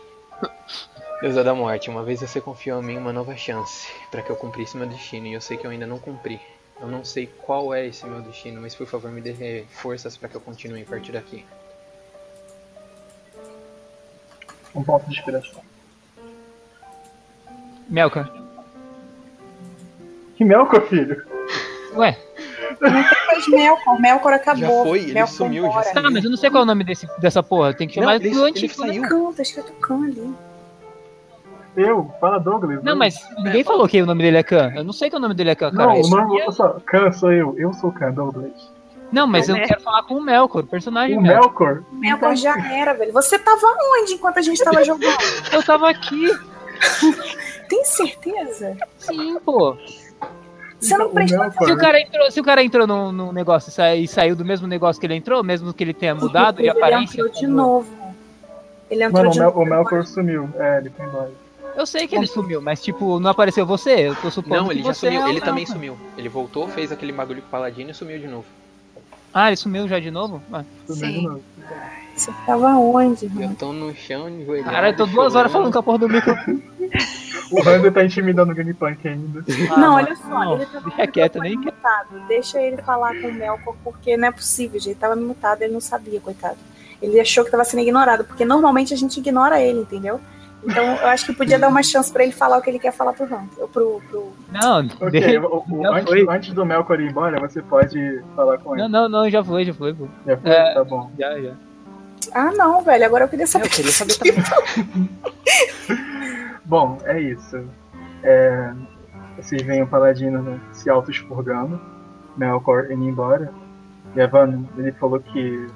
Deusa da morte, uma vez você confiou em mim uma nova chance pra que eu cumprisse meu destino e eu sei que eu ainda não cumpri. Eu não sei qual é esse meu destino, mas por favor me dê forças pra que eu continue a partir daqui. Um ponto de inspiração. Melka, Que Melkor, filho? ué, Mas Melkor, Melkor acabou. Já foi, ele Melkor sumiu, embora. já tá, mas eu não sei qual é o nome desse, dessa porra. Tem que Não, chamar ele- do antigo. ele saiu. né? Tucano, tá escrito Khan ali. Eu? Fala Douglas. Não, eu. mas ninguém falou que o nome dele é Khan. Eu não sei que o nome dele é Khan, cara. Não, Isso- o nome eu sou Khan, sou eu. Eu sou Khan, Douglas. Não, mas eu Né? quero falar com o Melkor, o personagem O Melkor. Melkor? Melkor já era, velho. Você tava onde enquanto a gente tava jogando? Eu tava aqui, Tem certeza? sim, pô. Você não O prestou Melkor, Se o cara entrou, se o cara entrou num, num negócio e, sa- e saiu do mesmo negócio que ele entrou, mesmo que ele tenha mudado de ele aparência. entrou de como- novo. Ele entrou Mano, o, de Mel novo. o Melkor sumiu. É, ele foi embora. Eu sei que ele sumiu, mas tipo, não apareceu você. Eu tô supondo Não, ele que já você sumiu, é o ele também Melkor. sumiu. Ele voltou, fez aquele bagulho com o Paladino e sumiu de novo. Ah, ele sumiu já de novo? Ah. Sumiu de Sim. novo. Você tava onde, mano? Eu tô no chão, enjoelhado. Cara, eu tô duas horas falando com a porra do micro. O Randall tá intimidando o [LAUGHS] Gangplank ainda. Ah, não, olha só, ele tava Ah, Deixa quieto, nem quero. mutado. Deixa ele falar com o Melkor, porque não é possível, gente. Ele tava mutado, ele não sabia, coitado. Ele achou que tava sendo ignorado, porque normalmente a gente ignora ele, entendeu? Então eu acho que podia dar uma chance pra ele falar o que ele quer falar pro Hunter, ou pro, pro, Não, Ok, deixa- o- o- Já antes, foi. antes do Melkor ir embora, você pode falar com ele. não, não, não, já foi, já foi. pô. Já foi? É. Tá bom. Já, já. Ah, não, velho, agora eu queria saber. Eu queria saber também. Bom, é isso. É, vocês veem o Paladino né, se auto-expurgando, Melkor indo embora. Levando, ele falou que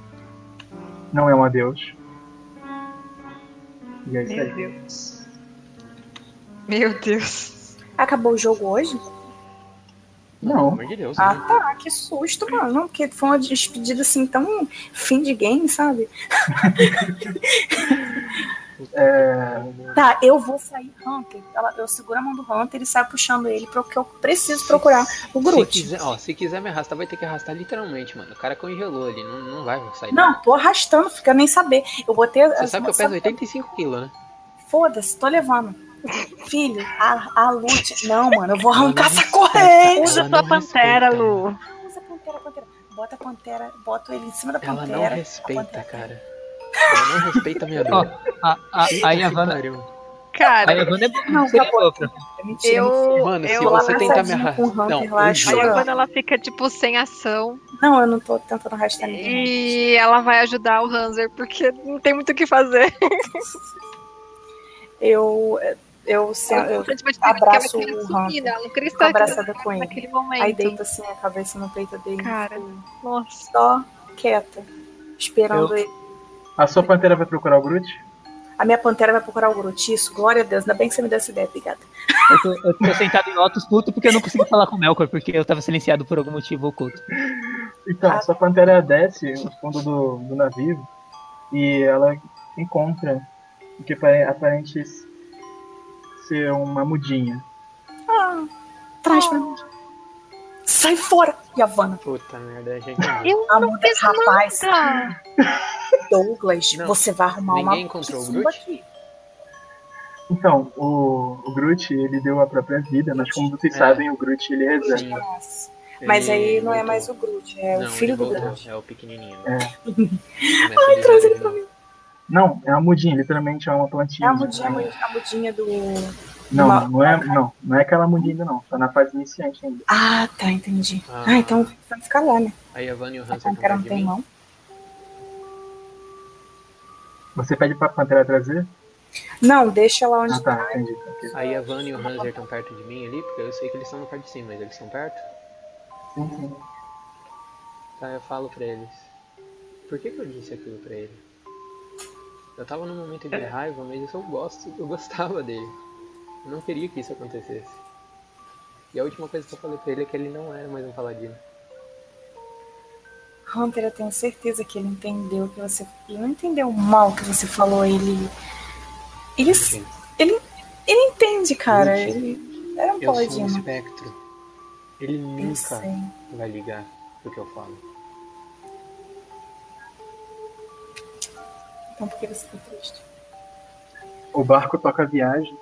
não é um adeus. E é isso aí. Meu Deus. Meu Deus. Acabou o jogo hoje? Pelo Não, amor de Deus. Ah, né? tá, que susto, mano. Porque foi uma despedida assim tão fim de game, sabe? Tá, eu vou sair Hunter. Ela- eu seguro a mão do Hunter e saio puxando ele porque eu preciso procurar o Se Groot. quiser, ó, se quiser me arrastar, vai ter que arrastar literalmente, mano. O cara congelou ali, não, não vai sair. Não, tô arrastando, fica nem saber. Eu botei. Você as- sabe que eu peso 85 quilos, né? Foda-se, tô levando. Filho, a, a Lute. Não, mano, eu vou arrancar Ela não [LAUGHS] essa um corrente. Usa Usa sua Ela sua não pantera, pantera, respeita. Lu. Usa a pantera, a pantera. Bota a pantera, bota ele em cima da Ela pantera. não a respeita, pantera. cara. Ela não respeita a minha [LAUGHS] Ó, dor. a, a, a Yavanna- Pariu. a Cara, Yavanna é Não, não, seria outra. Mentira, eu. Mano, se eu lá você tentar me abraçadinha arrastar. com o Hunter Não, lá, eu Aí juro. chorando. quando ela fica, tipo, sem ação, Não, eu não tô tentando arrastar ninguém. e ela vai ajudar o Hanser, porque não tem muito o que fazer. Eu, eu, se- eu Você vai ter abraço que ela queria o sumir, Hunter. né? Ela não queria fico estar aqui abraçada com ele. naquele momento. Aí deito assim a cabeça no peito dele. Cara. Nossa. Só quieta, esperando ele. A sua pantera vai procurar o Groot? A minha pantera vai procurar o Groot. Isso, glória a Deus. Ainda bem que você me deu essa ideia, obrigada. Eu tô, eu tô sentado em Lotus puto porque eu não consegui falar com o Melkor, porque eu tava silenciado por algum motivo oculto. Então, Ah. a sua pantera desce no fundo do, do navio e ela encontra o que pare- aparente ser uma mudinha. Ah, traz pra mim. Sai fora, Yavanna. Puta merda, gente. Eu A não muda, fiz rapaz, nada. Douglas, Não, você vai arrumar uma ninguém encontrou o zumba Groot? aqui. Então, o, o Groot, ele deu a própria vida, mas como vocês É. sabem, o Groot, ele reserva. Sim, Nossa. Mas ele aí não é voltou. mais o Groot, é Não, o filho ele do voltou, Groot. É o pequenininho. É. [LAUGHS] Ai, traz ele pra mim. Não, é uma mudinha, literalmente é uma É plantinha. a mudinha, a mudinha do. Não, Uma- não é, não, não é aquela mudinha ainda não, tá na fase iniciante ainda. Ah, tá, entendi. Ah. Ah, então vai ficar lá, né? um Aí a Vânia e o A Hanser estão pantera perto não de tem mim. mão. Você pede pra pantera trazer? Não, deixa lá onde Ah tá, entendi. ok. Aí a Vânia e o Hanser estão perto de mim ali, porque eu sei que eles estão na parte de cima, mas eles estão perto. Sim, Uhum. sim. Tá, eu falo pra eles. Por que, que eu disse aquilo pra ele? Eu tava num momento de raiva, mas eu só gosto, eu gostava dele. Eu não queria que isso acontecesse. E a última coisa que eu falei pra ele é que ele não era mais um paladino. Hunter, eu tenho certeza que ele entendeu que você. Ele não entendeu o mal que você falou, ele. Ele, Enfim, ele entende, cara. Gente, Ele era um eu sou um paladino. espectro. Ele Eu nunca sei. vai ligar pro que eu falo. Então por que você tá triste? O barco toca a viagem.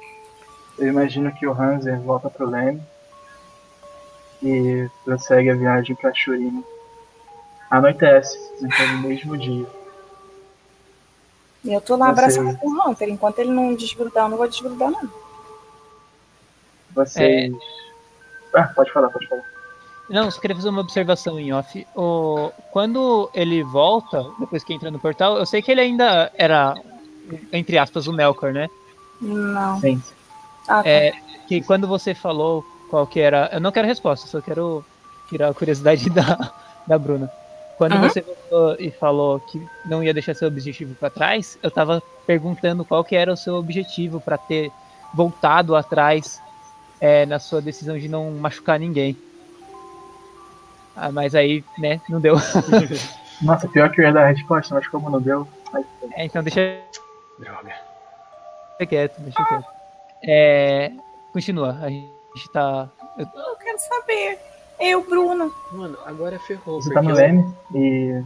Eu imagino que o Hanser volta pro Leme e prossegue a viagem pra Shurima. Anoitece, naquele mesmo dia. E eu tô lá Eu abraçando sei. com o Hunter. Enquanto ele não desgrudar, eu não vou desgrudar, não. Vocês. Ah, pode falar, pode falar. Não, só queria fazer uma observação em off. O, quando ele volta, depois que entra no portal, eu sei que ele ainda era, entre aspas, o Melkor, né? Não. Sim. Ah, tá. É, que quando você falou qual que era. Eu não quero resposta, só quero tirar a curiosidade [LAUGHS] da, da Bruna. Quando Uhum. você voltou e falou que não ia deixar seu objetivo pra trás, eu tava perguntando qual que era o seu objetivo pra ter voltado atrás é, na sua decisão de não machucar ninguém. Ah, mas aí, né, não deu. [LAUGHS] Nossa, pior que eu ia dar a resposta, mas como não deu. aí foi. É, então deixa Droga. quieto, deixa quieto. É, continua, a gente tá. Eu quero saber. Eu, Bruno. Mano, agora ferrou. Você tá no porque eu- Leme e.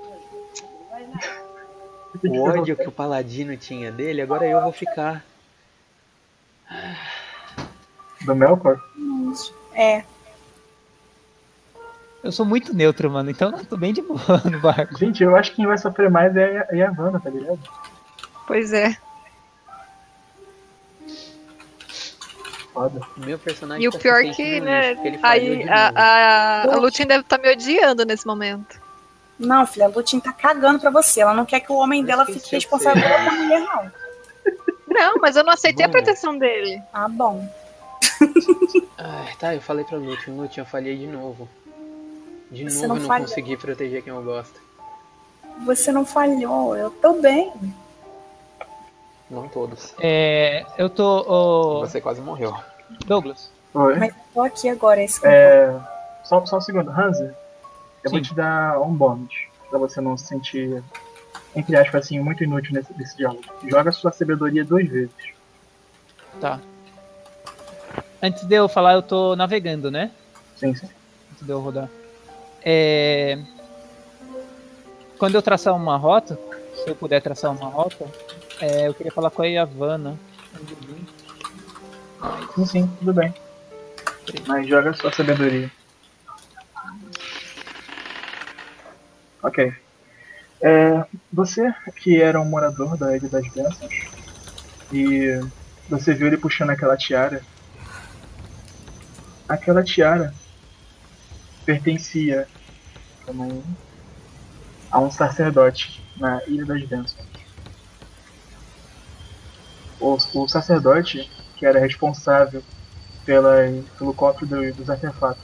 [LAUGHS] tá o ódio que o paladino tinha dele, agora eu vou ficar. Do Melkor? É. Eu sou muito neutro, mano, então eu tô bem de boa [LAUGHS] no barco. Gente, eu acho que quem vai sofrer mais é a- é a Havana, tá ligado? Pois é. Foda. Meu personagem E o tá se é pior sentindo que, lixo, né? que ele falhou Aí de a, novo. a, a Lutin deve tá estar me odiando nesse momento. Não, filha, a Lutin tá cagando pra você. Ela não quer que o homem Eu dela esqueci fique de responsável ser. pela mulher, não. Não, mas eu não aceitei Bom. a proteção dele. Ah, bom. Ai, tá, eu falei pra Lute, Lute, eu falhei de novo. De Você novo não eu não falhou. consegui proteger quem eu gosto. Você não falhou, eu tô bem. Não todos. É, eu tô. ô, Você quase morreu. Douglas. Oi. Mas eu tô aqui agora, é isso que eu É, só, só um segundo, Hanser, eu vou Sim. te dar um bônus, pra você não se sentir, entre aspas, assim, muito inútil nesse, nesse diálogo. Joga sua sabedoria duas vezes. tá. Antes de eu falar, eu tô navegando, né? Sim, sim. Antes de eu rodar. É, Quando eu traçar uma rota, se eu puder traçar uma rota, é, eu queria falar com a Yavanna. Sim, sim, tudo bem. Mas joga sua sabedoria. Ok. É, você, que era um morador da Ilha das Bênçãos, e você viu ele puxando aquela tiara. Aquela tiara pertencia eu não- a um sacerdote na Ilha das Bênçãos. O, o sacerdote que era responsável pela, pelo cofre do- dos artefatos.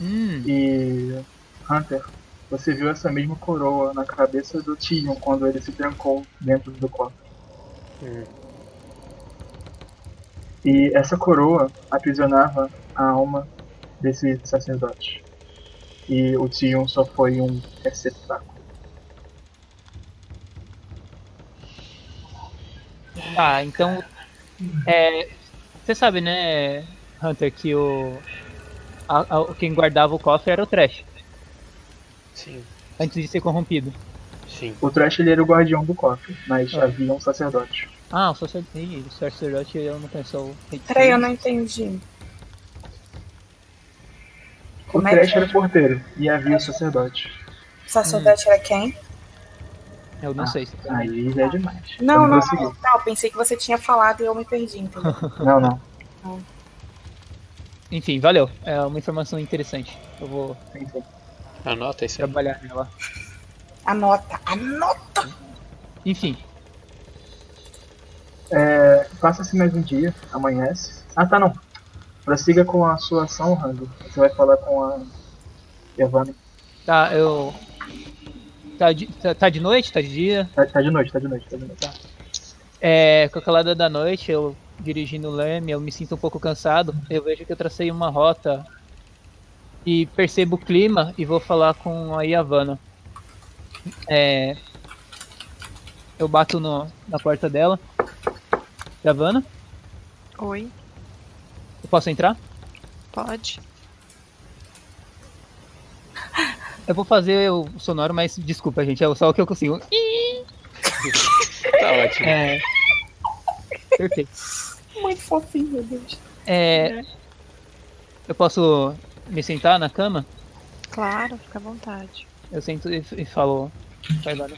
Hum, E Hunter, você viu essa mesma coroa na cabeça do Tion quando ele se trancou dentro do cofre. Hum. E essa coroa aprisionava a alma desse sacerdote. E o Tion só foi um receptáculo. tá, então. é, você sabe, né, Hunter, que o. a- a- quem guardava o cofre era o Trash, Sim, antes de ser corrompido. sim. O Trash ele era o guardião do cofre, mas É. Ah. havia um sacerdote. Ah, o sacerdote. O sacerdote eu não pensou. Peraí, eu não entendi. O Como é Trash que era o porteiro e havia o sacerdote. o É. sacerdote era quem? Eu não Ah, sei. se- Aí já é demais. Não, Eu não, consegui. não, não, pensei que você tinha falado e eu me perdi, entendeu? Não, não. Enfim, valeu. É uma informação interessante. Eu vou Sim, sim. Anota isso aí. trabalhar nela. Anota, anota! Enfim, É, Passa-se mais um dia, amanhece. Ah, tá, não. Prossiga com a sua ação, Rango. Você vai falar com a Evana. tá, eu. Tá de, tá, tá de noite? Tá de dia? Tá, tá de noite, tá de noite, tá de noite. É, com a calada da noite, eu dirigindo o leme, eu me sinto um pouco cansado. Eu vejo que eu tracei uma rota e percebo o clima e vou falar com a Yavanna. É, eu bato no, na porta dela. Yavanna, Oi, eu posso entrar? pode. Eu vou fazer o sonoro, mas desculpa, gente, é só o que eu consigo. Tá [LAUGHS] ótimo. É. Perfeito. Muito fofinho, meu Deus. É, Eu posso me sentar na cama? Claro, fica à vontade. Eu sento e, e falo. Vai lá, né?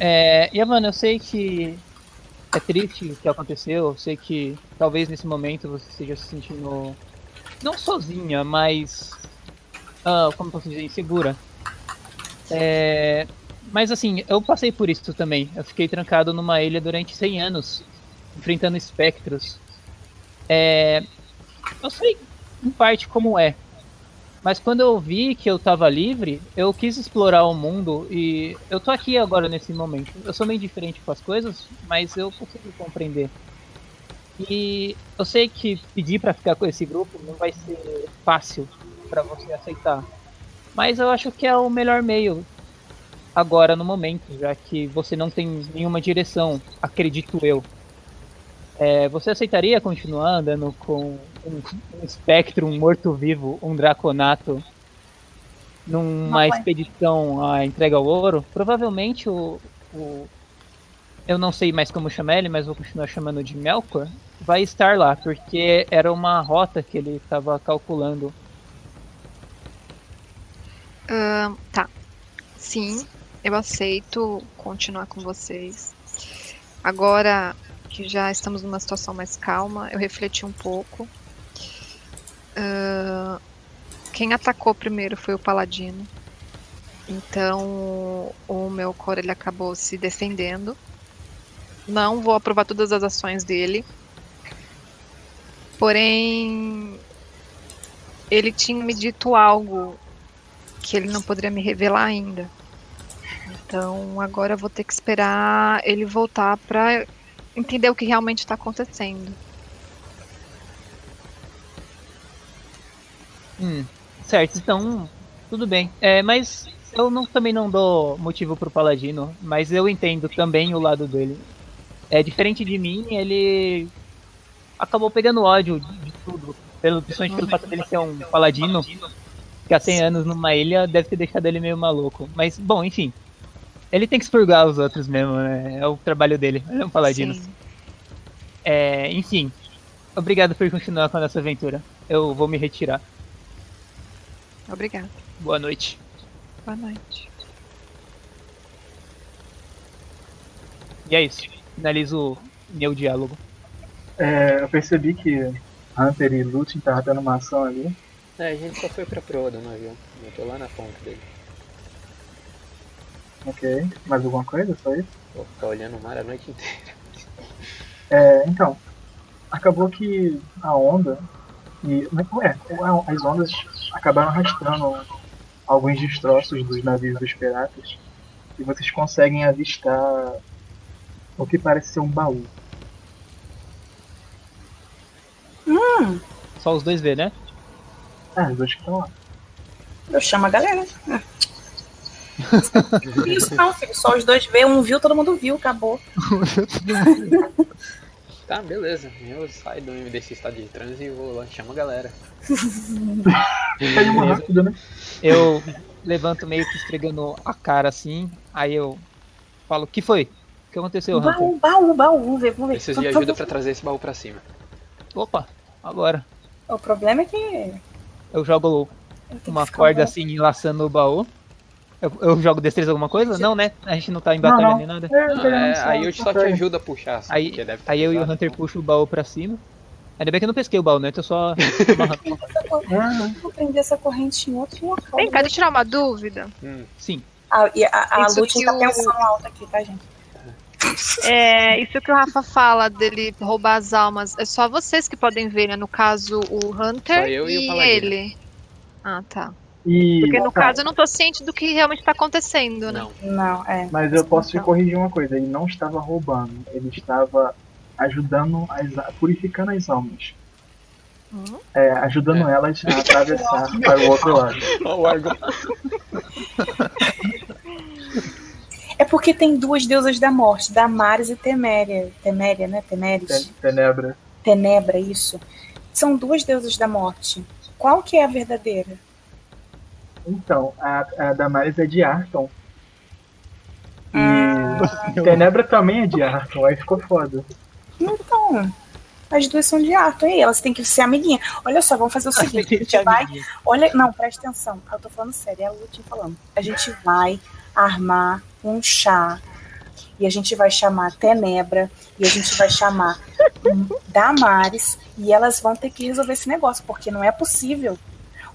É, Yaman, eu sei que é triste o que aconteceu. Eu sei que talvez nesse momento você esteja se sentindo. Não sozinha, mas. ah, como posso dizer? Insegura. É, mas assim, eu passei por isso também. Eu fiquei trancado numa ilha durante 100 anos, enfrentando espectros. É, eu sei, em parte, como é. Mas quando eu vi que eu tava livre, eu quis explorar o mundo e eu tô aqui agora nesse momento. Eu sou meio diferente com as coisas, mas eu consigo compreender. E eu sei que pedir pra ficar com esse grupo não vai ser fácil pra você aceitar. Mas eu acho que é o melhor meio agora no momento, já que você não tem nenhuma direção, acredito eu. É, você aceitaria continuar andando com um um Spectrum morto-vivo, um Draconato, numa Não, é. expedição à entrega ao ouro? Provavelmente o, o, eu não sei mais como chamar ele, mas vou continuar chamando de Melkor, vai estar lá, porque era uma rota que ele estava calculando. Ahn, tá. Sim, eu aceito continuar com vocês. Agora que já estamos numa situação mais calma, eu refleti um pouco. Ahn, quem atacou primeiro foi o Paladino. Então o meu cor ele acabou se defendendo. Não vou aprovar todas as ações dele. Porém, ele tinha me dito algo que ele não poderia me revelar ainda. Então agora eu vou ter que esperar ele voltar para entender o que realmente está acontecendo. Hum, certo, então tudo bem. É, mas eu não, também não dou motivo pro Paladino, mas eu entendo também o lado dele. É diferente de mim, ele acabou pegando ódio de, de tudo, pelo, principalmente pelo fato dele ser um Paladino que há 100 anos numa ilha deve ter deixado ele meio maluco. Mas, bom, enfim. Ele tem que expurgar os outros mesmo, né? É o trabalho dele. Ele é um paladino. Sim. É, enfim. Obrigado por continuar com a nossa aventura. Eu vou me retirar. Obrigada. Boa noite. Boa noite. E é isso. Finalizo meu diálogo. É, eu percebi que Hunter e Lutin estavam tendo uma ação ali. É, a gente só foi pra proa do navio. Eu tô lá na ponta dele. Ok. Mais alguma coisa? Só isso? Vou ficar olhando o mar a noite inteira. É, então, acabou que a onda. E, mas, ué, a- as ondas acabaram arrastando alguns destroços dos navios dos piratas. E vocês conseguem avistar o que parece ser um baú. Só os dois vê, né? Ah, os dois que estão lá. Eu chamo a galera. É. Isso não, filho. Só os dois vê, um viu, todo mundo viu, acabou. Tá, beleza. Eu saio do- desse estado tá de transe e vou lá, chamo a galera. Caiu uma rápida, né? Eu levanto meio que esfregando a cara assim. Aí eu falo: O que foi? O que aconteceu, Hunter? Baú, baú, baú, um, vê, vamos ver. Preciso de Todo- ajuda pra trazer esse baú pra cima. Opa, agora. O problema é que. Eu jogo eu tenho uma que ficar corda um- assim enlaçando o baú. Eu, eu jogo destreza alguma coisa? Não, né? A gente não tá em batalha Não, não. nem nada. É, Não, pegando é, só- aí eu só te ok. ajudo a puxar. assim, Aí- porque deve ter Aí eu e o pesado, Hunter então. puxo o baú pra cima. Ainda bem que eu não pesquei o baú, né? Então eu só. Ah, Eu vou prender essa corrente em outro local. Vem Vem cá, deixa eu tirar uma dúvida. Hum, Sim. A, e a, a Isso Lutin que tá o- pensando alto aqui, tá, gente? É, É, isso que o Rafa fala dele roubar as almas, é só vocês que podem ver, né? No caso, o Hunter Só eu e o Paladino. ele. Ah, tá. e, Porque no tá, caso eu não tô ciente do que realmente tá acontecendo, né? não. Não, é. Mas eu posso te então. corrigir uma coisa, ele não estava roubando, ele estava ajudando, as, a- purificando as almas. Hum? É, ajudando elas a [LAUGHS] atravessar para o outro lado. Ó, o Argo. É porque tem duas deusas da morte, Damares e Teméria. Teméria, né? Temeris. É. Ten- Tenebra. Tenebra, isso. São duas deusas da morte. Qual que é a verdadeira? Então, a, a Damaris é de Arton. Ah. E Tenebra também é de Arton, aí ficou foda. Então, as duas são de Arthur. E aí, elas têm que ser amiguinha. Olha só, vamos fazer [LAUGHS] o seguinte: a gente vai. Olha, não, presta atenção. Eu tô falando sério, é a Lutin falando. A gente vai armar um chá. E a gente vai chamar Tenebra. E a gente vai chamar hum, Damares. E elas vão ter que resolver esse negócio, porque não é possível.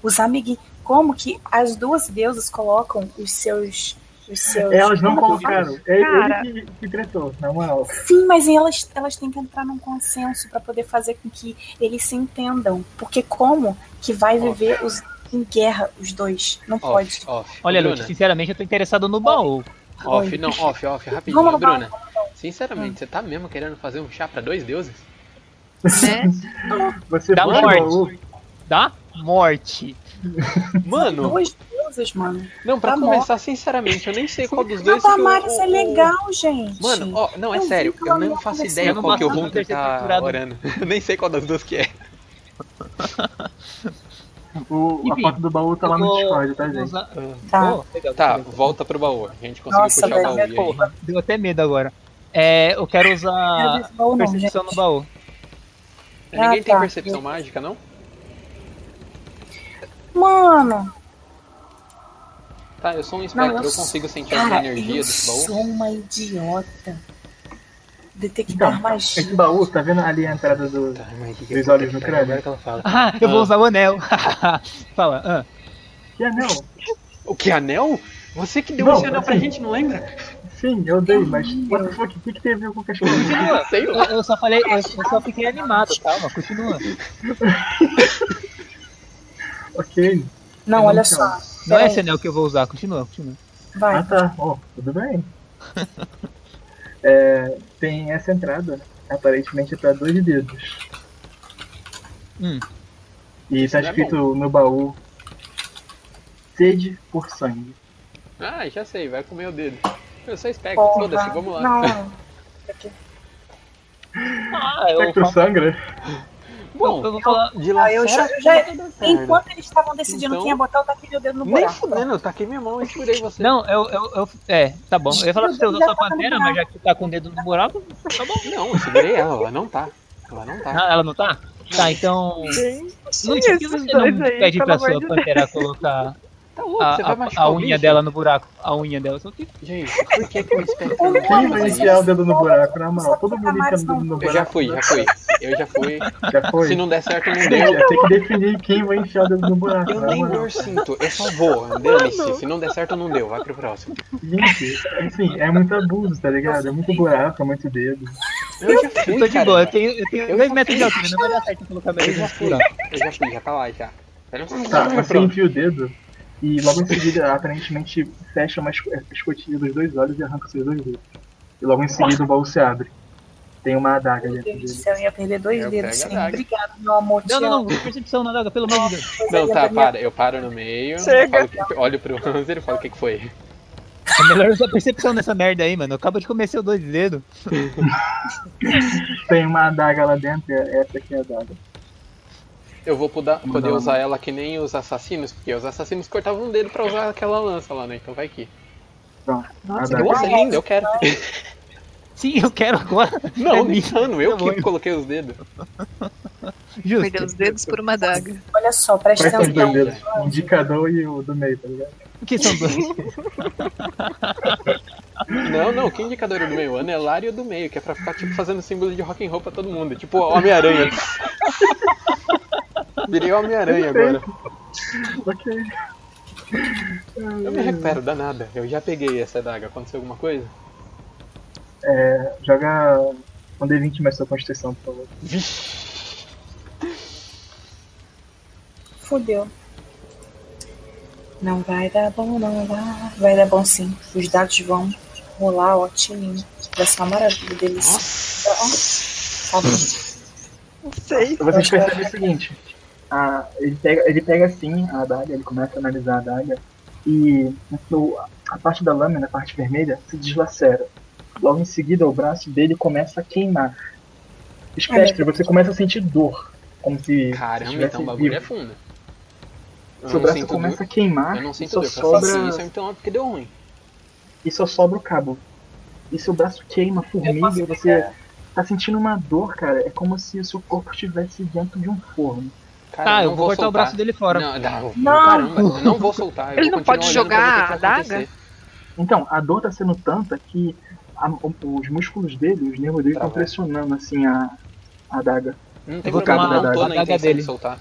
Os amiguinhos. Como que as duas deusas colocam os seus. Os seus Elas não como que fala? colocaram, é Cara. ele que, que tretou, na moral. Sim, mas elas, elas têm que entrar num consenso para poder fazer com que eles se entendam. Porque como que vai viver os, em guerra os dois? Não pode. Off, off. Olha, Bruna, Lute, sinceramente eu tô interessado no baú. Off, não, off, off, rapidinho. Vamos lá, Bruna, sinceramente, você tá mesmo querendo fazer um chá pra dois deuses? [LAUGHS] Né? Você Dá um foi morte. baú, Da morte. Mano, Duas deusas, mano. não, pra tá começar, sinceramente, eu nem sei qual dos dois. Mas que a o- Maris o- é o- legal, gente. Mano, ó, não, é Eu vi sério, que eu ela nem não faço apareceu. ideia Eu não qual que o bastava ter Hunter sido tá capturado. orando. [LAUGHS] Eu nem sei qual das duas que é. o- a Enfim, foto do baú tá lá no Eu vou- Discord, tá, eu vou gente? usar- Tá. Oh, legal, Tá, legal. volta pro baú. A gente conseguiu Nossa, é puxar o velho, baú. e aí? Porra, deu até medo agora. É, eu quero usar Não, não, percepção gente. no baú. É, Ninguém Ah, tem tá. percepção mágica, não? Mano, Tá, eu sou um espectro, Não, eu eu, sou- consigo sentir a cara, eu energia desse baú. sou uma idiota. Detectar Então, magia. [LAUGHS] Esse baú, tá vendo ali a entrada do. Tá, mas que que Três eu vou olhos no tentar? crânio. Agora que ela fala. [LAUGHS] Ah, eu vou Ah. usar o anel. [LAUGHS] Fala, ah. Que anel? O que, anel? Você que deu Não, esse anel pra assim- gente, não [LAUGHS] lembra? Sim, eu dei, mas. What the fuck? O que, que tem a ver com o cachorro? Sei lá. Eu, eu só falei, eu, eu só fiquei animado, calma, continua. ok. Não, olha só. Não é Peraí. esse anel que eu vou usar, continua, continua. Ah Vai. tá, ó, tudo [LAUGHS] bem. É, tem essa entrada, aparentemente é pra dois dedos. Hum. E tá Isso é escrito no baú Sede por sangue. Ah, já sei, vai comer o dedo. Eu sou espectro, Porra. foda-se, vamos lá. Não. Ah, Então, eu, Espectro sangra? Bom, eu vou falar. de lá Ah, eu já, certo, já- tudo certo. enquanto eles estavam decidindo Então- quem ia botar, eu taquei meu dedo no Nem buraco. fudendo, eu taquei minha mão e segurei você. Não, eu, eu, eu. É, tá bom. Eu ia falar pra você usar Já sua tá no pantera, buraco. mas já que tu tá com o dedo no buraco, tá bom. Não, eu segurei ela, ela não tá. Ela não tá. Ah, ela não tá? Tá, então. Gente, Não, por que esses você não dois aí, pede pra pelo amor sua de pantera colocar Tá louco, a, você vai a, machucar a o unha bicho? dela no buraco? A unha dela. Só que- Gente, por que que o [LAUGHS] espectro Ô, não Luana, Quem vai faz mas isso? enfiar o dedo no só- buraco? Na moral, só todo mundo Tamara enfiando o dedo não- no Eu buraco. já fui, já fui. Eu já fui. Já foi? Se não der certo, não Tem deu. tem que definir quem vai enfiar o dedo no buraco. Eu na nem moral. dor sinto, eu só vou. Dane-se. Se não der certo, não deu. Vai pro próximo. Gente, assim, é muito abuso, tá ligado? É muito buraco, é muito dedo. Eu já fui. Eu tô de cara. boa, eu tenho, eu tenho Eu dois já- metros de altura, não vai dar certo colocar meu Eu dedo já no fui. buraco. Eu já fui, já tá lá já. Eu não sei Tá, tá, você enfia o dedo e logo em seguida aparentemente fecha uma esco- escotilha dos dois olhos e arranca seus dois dedos. E logo em seguida o baú se abre. Tem uma adaga Meu dentro Deus do dele. céu, eu ia perder dois Eu dedos. pego a sim. daga. Obrigado, meu amor. te Não, não, amo. não, percepção na daga, pelo amor de Deus. Não, tá, para. Eu paro no meio. Chega. falo que- olho pro Hanser e falo o que, que foi. É melhor usar percepção nessa merda aí, mano. Eu acabo de comer seu dois dedos. Tem uma adaga lá dentro, e é essa aqui é a adaga. Eu vou poda- poder Não. usar ela que nem os assassinos, porque os assassinos cortavam um dedo pra usar aquela lança lá, né? Então vai aqui. Nossa, Adaga. Nossa, é lindo, eu quero. É Sim, eu quero agora. Não, É nem isso. mano, eu Tá bom. que coloquei os dedos. Justo. Perdeu os dedos por uma daga. olha só, presta Quais são os atenção. dois dedos? O indicador e o do meio, tá ligado? O que são dois? Não, não, que indicador do meio? O anelar e o do meio, que é pra ficar, tipo, fazendo símbolo de rock and roll pra todo mundo. Tipo, [LAUGHS] Homem-Aranha. Virei Homem-Aranha agora. Ok. Eu me recupero, danada. Eu já peguei essa daga. Aconteceu alguma coisa? É, Joga um D20 mais sua constituição, por favor. Fudeu. Não vai dar bom, não vai. Vai dar bom sim. Os dados vão rolar ótimo. Vai ser uma maravilha, delícia. Ó, tá bom. Sei. Vocês Acho que- percebem o seguinte: a- é Ah, ele, pega, ele pega assim a adaga, ele começa a analisar a adaga, e no- a parte da lâmina, a parte vermelha, se deslacera. Logo em seguida, o braço dele começa a queimar. Espectro, você começa a sentir dor, como se Caramba, estivesse então o bagulho é vivo. fundo. Eu Seu não braço sinto começa dor. a queimar Eu não e sinto só, dor. Pra sobra, fazer isso, então é porque deu ruim. e só sobra o cabo. E seu braço queima, formiga, você tá sentindo uma dor, cara. É como se o seu corpo estivesse dentro de um forno. Cara, Tá, não eu vou cortar o soltar. braço dele fora. Não, não, Não. caramba, eu não vou soltar. Eu Ele vou não pode continuar olhando pra ver jogar o que a vai acontecer. Então, a dor tá sendo tanta que a- o- os músculos dele, os nervos dele estão Travou. pressionando assim a, a adaga. Não tem Eu vou problema, tomar não tô a na daga intenção dele. de soltar.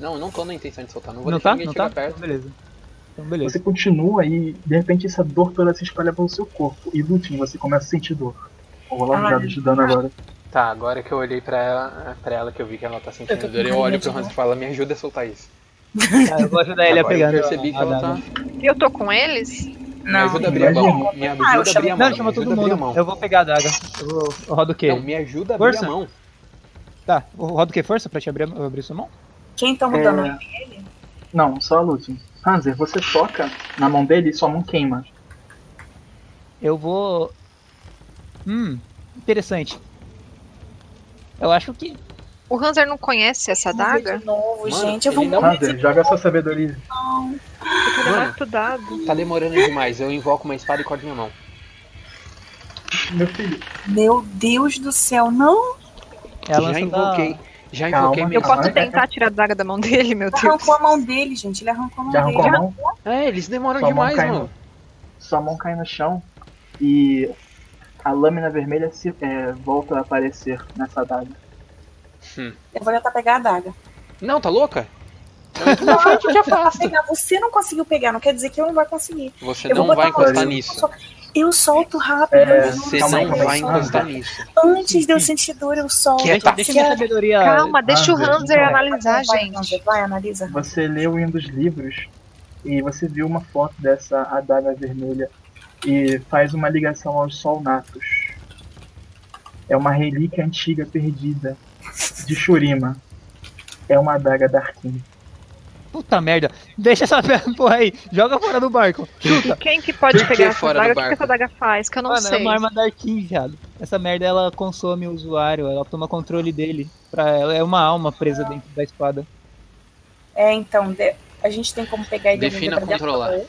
Não, não tô na intenção de soltar. Não vou Não deixar tá? ninguém Não tá? chegar Então, perto. beleza. Então, beleza. Você continua e de repente essa dor toda se espalha pelo seu corpo. E Lutin, você começa a sentir dor. Vou rolar os Ai. dados de dano agora. Tá, agora que eu olhei pra ela, pra ela que eu vi que ela tá sentindo Eu tô dor, eu com olho raiva pro de Hans e falo, me ajuda a soltar isso. Tá, eu vou ajudar ele a Agora pegar. né? eu percebi que a ela daga. tá... Eu tô com eles? Me ajuda a abrir a mão. Me ajuda Ah, eu a abrir a Não, mão. me chama ajuda todo a abrir a mundo. mão. Eu vou pegar a daga. Eu, vou- eu rodo o quê? Não, me ajuda a abrir Força. a mão. Tá, eu rodo o quê? Força pra te abrir, a- abrir sua mão? Quem tá rodando? É. Não, só a Lutin. Hanser, você toca na mão dele e sua mão queima. Eu vou. Hum, interessante. Eu acho que. O Hanser não conhece essa daga? De novo, Mano, gente. Eu vou ele não- morrer Hanser, joga sua sabedoria. Eu é quero Mano. mais cuidado. Tá demorando demais. Eu invoco uma espada e corto minha mão. Meu filho, Meu Deus do céu, não É a já lança da... invoquei. Já Calma. invoquei Eu mesmo. posso tentar tirar a daga da mão dele, meu Deus. arrancou a mão dele, gente. Ele arrancou a mão já arrancou a dele. mão? É, eles demoram Sua mão demais, cai mano. Sua mão cai no chão e a lâmina vermelha se, é, volta a aparecer nessa daga. Eu vou tentar pegar a daga. Não, tá louca? Eu na frente eu te afasto. Pegar, você não conseguiu pegar, não quer dizer que eu não vou conseguir. Você Eu vou não vai botar uma encostar lâmina. nisso. Eu solto rápido. É, eu Você Calma aí, não calma aí, vai calma aí. encostar nisso. Antes de eu sentir dor, eu solto. Quieta. Deixa, deixa minha sabedoria... Ah, Calma, deixa o Deus, Hanser é. vai. analisar, vai, gente. Hanser, Vai, analisa. Você leu em um dos livros e você viu uma foto dessa adaga vermelha e faz uma ligação aos solnatos. É uma relíquia antiga perdida de Shurima. É uma adaga Darkin. Puta merda. Deixa essa [LAUGHS] porra aí. Joga fora do barco. E quem que pode Por que pegar essa fora do daga? O que que barco? essa daga faz? Que eu Ah, não Mano, é sei. uma arma Darkin, viado. Essa merda ela consome o usuário, ela toma controle dele. Pra ela é uma alma presa dentro da espada. É, então, de- a gente tem como pegar ele Defina pra dentro controlar. do-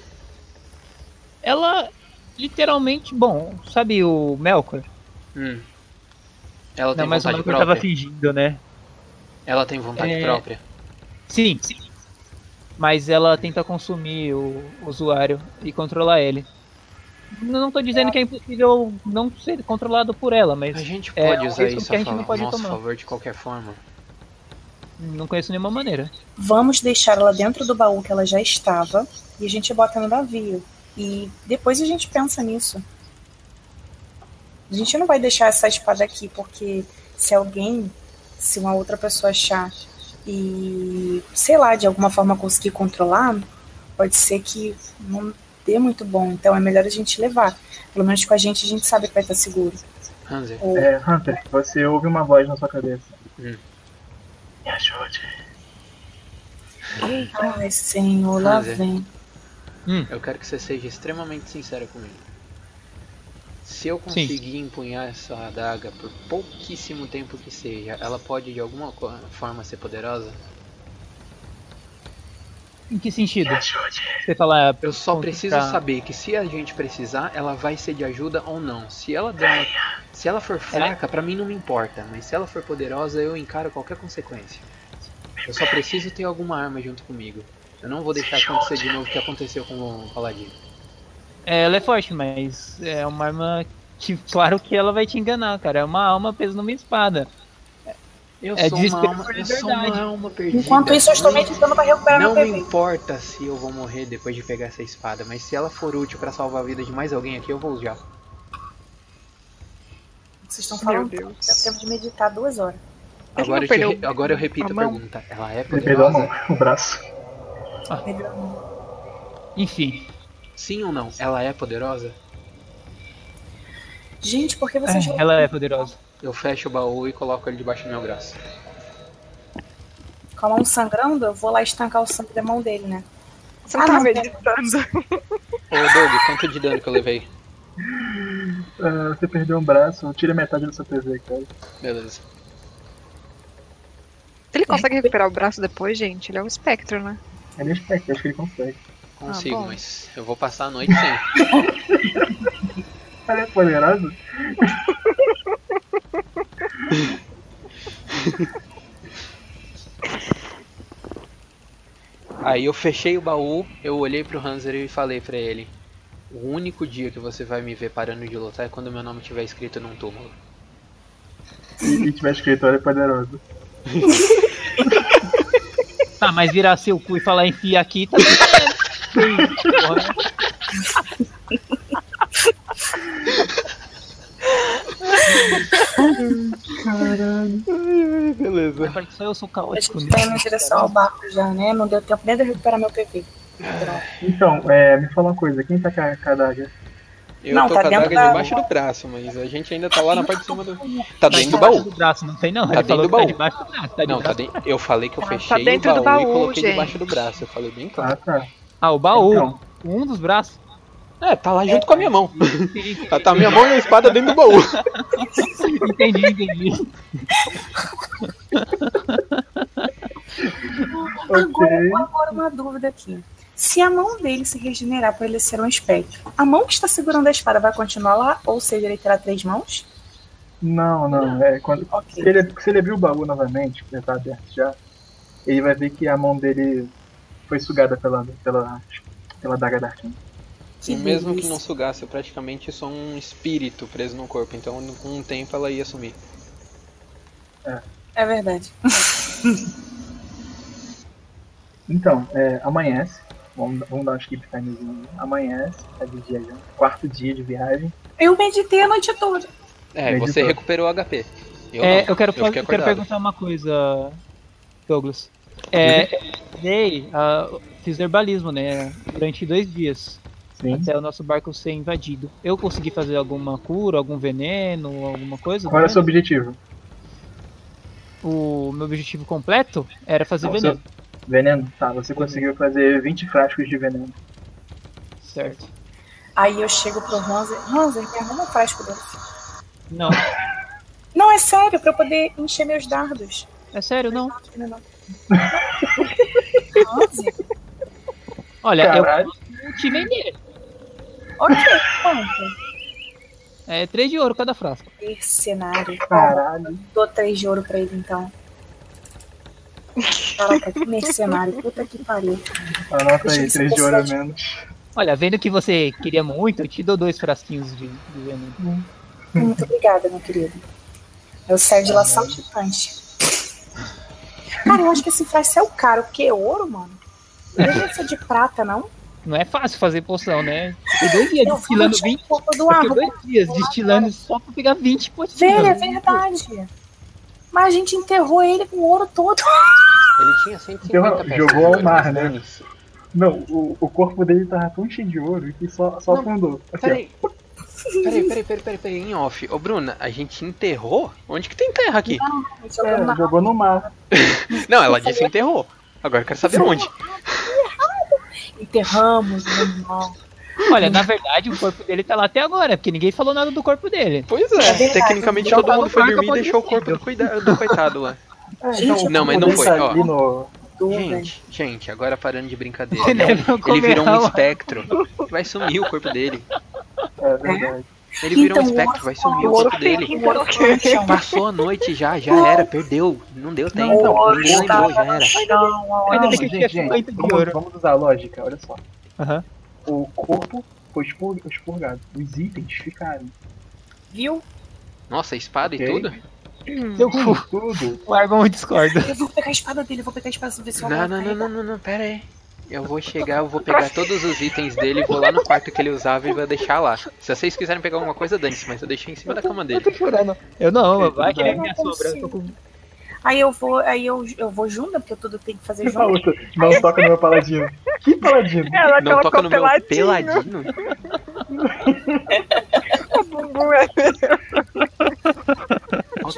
Ela literalmente, bom, sabe o Melkor? Hum. Ela tem Não, mas o vontade Melkor tava própria. fingindo, né? Ela tem vontade É. própria. Sim. Mas ela tenta consumir o usuário e controlar ele. Não não tô dizendo que é impossível não ser controlado por ela, A mas gente É, pode é um usar risco isso que a a, gente não fa- pode nosso tomar. favor de qualquer forma. não conheço nenhuma maneira. Vamos deixar ela dentro do baú que ela já estava e a gente bota no navio. E depois a gente pensa nisso. A gente não vai deixar essa espada aqui, porque se alguém, se uma outra pessoa achar e, sei lá, de alguma forma conseguir controlar, pode ser que não dê muito bom. Então é melhor a gente levar. Pelo menos com a gente, a gente sabe que vai estar seguro. Hanser, Ou É, Hunter, você ouve uma voz na sua cabeça. Hum. Me ajude. Ai, senhor, lá Fazer. vem. eu quero que você seja extremamente sincera comigo. Se eu conseguir empunhar essa adaga por pouquíssimo tempo que seja, ela pode de alguma co- forma ser poderosa? Em que sentido? Me ajude. Você fala Eu só Bom, preciso tá. saber que se a gente precisar, ela vai ser de ajuda ou não. Se ela der, se ela for fraca, pra mim não me importa, mas se ela for poderosa, eu encaro qualquer consequência. Eu só preciso ter alguma arma junto comigo. Eu não vou deixar acontecer de novo o que aconteceu com o Paladino. É, ela é forte, mas é uma arma que, [LAUGHS] claro que ela vai te enganar, cara. É uma alma presa numa espada. Eu É sou uma desespero alma, por eu sou liberdade. uma alma perdida. Enquanto isso, eu estou me tentando para recuperar Não meu me bebê. importa se eu vou morrer depois de pegar essa espada, mas se ela for útil pra salvar a vida de mais alguém aqui, eu vou usar. Vocês estão Meu falando? Deus. Eu tempo de meditar duas horas. Ele Agora não eu, te perdeu re- agora eu repito a a mão? pergunta. Ela é Ele pegou a poderosa? mão, [LAUGHS] o braço. Enfim, Sim ou não? Ela é poderosa? Gente, por que vocês é, ela é poderosa. Eu fecho o baú e coloco ele debaixo do meu braço. com a mão sangrando? Eu vou lá estancar o sangue da mão dele, né? Você não Ah, tá não, meditando. Ô Doug, quanto de dano que eu levei? Ah, você perdeu um braço, tira metade do seu PV, cara. Beleza. Ele consegue recuperar o braço depois, gente? Ele é um espectro, né? Ele é esperto, acho que ele consegue. Consigo, bom. mas eu vou passar a noite sem. Ela é poderosa? Aí eu fechei o baú, eu olhei pro Hanser e falei pra ele: O único dia que você vai me ver parando de lutar é quando meu nome estiver escrito num túmulo. E, e tiver escrito, ela é poderosa. Tá, mas virar seu cu e falar enfia aqui tá também. [LAUGHS] é- Porra, né? Beleza. Agora que só eu sou A caótico gente nisso. tá indo em direção ao barco já, né? Não deu tempo nem de eu recuperar meu PV. Então, é, me fala uma coisa, quem tá com a, com a adaga? Eu Não, tô tá com a dentro daga da- debaixo do braço, mas a gente ainda tá lá na parte de cima do. Tá dentro do debaixo baú. do braço, não tem não. Tá Ele falou dentro que do tá baú. debaixo do braço. Tá Não, tá debaixo- dentro. Eu falei que eu Tá fechei dentro do o baú, e baú, coloquei gente. debaixo do braço. Eu falei bem Ah, claro. tá. Ah, o baú. Então. Um dos braços. [LAUGHS] É, tá lá junto com a minha mão. Tá, tá a minha mão e a espada dentro do baú. Entendi, entendi. Agora, Ok. agora uma dúvida aqui. Se a mão dele se regenerar por ele ser um espectro, a mão que está segurando a espada vai continuar lá? Ou seja, ele terá três mãos? Não, não. É, quando, Ok. se, ele, se ele abrir o baú novamente, que já tá aberto já, ele vai ver que a mão dele foi sugada pela, pela, pela daga da Arcana. Que E mesmo que delícia. não sugasse, eu praticamente sou um espírito preso no corpo, então com o tempo ela ia sumir. É verdade. Então, é, amanhece. Vamos, vamos dar um skip timezinho. Amanhece, é de dia já. Quarto dia de viagem. Eu meditei a noite toda. É, Meditou. você recuperou o HP. Eu É, não, eu quero, fa- fiquei eu quero acordado. perguntar uma coisa, Douglas. É, dei, ah, fiz herbalismo, né? Durante dois dias. Sim. Até o nosso barco ser invadido. Eu consegui fazer alguma cura, algum veneno, alguma coisa? Qual era o seu Né? objetivo? O meu objetivo completo era fazer Não, veneno. Veneno? Tá, você conseguiu fazer 20 frascos de veneno. Certo. Aí eu chego pro Hanser. Hanser, me arruma um frasco dele. Não, Não, é sério, pra eu poder encher meus dardos. é sério, não. Não, não. Hanser? Olha, Caralho, eu te vender. Ok, pronto. É três de ouro cada frasco. Mercenário. Bom, caralho. dou três de ouro pra ele então. Caraca, que mercenário. Puta que pariu. Anota aí, Deixa eu 3 de ouro a pensar. menos. Olha, vendo que você queria muito, eu te dou dois frasquinhos de, de veneno. Muito obrigada, meu querido. Eu saio de lá saltitante. Cara, eu acho que esse frasco é o caro, porque é ouro, mano. Não deve ser de prata, não. Não é fácil fazer poção, né? Fiquei dois dias Eu vou destilando achar 20. um pouco do Fiquei arroz. dois dias destilando só pra pegar 20 Velho, é potinhas. verdade. Mas a gente enterrou ele com o ouro todo. Ele tinha 150 Jogou- peças jogou ao de ouro, mar, mas né? dane-se. Não, o, o corpo dele tava tão cheio de ouro que só, só Não, afundou. Assim, ó. Peraí. Peraí, peraí, peraí, peraí, peraí, em off. Ô, Bruna, a gente enterrou? Onde que tem terra aqui? Jogou É, na- jogou no mar. Não, ela disse enterrou. Agora eu quero saber onde. Enterramos o animal. Olha, na verdade, o corpo dele tá lá até agora, porque ninguém falou nada do corpo dele. Pois É é, verdade. tecnicamente Então todo tá mundo no foi barco dormir e deixou o corpo apodrecido. do, cuida- do coitado [LAUGHS] lá. É, Gente, então, Não, mas o não corpo foi, dele ó. ali no- Tudo, velho. Gente, gente, agora parando de [LAUGHS] brincadeira. Ele Ele, [LAUGHS] não ele virou comeu. um espectro. Vai sumir o corpo dele. É verdade. Ele virou um Então, espectro, vai sumir o o corpo ouro dele. O ouro ficou no chão. Passou a noite já, já era, perdeu. Não deu tempo, O ouro ninguém lembrou, já estava era. no chão. a Ainda hora. bem Mas, que ele gente, tinha 50 gente, de vamos, ouro. vamos usar a lógica, olha só. Aham. O corpo foi expur- expurgado. Os itens ficaram. Viu? Nossa, espada e Ok. tudo? Eu Tudo, tudo. largo um discordo. Eu vou pegar a espada dele, eu vou pegar a espada ver se eu Não, não, não, não, não, não, pera aí. Eu vou chegar, eu vou pegar todos os itens dele, vou lá no quarto que ele usava e vou deixar lá. Se vocês quiserem pegar alguma coisa, dane-se, mas eu deixei em cima da cama Eu dele. tô chorando. Eu não, Eu vai que ele não me assombra. Eu consigo. tô com... Aí eu vou, aí eu, eu vou junto, porque tudo tem que fazer A junto. outra, Não toca no meu paladino. Que paladino? Ela Não toca colocou no meu peladinho. [LAUGHS] peladino. O bumbum é Ok.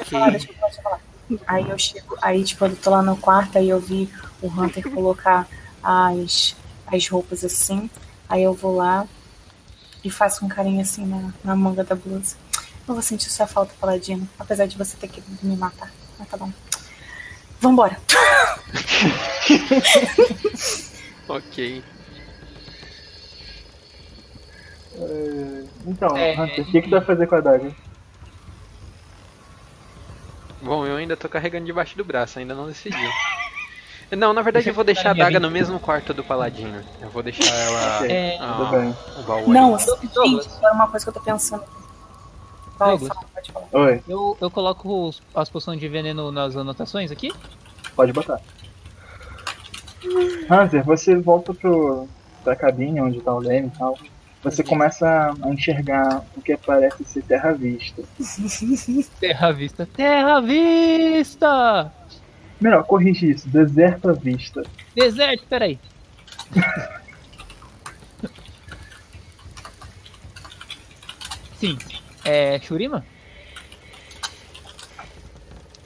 falar, Ah, deixa eu falar, deixa eu falar. Aí eu chego, aí tipo, eu tô lá no quarto, aí eu vi o Hunter colocar as, as roupas assim, aí eu vou lá e faço um carinho assim na, na manga da blusa. Eu vou sentir sua falta, Paladino, apesar de você ter que me matar. Mas tá bom. Vambora. Ok. Então, É, Hunter, o que, que tu vai fazer com a daga? Bom, eu ainda tô carregando debaixo do braço, ainda não decidi. Não, na verdade eu vou deixar a daga no mesmo quarto do paladino. Eu vou deixar [LAUGHS] ela. É, Tudo Ah, bem. o baú ali. Não, Douglas. gente, é uma coisa que eu tô pensando. Vai, Douglas. fala, pode falar. Oi, Eu, eu coloco os- as poções de veneno nas anotações aqui? pode botar. Hunter, você volta pro, pra cabine onde tá o Leme e tal. Você começa a enxergar o que parece ser terra à vista. Terra à vista. Terra à vista! Melhor, corrige isso. Deserto à vista. Deserto, peraí. Sim. É Shurima?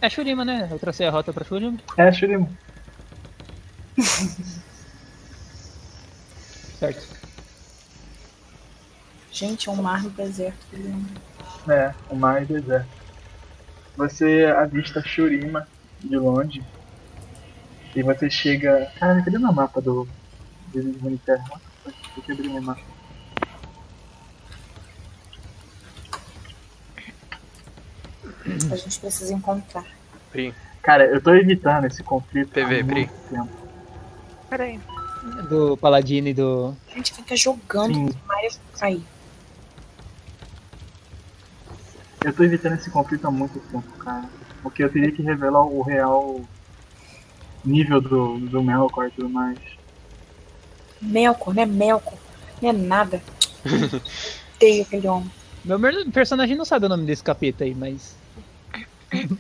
É Shurima, né? Eu tracei a rota pra Shurima, É, Shurimu. certo. Gente, é um mar no deserto. que lindo. É, o mar e o deserto. Você avista Shurima de longe. E você chega. Cara, cadê meu mapa do, de Runeterra. Eu quebrei minha máscara. A gente precisa encontrar. Pri, Cara, eu tô evitando esse conflito PV, há muito Pri. tempo. Peraí. Do Paladino e do. A gente fica jogando Sim. Maria aí. Eu tô evitando esse conflito há muito tempo, cara. Porque eu teria que revelar o real nível do, do Melkor e tudo mais. Melkor, não é Melkor, não é [LAUGHS] nada. Odeio aquele homem. Meu mer- personagem não sabe o nome desse capeta aí, mas.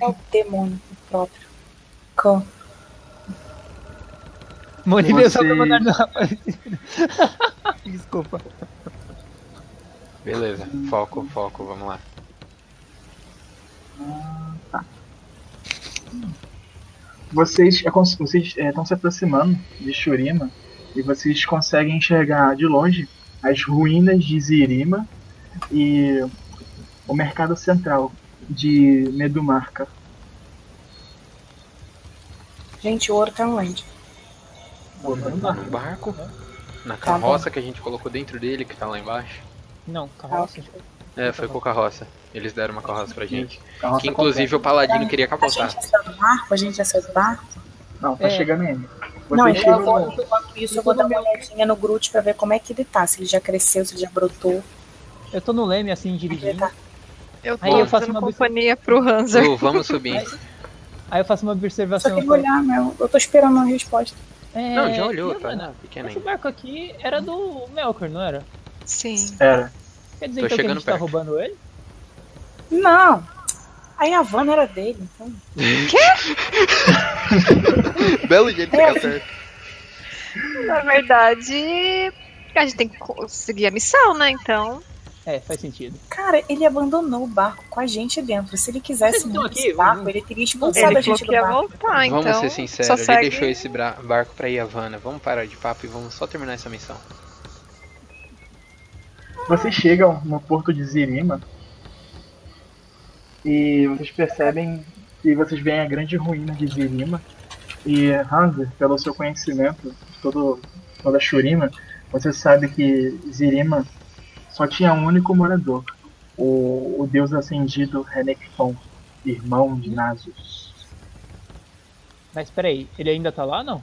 É o demônio próprio. Cão. Moniveu só Você- pra mandar no rapaz. Desculpa. beleza. Foco, foco, vamos lá. Vocês é, cons- vocês estão se aproximando de Shurima e vocês conseguem enxergar de longe as ruínas de Zirima e o mercado central de Medumarca. Gente, o ouro tá onde? No barco, na Tá carroça que a gente colocou dentro dele, que tá lá embaixo. Não, carroça. É, foi com carroça. Eles deram uma carroça pra gente. Carroça Que inclusive o Tá. paladino queria A capotar. gente já saiu do barco? A gente já saiu do barco? completa. Não, tá É. chegando ainda. não, Vocês então chegam eu vou, enquanto isso, eu vou dar uma olhadinha no Groot pra ver como é que ele tá. Se ele já cresceu, se ele já brotou. Eu tô no leme assim, Ele dirigindo. tá Eu tô Aí eu faço fazendo uma busca- companhia pro Hanser. Lu, vamos subir. Aí eu faço uma Só observação. tem que olhar, meu. Eu tô esperando a resposta. É, Não, já olhou, viu, tá mano? pequena Esse ainda. barco aqui era do Melkor, não era? Sim. Era. Quer dizer Tô então que a chegando gente tá perto. roubando ele? Não! Aí a van era dele, então. Belo jeito Ah, de ficar certo. Na verdade, a gente tem que conseguir a missão, né? Então. É, faz sentido. Cara, ele abandonou o barco com a gente dentro. Se ele quisesse Vocês estão muito aqui? esse barco, Vamos- ele teria Ele expulsado a falou gente que do ia barco. voltar, então. Vamos ser só sinceros, ele segue- deixou esse bra- barco pra ir à Havana. Vamos parar de papo e vamos só terminar essa missão. Vocês chegam no porto de Zirima e vocês percebem que vocês veem a grande ruína de Zirima. E Hanser, pelo seu conhecimento de todo, toda Shurima, você sabe que Zirima só tinha um único morador, o, o deus ascendido Renekton, irmão de Nasus. Mas peraí, ele ainda tá lá não?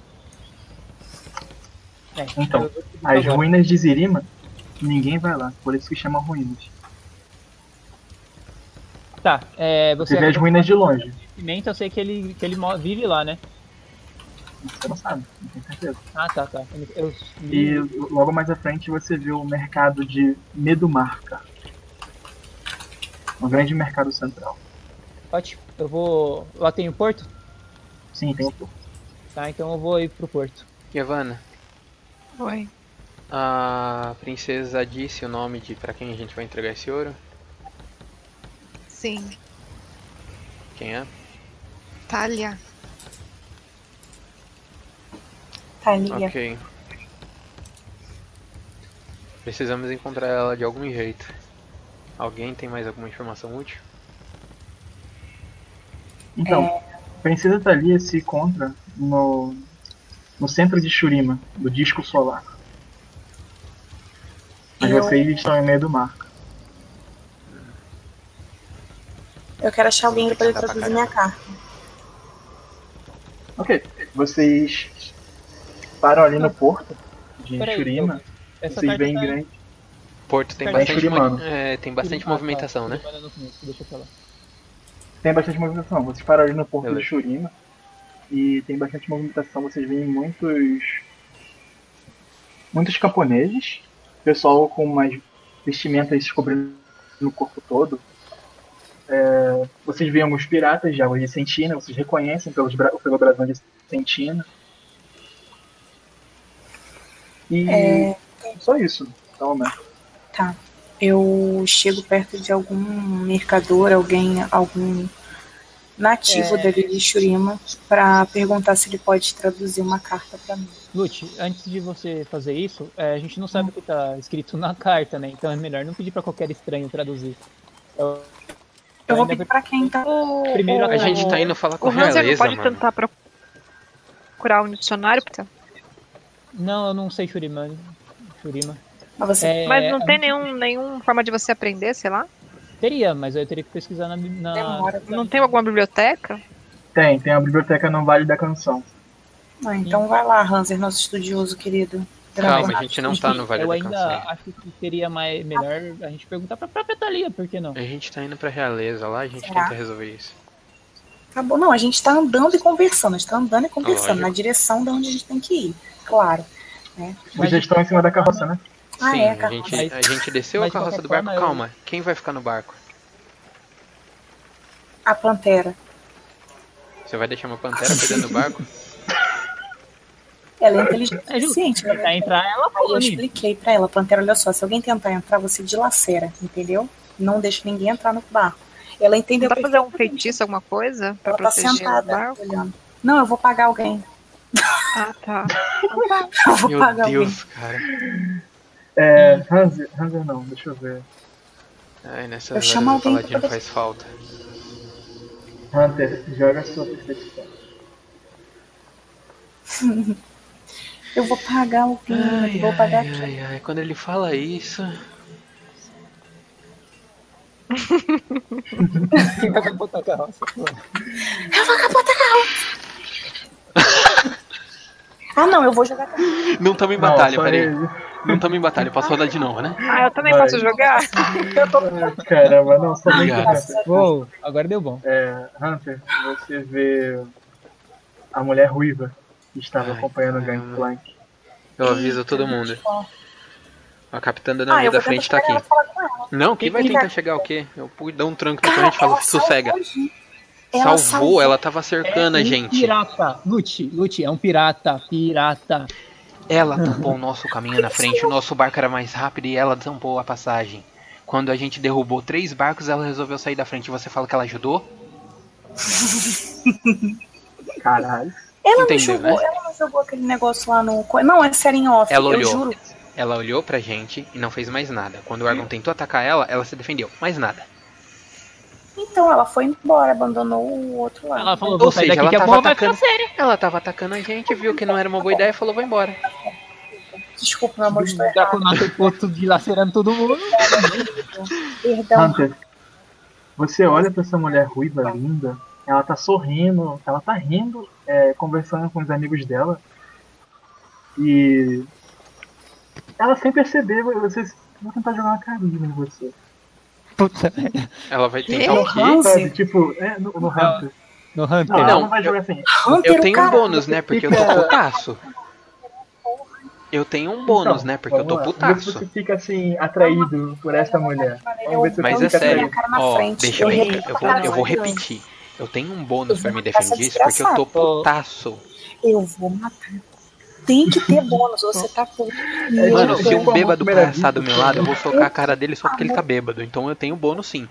É, Então, eu- As agora. ruínas de Zirima, ninguém vai lá, por isso que chama ruínas. Tá, é, você Você vê as ruínas de longe, Pimenta, eu sei que ele, que ele mo- vive lá, né? você não sabe, não tem certeza. Ah, tá, tá. Eu, E logo mais à frente você vê o mercado de Medumarca. Um grande mercado central. Ótimo, eu vou. Lá tem o porto? Sim, tem um pouco. Tá, então eu vou ir pro porto. Giovanna, Oi. a princesa disse o nome de pra quem a gente vai entregar esse ouro? Sim. Quem é? Talha. Thalia. Ok. Precisamos encontrar ela de algum jeito. Alguém tem mais alguma informação útil? Então, É. Princesa Thalia se encontra no, no centro de Shurima, do disco solar. Mas Eu- vocês estão em Medumarca. Eu quero achar alguém Tem que pra ele andar pra traduzir minha carta. Ok, vocês param ali no porto de Peraí, Shurima. Essa Vocês carta veem tá- grande. Porto tem Perdão. bastante, mo- Churimano. é, tem Ah, bastante tá, movimentação, né? Churimano no começo, Deixa eu falar. Tem bastante movimentação. Vocês param ali no porto Beleza. de Shurima e tem bastante movimentação. Vocês veem muitos. muitos camponeses. Pessoal com umas vestimentas cobrindo no corpo todo. É, vocês veem alguns piratas de água de Sentina, vocês reconhecem pelos bra pelo brasão de Sentina. E É, só isso. Então, né? eu chego perto de algum mercador, alguém, algum nativo É. dali de Shurima, pra perguntar se ele pode traduzir uma carta pra mim. Lute, antes de você fazer isso, é, a gente não sabe o que tá escrito na [LAUGHS] carta, né? Então é melhor não pedir pra qualquer estranho traduzir. Eu, Eu vou ainda pedir pra quem tá. O, Primeiro o- A gente tá indo falar O é com a Hanser não realeza, pode mano. tentar procurar um dicionário, porque Não, eu não sei Shuriman. Shurima. Mas você É, Mas não tem nenhum, nenhum forma de você aprender, sei lá? Teria, mas eu teria que pesquisar na. bi- na- demora. pra- Não tem alguma biblioteca? Tem, tem a biblioteca no Vale da Canção. Ah, então vai lá, Hanser, nosso estudioso querido. Calma, a gente não tá no Vale eu da ainda Canção. acho que seria mais, melhor a gente perguntar pra própria Thalia, por que não? A gente tá indo pra realeza lá, a gente Será? tenta resolver isso. Acabou, não, a gente tá andando e conversando, a gente tá andando e conversando, Lógico. na direção de onde a gente tem que ir, claro. Vocês já estão em cima da carroça, né? Ah, Sim, é, a carroça. gente, a gente desceu Mas a de carroça qualquer do barco. forma, eu- Calma, quem vai ficar no barco? A pantera. Você vai deixar uma pantera [LAUGHS] cuidando do barco? Ela é inteligente. É justo. Gente, ela Pra entrar ela né? Aí eu pode. expliquei pra ela, Pantera, olha só, se alguém tentar entrar, você dilacera, entendeu? Não deixa ninguém entrar no barco. Ela Não entendeu dá pra fazer um perfeitamente. feitiço, alguma coisa? Pra Ela tá proteger o sentada, barco? olhando. Não, eu vou pagar alguém. [LAUGHS] Ah, tá. Eu vou Meu pagar alguém. Deus, cara. Hum. É. Hanser, Hanser não, deixa eu ver. Ai, nessas Eu horas chamo o alguém pra paladino poder- faz falta. Hunter, joga sua percepção. Eu vou pagar alguém, eu vou pagar ai, aqui. ai, ai, quando ele fala isso. Vai botar a carroça. Ah, não, eu vou jogar com Não tamo em Não, batalha, só peraí. ele. Não tamo em batalha, posso rodar de novo, né? Ah, eu também Vai. posso jogar? Ah, Caramba, não, só ele. Obrigado. Uou, agora deu bom. É, Hunter, você vê a mulher ruiva que estava Ai, acompanhando o caramba. Gangplank. Eu aviso todo mundo. A capitã da Ah, navio eu da vou frente tá tentar chegar nela aqui. e falar com ela. Não, quem vai Fica- tentar chegar o quê? Eu pu- dou um tranco na Cara, frente e falo, ela salvou sossega. a gente. Salvou, Ela salvou. ela tava cercando a um gente. Pirata, Lute, Lute, é um pirata, pirata. Ela tampou o nosso caminho na frente, o nosso barco era mais rápido e ela tampou a passagem. Quando a gente derrubou três barcos, ela resolveu sair da frente. Você fala que ela ajudou? Caralho. Ela não Entendeu, jogou, né? ela não jogou aquele negócio lá no. co- Não, é sério em off, Ela eu olhou. juro. Ela olhou pra gente e não fez mais nada. Quando o Argon tentou atacar ela, ela se defendeu. Mais nada. Então, ela foi embora, abandonou o outro lá. Ela falou, Ou vou sair seja, daqui ela que a tava porra vai atacando. ficar séria. Ela tava atacando a gente, viu que não era uma boa ideia e falou, vou embora. Desculpa, meu amor, "Hum." eu estou Já errado. com o nosso posto dilacerando todo mundo. Perdão. Hunter, você olha pra essa mulher ruiva linda, ela tá sorrindo, ela tá rindo, é, conversando com os amigos dela. E ela sem perceber, você vai tentar jogar uma carisma em você. Puta, Ela vai É tentar o o quê? Sabe, Hanser. tipo, é no, no Hunter. no Não, Hunter. ela Não, não vai eu- jogar assim. Hunter, Eu o tenho um cara- bônus, né? Porque eu tô Fica- putaço. Eu tenho um bônus, né? Porque eu Vamos tô lá. Vê se putaço. você fica assim, atraído por essa mulher. Vamos ver se Mas Então, você é fica sério. atraído. cara na Ó, frente, deixa eu, eu re- repito eu, vou, pra eu vou caralho. repetir. Eu tenho um bônus Eu pra me vou matar defender essa disso, porque eu tô desgraçada. putaço. Eu vou matar. Tem que ter bônus, você tá puto. Mano, eu se sou um uma bêbado primeira passar do vista, meu lado, eu vou socar a cara dele só porque ele tá bêbado. Então eu tenho bônus sim.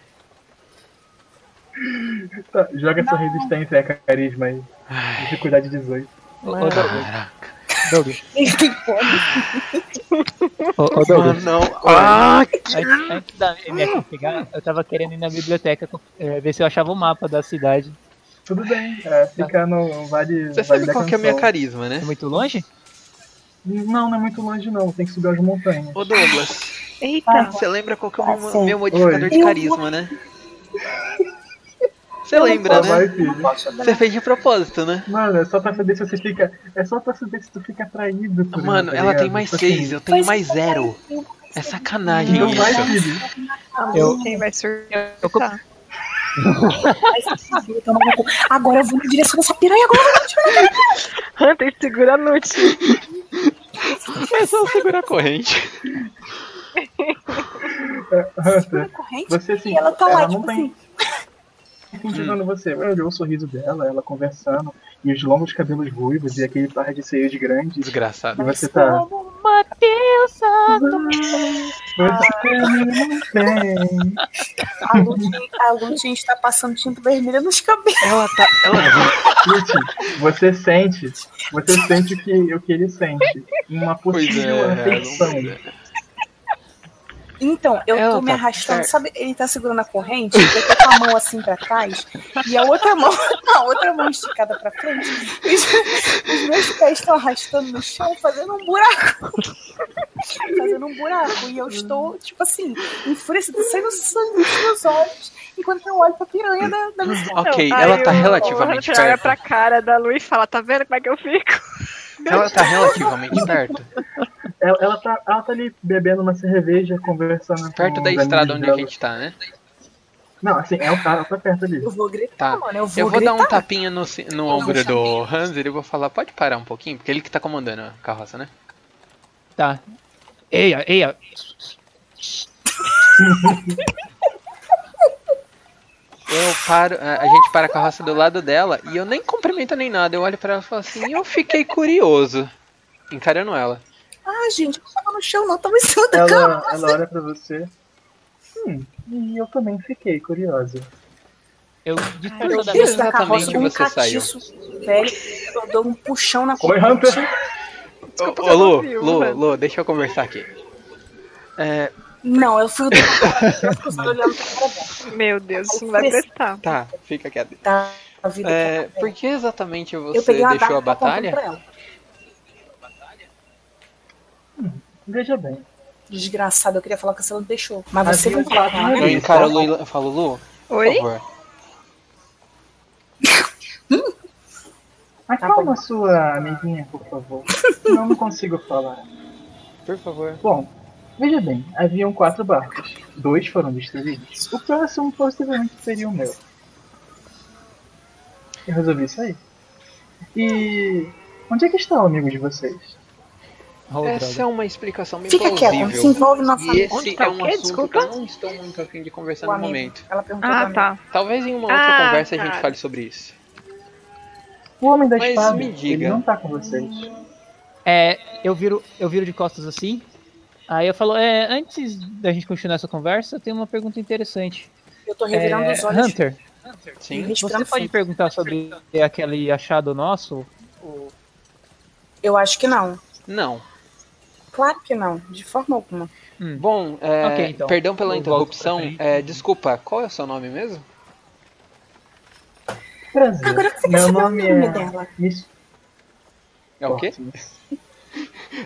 Tá, Joga sua resistência a carisma aí. Ai, Dificuldade 18. Ô, ô, Doug, caraca. Doug, Ele tem bônus. ô, ô, Doug. Ah, não. Ah, Antes, antes da minha pegar, eu tava querendo ir na biblioteca eh, ver se eu achava o mapa da cidade. Tudo bem, é, fica no Vale, você vale sabe da qual Canção. que é a minha carisma, É né? muito longe? Não, não é muito longe não, tem que subir as montanhas. Ô Douglas, Eita, você lembra qual que é o Ah, meu, sim. meu modificador Oi. de [LAUGHS] carisma, né? Você lembra, Só vai, né? filho. Posso dar Você fez de propósito, né? Mano, é só pra saber se você fica. É só pra saber se tu fica atraído. Por Mano, mim, tá ela tem ligado? mais Tipo 6, assim, eu tenho Mas mais você vai- 0. É sacanagem Não vai, isso. filho. Eu- quem vai surtar? Eu co- essa vida, toma no cu. Agora eu vou na direção dessa piranha agora. Hunter, segura a noite. É só segurar a corrente. Segura a [LAUGHS] Hunter, corrente. você assim. E ela tá lá, não tipo tem- [LAUGHS] assim. Hum. incentivando você. Eu olhou o sorriso dela, ela conversando, e os longos cabelos ruivos, e aquele par de seios grandes. Desgraçado. E você tá. Você tem. A Lutin, a Lutin está passando tinta vermelha nos cabelos. Ela tá. [LAUGHS] Ela... Lute, Você sente. Você sente o que, o que ele sente. Uma Pois possível é, atenção. não- Então, eu tô Eu me tô arrastando, certo. sabe? Ele tá segurando a corrente, eu tô com a mão assim pra trás e a outra mão, [LAUGHS] a outra mão esticada pra frente. e Os, os meus pés estão arrastando no chão, fazendo um buraco. [LAUGHS] fazendo um buraco. E eu estou, tipo assim, enfurecida, saindo sangue dos meus olhos, enquanto eu olho pra piranha da, da minha escola. Não, Ok, aí ela tá o- O relativamente Hanatsuki olha perto. pra cara da Lu e fala, tá vendo como é que eu fico? [LAUGHS] Ela tá relativamente perto. Ela, ela tá, ela tá ali bebendo uma cerveja, conversando. Perto com da os estrada amigos onde a dela. gente tá, né? Não, assim, é o cara, ela tá perto ali. Eu vou gritar, Tá. mano. Eu vou, Eu vou gritar. dar um tapinha no, ci- no Vou ombro puxar do Hanser e vou falar, pode parar um pouquinho, porque ele que tá comandando a carroça, né? Tá. Eia, eia. Eu paro, a a gente para a carroça do lado dela e eu nem cumprimento nem nada. Eu olho pra ela e falo assim, eu fiquei curioso. Encarando ela. Ah, gente, eu não tava no chão, não, tava em cima da cama. Ela, ela olha pra você. Hum, e eu também fiquei curiosa. Eu eu disfarço da quis mesa. Isso da carroça exatamente um você saiu. catiço, velho. Eu dou um puxão na Oi, corrente. Hunter. Ô, Desculpa, ô, eu não Lu, ouvi, Lu, mano. Lu, deixa eu conversar aqui. É, Não, eu fui o [LAUGHS] do eu tô olhando pra cara dela. Meu Deus, isso não vai prestar. tá, fica quieto. Tá, a vida É, tá- por que exatamente você eu peguei uma deixou a daga apontando batalha? pra ela. Veja bem. Desgraçado, eu queria falar que você não deixou. Mas Mas você eu não falo, falar. Eu encaro a Lu e la- falo, Lu, por Oi? favor. Acalma sua amiguinha, por favor. Não, não consigo falar. Por favor. Bom, veja bem. Haviam quatro barcos. Dois foram destruídos. O próximo possivelmente seria o meu. Eu resolvi sair. E... Onde é que está o amigo de vocês? Oh, Essa droga. é uma explicação bem Fica quieto, não se plausível. envolve na E família. esse tá é o um quê? assunto que Desculpa? eu não estou muito afim de conversar O no amigo. momento. Ela perguntou pra Ah, mim. tá. Talvez em uma outra Ah, conversa a gente tá. fale sobre isso. O homem da Mas espada. me diga. Ele não tá com vocês. É, eu viro, eu viro de costas assim. Aí eu falo, é, antes da gente continuar essa conversa, eu tenho uma pergunta interessante. Eu tô revirando É, os um olhos. Hunter, e Sim. respirando você pode fundo. perguntar sobre aquele achado nosso? Eu acho que não. Não. Claro que não, de forma alguma. Bom, é, Ok, então. perdão pela Eu volto interrupção. pra frente. É, desculpa, qual é o seu nome mesmo? Prazer. Agora que você quer Meu saber o nome nome é... [LAUGHS] dela. Miss É o quê? Fortes. Isso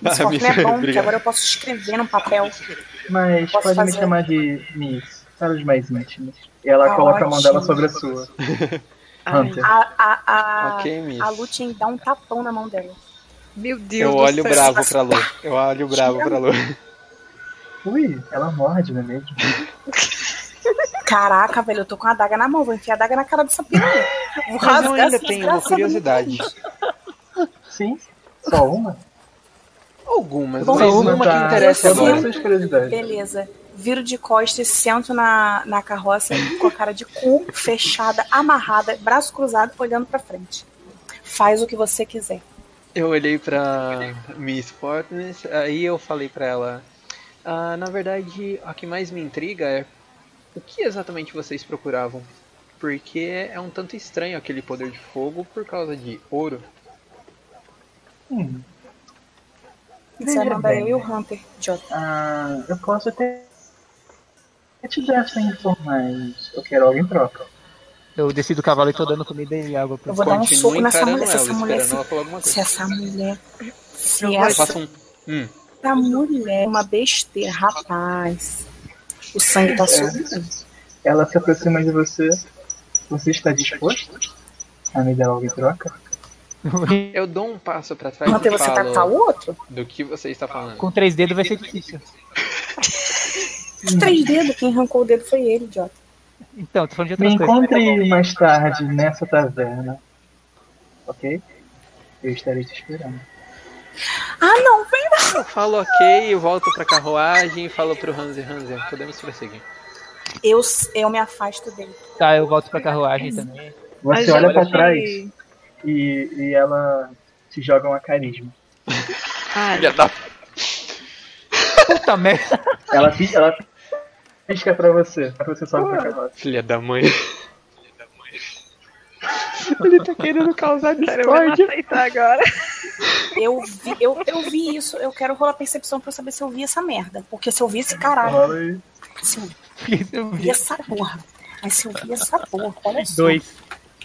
Ah, me- é bom, que obrigado. agora eu posso escrever num [LAUGHS] papel. Mas Posso pode me fazer? chamar de Miss, para os mais íntimos. E ela Tá coloca a mão dela ótimo. sobre a sua. Ai, Hunter. A, a, a, ok, a Miss. Lutin dá um tapão na mão dela. Meu Deus Eu do olho céu. bravo pra Lu. Eu olho bravo pra Lu. Ui, ela morde, não é mesmo? Caraca, velho, eu tô com a daga na mão, vou enfiar a daga na cara dessa piranha. [LAUGHS] Vou um Mas eu rasgar ainda essa tenho uma desgraçada curiosidade. Sim, só uma. Algumas, Bom, mas só uma que interessa Eu sou agora. essas curiosidades. Beleza. Viro de costas, sento na, na carroça com a cara de cu, fechada, amarrada, braço cruzado, olhando pra frente. Faz o que você quiser. Eu olhei pra Miss Fortness, aí eu falei pra ela. "Ah, na verdade, o que mais me intriga é o que exatamente vocês procuravam. Porque é um tanto estranho aquele poder de fogo por causa de ouro. Hum, Você Veja manda eu bem. e o Hunter, idiota. ah, eu posso até te dar essa informação, mas eu quero algo em troca. Eu desci do cavalo e tô dando comida e água pra Eu vou dar um Continuo soco nessa encarando mulher, se ela, essa mulher esperando se- ela falar alguma coisa. Se essa mulher. Se Eu vou- Eu essa faço um. Hum, mulher é uma besteira, rapaz. O sangue É, tá subindo. Ela se aproxima de você. Você está disposto a me dar algo em troca? Tá eu dou um passo pra trás Hunter, e você tá falo com o outro? do que você está falando. [LAUGHS] Com três dedos vai ser difícil. Os três dedos, quem arrancou o dedo foi ele, idiota. Então, tô falando de Me outras coisas. encontre mais tarde nessa taverna. Ok? Eu estarei te esperando. Ah, não, Eu falo ok, volto pra carruagem e falo pro Hanser, Hanser, podemos prosseguir. eu, eu me afasto dele. Tá, eu volto pra carruagem também. A Você gente- olha pra trás e, e ela te joga um uma carisma. Ai, Filha da Puta merda. [LAUGHS] Ela, fi- ela pisca pra você, pra você sobe pra carroça. Filha da mãe. Sério, eu vou aceitar agora. [LAUGHS] Eu vi, eu, eu vi isso, eu quero rolar percepção pra eu saber se eu vi essa merda. Porque se eu vi esse Ah. caralho, Ai, se eu vi essa porra. Aí se eu vi essa porra, olha só. Dois.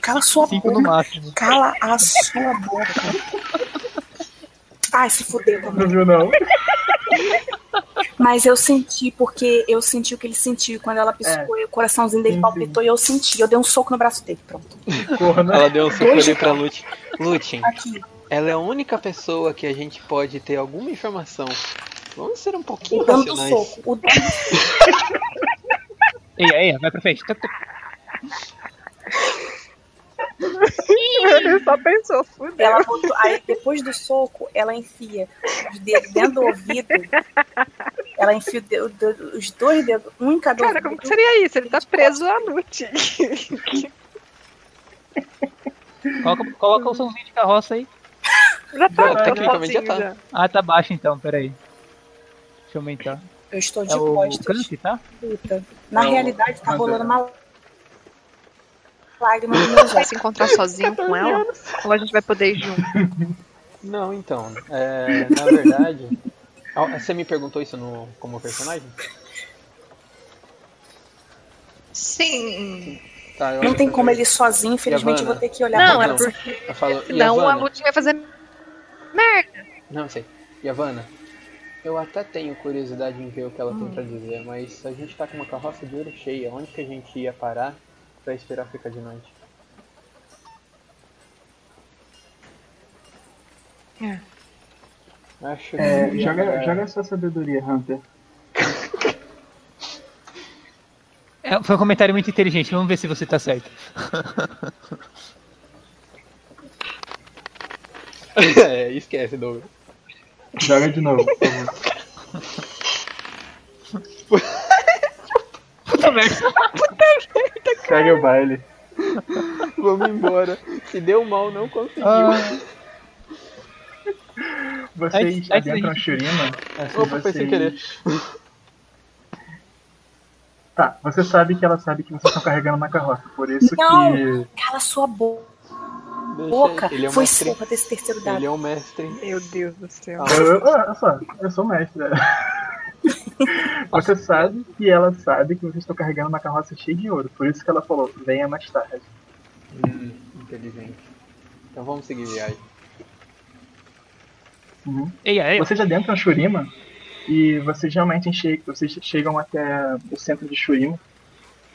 Cala a sua Cinco no boca. máximo. Cala a sua boca. Ai, se fudeu também. não viu não. Mas eu senti, porque eu senti o que ele sentiu. Quando ela piscou, É. o coraçãozinho dele Sim, palpitou e eu senti. Eu dei um soco no braço dele, pronto. Porra, né? Ela deu um soco ali pra Lute. Lute, Aqui. ela é a única pessoa que a gente pode ter alguma informação. Vamos ser um pouquinho O dano do racionais. soco. O dano Ei, ei, vai pra frente. Tuc, tuc. Ele só pensou, fudeu. Ela botou, aí, depois do soco, ela enfia os dedos dentro do ouvido. Ela enfia o dedo- o dedo- os dois dedos, um em cada Cara, ouvido. como que seria isso? Ele tá preso à Nute. Coloca, coloca o somzinho de carroça aí. Já tá, tá, tá tecnicamente já sozinho já. Ah, tá baixo então, peraí. Deixa eu aumentar. Eu estou de É o costas. Crank, tá? puta. Na Não, realidade, tá mas rolando é. uma lágrima no meu Vai gesto. se [LAUGHS] encontrar sozinho com ela? Ou a gente vai poder ir junto? Não, então. é, na verdade. [LAUGHS] Ah, Você me perguntou isso no, como personagem? Sim. Tá, eu Não acho tem que- como ele ir sozinho, infelizmente eu Yavanna. vou ter que olhar Não, pra é ela. porque Eu falo, um senão a Yavanna, Lute vai fazer merda. Não sei. Yavanna, eu até tenho curiosidade em ver o que ela tem pra dizer, mas a gente tá com uma carroça de ouro cheia. Onde que a gente ia parar pra esperar ficar de noite? É. Acho que. [LAUGHS] É, eu ia joga, parar- joga sua sabedoria, Hunter. É, foi um comentário muito inteligente, vamos ver se você tá certo. é, esquece, Douglas. Joga de novo, por favor. Puta merda. Segue o baile. Vamos embora. Se deu mal, não conseguiu. Vocês Antes- antes da adentram a gente- Shurima. assim, Opa, foi sem querer. Tá, você sabe que ela sabe que vocês estão carregando na carroça. Por isso Não! que. Cala sua bo- Deixa boca. ele. Ele é um Foi mestre. sopa desse terceiro Ele dado. é um mestre. Meu Deus do céu. Eu, eu- olha só, eu sou mestre. [LAUGHS] Você sabe que ela sabe que vocês estão carregando uma carroça cheia de ouro. Por isso que ela falou, venha mais tarde. Hum, inteligente. Então vamos seguir viagem. Uhum. Ei, ei, Vocês adentram Shurima e vocês realmente enche- vocês chegam até o centro de Shurima.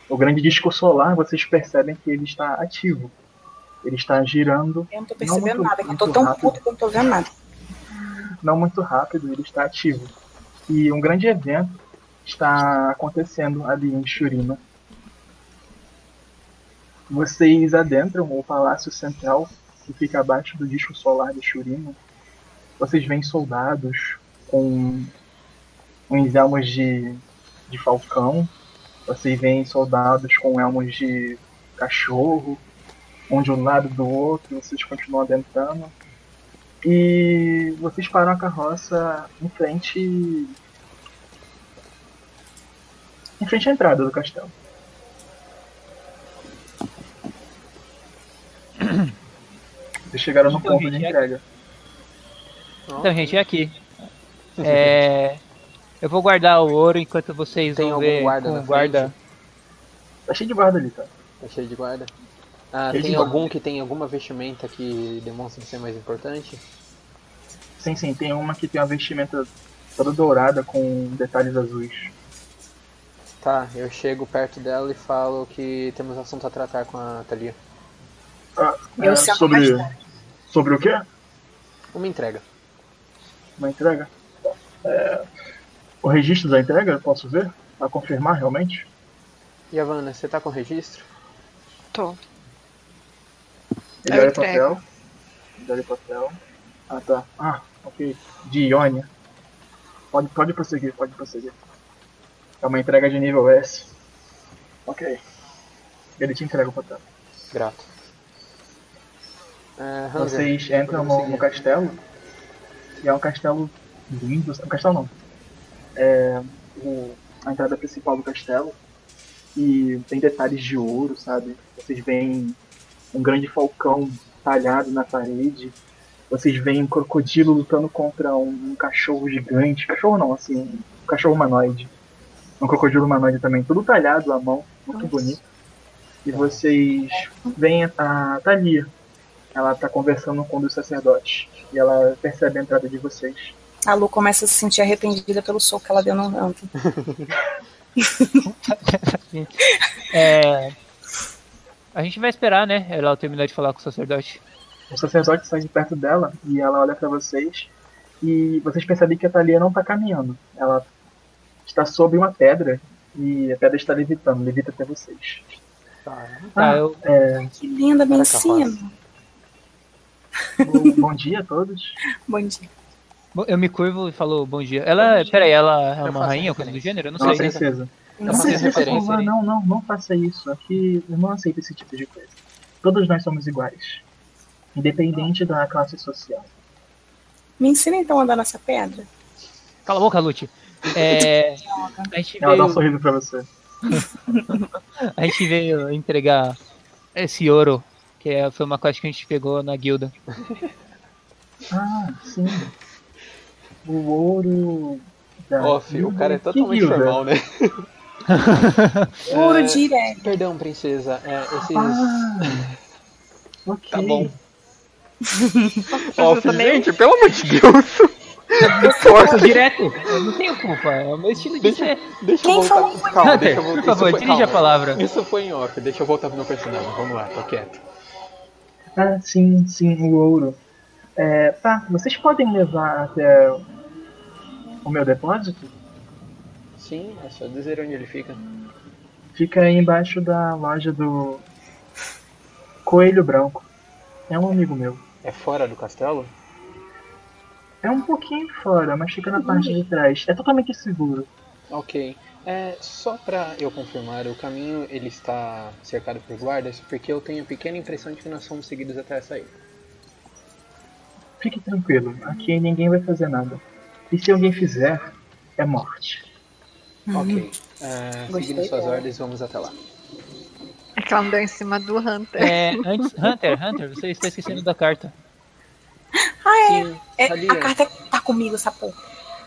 O grande disco solar, vocês percebem que ele está ativo. Ele está girando, Eu não tô percebendo muito- nada, que eu tô muito tão rápido. puto que eu não tô vendo nada. não muito rápido, ele está ativo. E um grande evento está acontecendo ali em Shurima. Vocês adentram o Palácio Central, que fica abaixo do disco solar de Shurima. Vocês veem soldados com uns elmos de, de falcão. Vocês veem soldados com elmos de cachorro, um de um lado do outro. Vocês continuam adentrando. E vocês param a carroça em frente. Em frente à entrada do castelo. Vocês chegaram no Então, ponto de gente, é- entrega. Então, gente, é aqui. É, eu vou guardar o ouro enquanto vocês Tem vão algum ver guarda com na o guarda. Tá cheio de guarda ali, tá? Tá cheio de guarda. Ah, Cheio tem de algum que tem alguma vestimenta que demonstra ser mais importante? Sim, sim, tem uma que tem uma vestimenta toda dourada com detalhes azuis. Tá, eu chego perto dela e falo que temos assunto a tratar com a Thalia. Eu sei a É sobre. mais Sobre o quê? Uma entrega. Uma entrega? É, O registro da entrega, eu posso ver? Pra confirmar realmente? Yavanna, você tá com registro? Tô. Ele olha o entrega. papel. Ele olha o papel. Ah, tá. Ah, ok. De Ionia. Pode, pode prosseguir, pode prosseguir. É uma entrega de nível S. Ok. Ele te entrega o papel. Grato. É, Hanser, Vocês entram podemos no, no seguir. castelo. E é um castelo lindo. Um castelo não. É o- a entrada principal do castelo. E tem detalhes de ouro, sabe? Vocês veem um grande falcão talhado na parede. Vocês veem um crocodilo lutando contra um, um cachorro gigante. Cachorro não, assim, um cachorro humanoide. Um crocodilo humanoide também, tudo talhado à mão, muito bonito. E vocês veem a Thalia. Ela tá conversando com um dos sacerdotes. E ela percebe a entrada de vocês. A Lu começa a se sentir arrependida pelo soco que ela deu no Hunter. É, a gente vai esperar, né? Ela terminar de falar com o sacerdote. O sacerdote sai de perto dela e ela olha pra vocês. E vocês percebem que a Thalia não tá caminhando. Ela está sob uma pedra e a pedra está levitando, levita até vocês. Tá, eu, É, Que linda, bem em cima. bom, bom dia a todos. Bom dia. eu me curvo e falo bom dia. Ela, peraí, ela é Eu uma faço rainha ou coisa do referência. gênero? Eu não Não, sei. É princesa. Eu Não, faço precisa referência falar, aí. não, não, não faça isso. Aqui eu não aceito esse tipo de coisa. Todos nós somos iguais. Independente da classe social. Me ensina então a andar nessa pedra. É. Cala a boca, Lute. É, a, gente Ela dá um veio, sorriso pra você. a gente veio entregar esse ouro, que é- foi uma coisa que a gente pegou na guilda. Ah, sim. O ouro. Da Off, o cara é Que totalmente guilda? formal, né? [LAUGHS] Ouro É. direto. Perdão, princesa. É, esses. Ah, ok. Tá bom. Vocês [LAUGHS] Off, também- gente, pelo amor de Deus. Força direto! Eu não tenho culpa, é o meu estilo de ser. Deixa eu Quem voltar. falou pro- Calma, deixa eu Hunter, voltar. por favor, isso foi- dirija a calma. palavra. Isso foi em off, deixa eu voltar pro meu personagem. Vamos lá, tô quieto. Ah, sim, sim, o ouro. É, tá, vocês podem levar até o meu depósito? Sim, é só dizer onde ele fica. Fica aí embaixo da loja do Coelho Branco. É um amigo meu. É fora do castelo? É um pouquinho fora, mas fica na parte de trás. É totalmente seguro. Ok. É, só pra eu confirmar, o caminho ele está cercado por guardas, porque eu tenho a pequena impressão de que nós somos seguidos até a saída. Fique tranquilo, aqui ninguém vai fazer nada. E se alguém fizer, é morte. Ok. É, Uhum. Gostei seguindo suas dela. ordens, vamos até lá. É que ela andou em cima do Hunter. É, antes, Hunter, Hunter, você está esquecendo da carta. Sim, É, Thalia. a carta tá comigo, essa porra.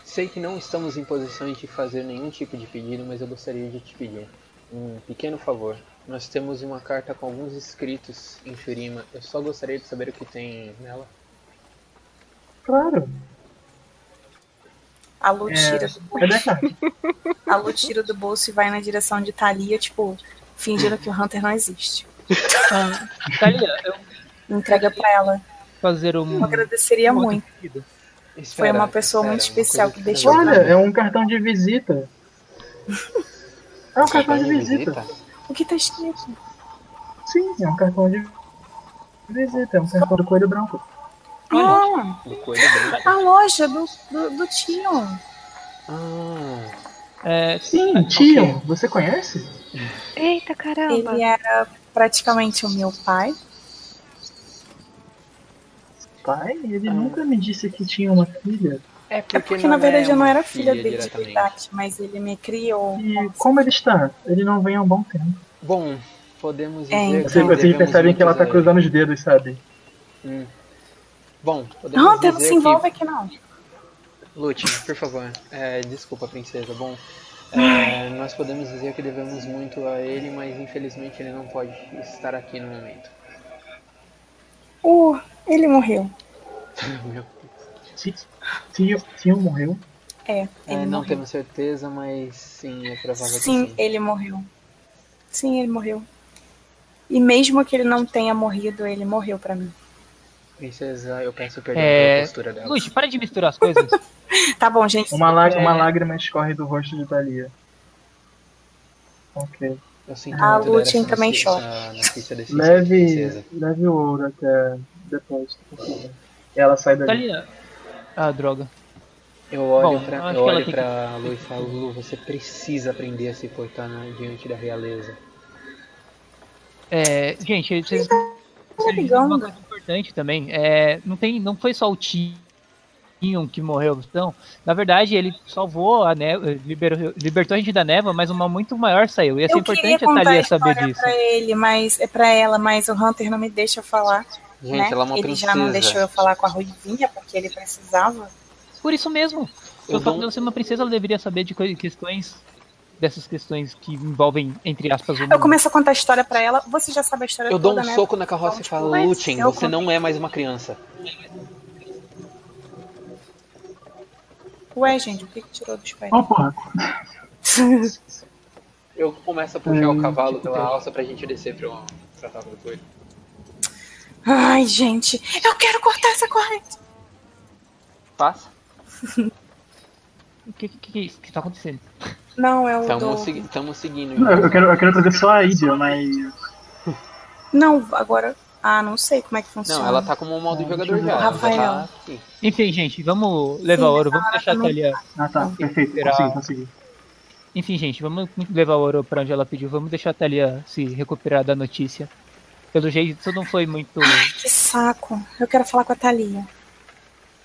Sei que não estamos em posições de fazer nenhum tipo de pedido, mas eu gostaria de te pedir um pequeno favor. Nós temos uma carta com alguns escritos em Shurima. Eu só gostaria de saber o que tem nela. Claro. A Lu É. tira do Cadê a bolso. carta? A Lu tira do bolso e vai na direção de Thalia, tipo, fingindo que o Hunter não existe. Ah, Thalia, eu vou Entrega pra ela. fazer um. Eu agradeceria Uma- muito. Espera, uma pessoa muito uma coisa especial que diferente. deixou- Olha, é um cartão de visita. É um cartão de visita. O que tá escrito? Sim, é um cartão de visita, é um cartão do coelho branco. Ah, Do coelho branco. a loja do, do, do tio. Ah, É, Sim, tio, você conhece? Eita caramba. Ele era praticamente o meu pai. É Pai, ele nunca me disse que tinha uma filha. é É porque, na é verdade, eu não uma era filha dele de diretamente. verdade, mas ele me criou. E como ele está? Ele não vem há um bom tempo. Bom, podemos dizer É, então. que Vocês, vocês devemos percebem muito que ela tá a ele. cruzando os dedos, sabe? Hum. Bom, podemos Hunter, não dizer se envolve aqui, não. Lute, por favor. É, desculpa, princesa. Bom, é, nós podemos dizer que devemos muito a ele, mas infelizmente ele não pode estar aqui no momento. [LAUGHS] Uh, ele morreu. Meu- Ti- Tio, tio morreu. É, É, ele não morreu. temos certeza, mas sim, é provável Sim, que sim. ele morreu. Sim, ele morreu. E mesmo que ele não tenha morrido, ele morreu pra mim. Princesa, eu peço perdão É, pela postura dela. Lute, para de misturar as [LAUGHS] coisas. Tá bom, gente. Uma, lá- uma lágrima escorre do rosto de Thalia. Ok. Eu sinto A muito Lute dessa também notícia- notícia desse Leve, princesa. leve o ouro até depois. Ela sai dali. Thalia. Ah, droga. Eu olho Bom, pra, acho eu que ela olho tem pra Lu e falo, Lu, você precisa aprender a se portar na- diante da realeza. Né? É, gente, vocês Tá Ele disse uma ligando? coisa importante também. É, não, tem, não foi só o Tinho que morreu, então. Na verdade, ele salvou a neva, liberou, libertou a gente da neva, mas uma muito maior saiu. Ia ser Eu queria importante a contar a Thalia história saber disso. pra ele, mas é pra ela, mas o Hunter não me deixa falar. Gente, né? ela é uma ele princesa. já não deixou eu falar com a Ruivinha porque ele precisava. Por isso mesmo. Eu Pelo fato dou- de ela ser assim, uma princesa, ela deveria saber de coi- questões. Dessas questões que envolvem, entre aspas, o Eu mundo. começo a contar a história pra ela. Você já sabe a história Eu dou toda, um é né? soco na carroça e Então, falo, tipo, Lutin, eu você não é mais uma criança. Ué, gente, o que, que tirou dos pés? Ô, porra. Eu começo a puxar o Hum, cavalo pela alça pra gente descer pra um tratar do coelho. Ai, gente, eu quero cortar essa corrente. Passa. O que, que, que, é isso que tá acontecendo? Não, é eu dou... Estamos segui tamo seguindo. Não, Eu quero, eu quero trazer só a Idia, mas. Não, agora... Ah, não sei como é que funciona. Não, ela tá como um modo jogador já. Rafael. Ela tá aqui. Enfim, gente, vamos levar Sim, o ouro, vamos ela deixar a não- Thalia. Ah, tá. Perfeito. Será? Consegui, consegui. Enfim, gente, vamos levar o ouro pra onde ela pediu, vamos deixar a Thalia se recuperar da notícia. Pelo jeito, isso não foi muito. Que saco. Eu quero falar com a Thalia.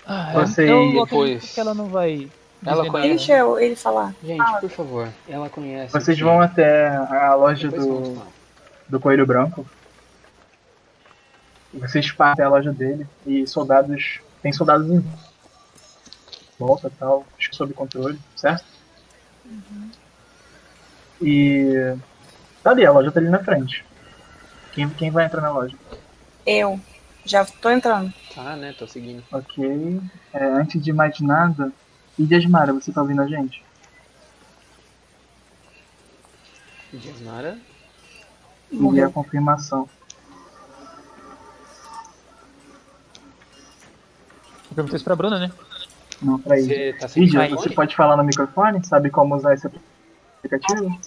Ah, Você eu depois- acredito que ela não vai. Ela dizer conhece- Deixa eu, ele falar. Gente, por favor, ela conhece. Vocês aqui. vão até a loja Depois do. conta, não. do Coelho Branco. Vocês partem a loja dele e soldados. Tem soldados em volta e tal, acho que sob controle, certo? E. Tá ali, a loja tá ali na frente. Quem, quem vai entrar na loja? Eu. Já tô entrando. Tá, né? Tô seguindo. Ok. É, antes de mais nada, Idiasmara, você tá ouvindo a gente? Diasmara. E a Morreu. confirmação. Eu perguntei isso pra Bruna, né? Não, pra Idia. Você tá sem Idia, Ai, você microfone? pode falar no microfone? Sabe como usar esse aplicativo?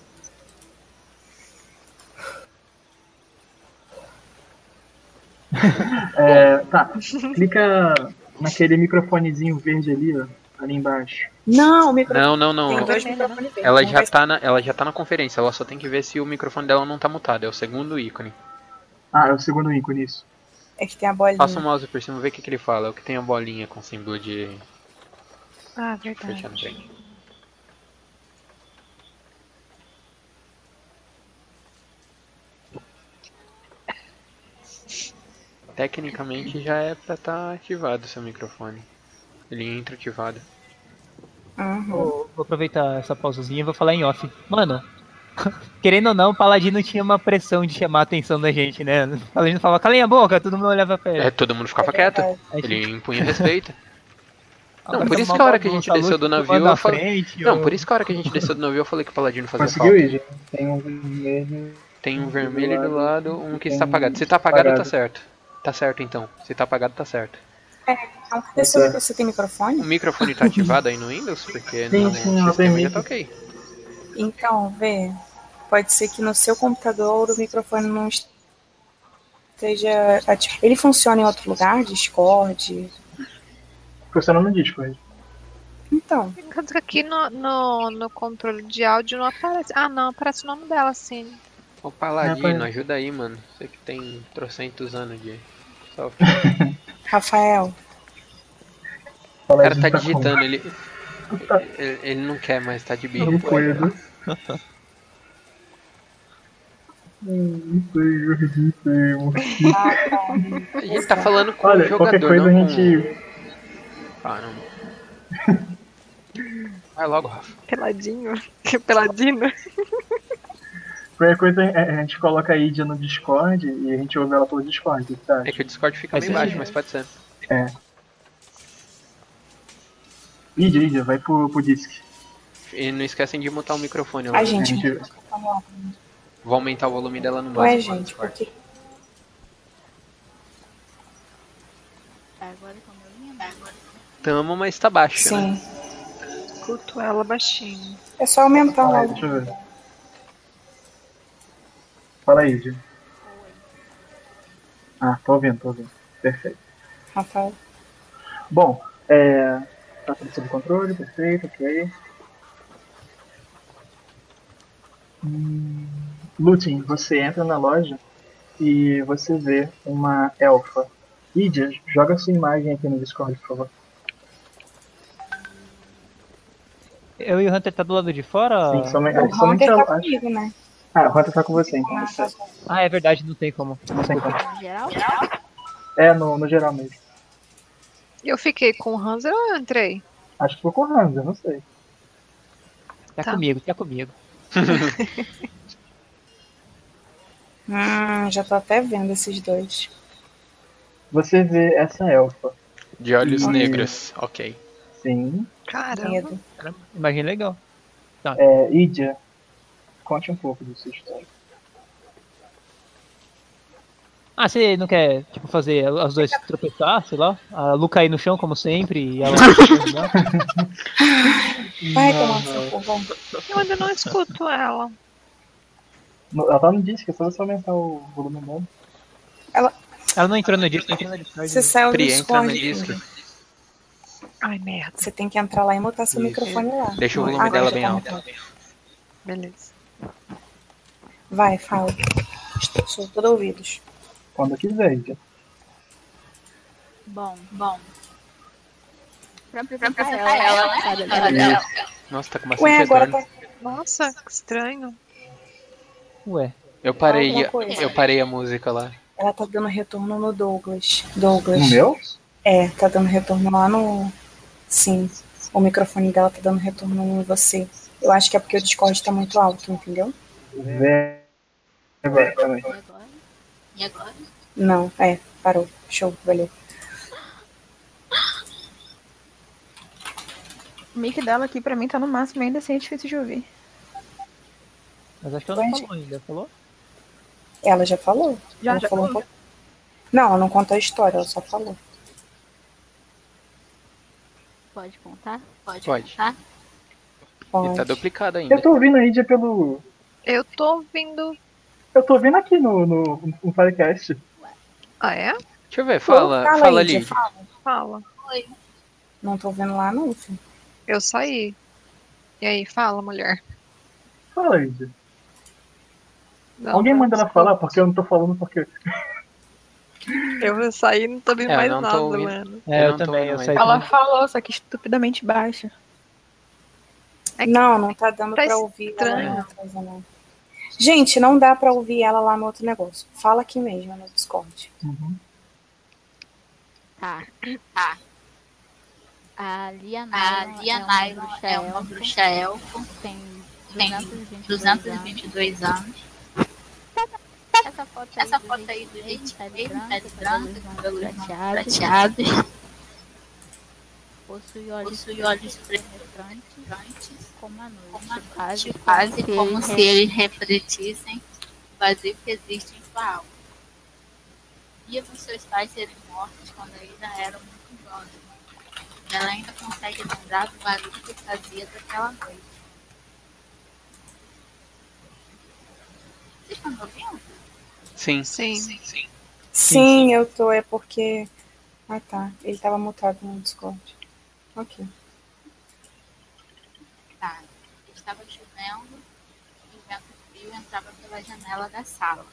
É, tá, clica naquele microfonezinho verde ali, ó, ali embaixo. Não, o microfone. Não, não, não. Tem dois microfones verdes. Ela Um já, vai- tá na, ela já tá na conferência, ela só tem que ver se o microfone dela não tá mutado. É o segundo ícone. Uhum. Ah, é o segundo ícone, isso. É que tem a bolinha. Passa o mouse por cima, vê o que, que ele fala. É o que tem a bolinha com símbolo de Ah, Tá. fechando verdade. bem. Tecnicamente já é pra estar ativado o seu microfone. Ele entra ativado. Uhum. Vou, vou aproveitar essa pausazinha e vou falar em off. Mano, [LAUGHS] querendo ou não, o Paladino tinha uma pressão de chamar a atenção da gente, né? [LAUGHS] O Paladino falava, calem a boca, todo mundo olhava pra ele. É, todo mundo ficava quieto. Aí, Ele impunha respeito. agora por tá isso uma que a hora que a bagunça, gente desceu luz do navio, voando eu na falei- frente, Não, o- por isso que a hora que a gente desceu do navio eu falei que o Paladino fazia Conseguiu, falta. Idia? Tem um vermelho. Tem um vermelho do lado, um que Tem está um apagado. Se tá apagado, tá apagado. certo. Tá certo então. Se tá apagado, tá certo. Então, cadê seu- você tem microfone? O microfone tá ativado aí no Windows, porque Sim, no sim, ela tem sistema já mic. tá ok. Então, vê. Pode ser que no seu computador o microfone não esteja ativo. Ele funciona em outro lugar, Discord. Funciona no né? Discord. Então, Enquanto que aqui no, no, no controle de áudio não aparece. Ah, não, aparece o nome dela, sim. Ô É, Paladino, pois- ajuda aí, mano. Você que tem trocentos anos de. software. Rafael, O cara Paladino tá com- digitando, ele. Ele, ele não quer mais tá de bico. Não puedo. Hum, Não sei, eu ridículo. A gente tá falando com o Olha, jogador, qualquer coisa a não gente. com... Ah, não. Vai logo, Rafa. Peladinho. [LAUGHS] Peladino. Qualquer coisa é, a a gente coloca a Idia no Discord e a gente ouve ela pelo Discord, tá? o que você acha? É que o Discord fica Mas meio é- baixo, mas pode ser. Idia, Idia, vai pro, pro Disc. E não esquecem de mutar o microfone. a ó. A gente. gente Vou aumentar o volume dela no máximo. Ué, lá no gente, Discord. por que Tamo, mas tá baixo, né? Sim. Escuto ela baixinho. É só aumentar Fala aí, Ah, logo. deixa eu ver. Fala aí, Gil. Ah, tô ouvindo, tô ouvindo. Perfeito. Rafael. Bom, é. Tá tudo sob controle, perfeito, ok. Hum, Lutin, você entra na loja e você vê uma elfa. Idia, joga sua imagem aqui no Discord, por favor. Eu e o Hunter tá do lado de fora? Sim, um somente, O somente Hunter a, tá a, comigo, né? Ah, o Hunter tá com você, então. Ah, Você, tá. Ah, é verdade, não tem como. você encontra. Geral? É, no, no geral mesmo. Eu fiquei com o Hanser ou eu entrei? Acho que foi com o Hansa, não sei. Tá, Tá. comigo, tá comigo. Hum, já tô até vendo esses dois. Você vê essa elfa. De olhos Uhum. Hum. negros, ok. Sim. Caramba. Medo. Caramba, imagem legal. É, Idia, conte um pouco da sua história. Ah, você não quer, tipo, fazer as duas tropeçar, sei lá? A Lu cair no chão, como sempre, e ela... né? Vai tomar seu povão. Eu ainda não escuto ela. No- Ela tá no disco, é só você aumentar o volume dela. ela não entrou no disco, entrou no Discord. Você saiu do Pri, entra no Discord. disco. Pri. Ai, merda. Você tem que entrar lá e botar seu Isso. microfone lá. Deixa o volume Agora dela já bem tá alto. Beleza. Vai, fala. Sou todo ouvidos. Quando quiser, Idia. Bom, bom. Pra apresentar ela, ela, sabe, ela, ela. Nossa, tá com bastante Ué, agora retorno. tá. Nossa, que estranho. Ué, Eu parei, tá Alguma coisa. eu parei a música lá. Ela tá dando retorno no Douglas. Douglas. O meu? É, tá dando retorno lá no. Sim. O microfone dela tá dando retorno em você. Eu acho que é porque o Discord tá muito alto, entendeu? Vé- Vé- também. E agora? E agora? Não, é, parou. Show, valeu. O mic dela aqui pra mim tá no máximo ainda assim é difícil de ouvir. mas acho que ela não Mas- falou ainda, falou? Ela já falou. Já, ela já falou um falou? pouco. Não, ela não contou a história, ela só falou. Pode contar? Pode, Pode. contar? E tá Pode. duplicado ainda. Eu tô ouvindo a Idia pelo. Eu tô ouvindo. Eu tô ouvindo aqui no, no, no podcast. Ah, é? Deixa eu ver, fala, Fala, fala Lídia, ali. Fala. Não tô ouvindo lá, não, filho. Eu saí. E aí, fala, mulher. Fala, Idia. Não, Alguém não, manda ela falar, porque eu não tô falando porque. Eu vou sair e não tô ouvindo É, eu mais não tô nada, ouvindo. mano. É, Eu eu, não tô também, ouvindo eu mais. saí Ela também. falou, só que estupidamente baixo. É que- Não, não tá dando Tá pra ouvir estranho. ela. na coisa, não. Gente, não dá pra ouvir ela lá no outro negócio. Fala aqui mesmo, no Discord. Tá. Tá. A Lianai, A Lianai é uma bruxa elfo, tem tem 222 222 anos. anos. Essa foto aí, Essa do foto jeito aí do dele, gente tá dele, tá de branco, branco, com cabelos cabelos prateados, prateados, possui olhos, possui olhos pretos penetrantes, como a noite, como a quase, noite, quase se como ele se eles refletissem o vazio que existe em sua alma. Viva os seus pais serem mortos quando ainda eram muito jovens. Ela ainda consegue lembrar do barulho que fazia daquela noite. Vocês estão me ouvindo? Sim. Sim. Sim, eu tô, é porque. Ah, tá. Ele tava mutado no Discord. Ok. Tá. Estava chovendo e o vento frio entrava pela janela da sala.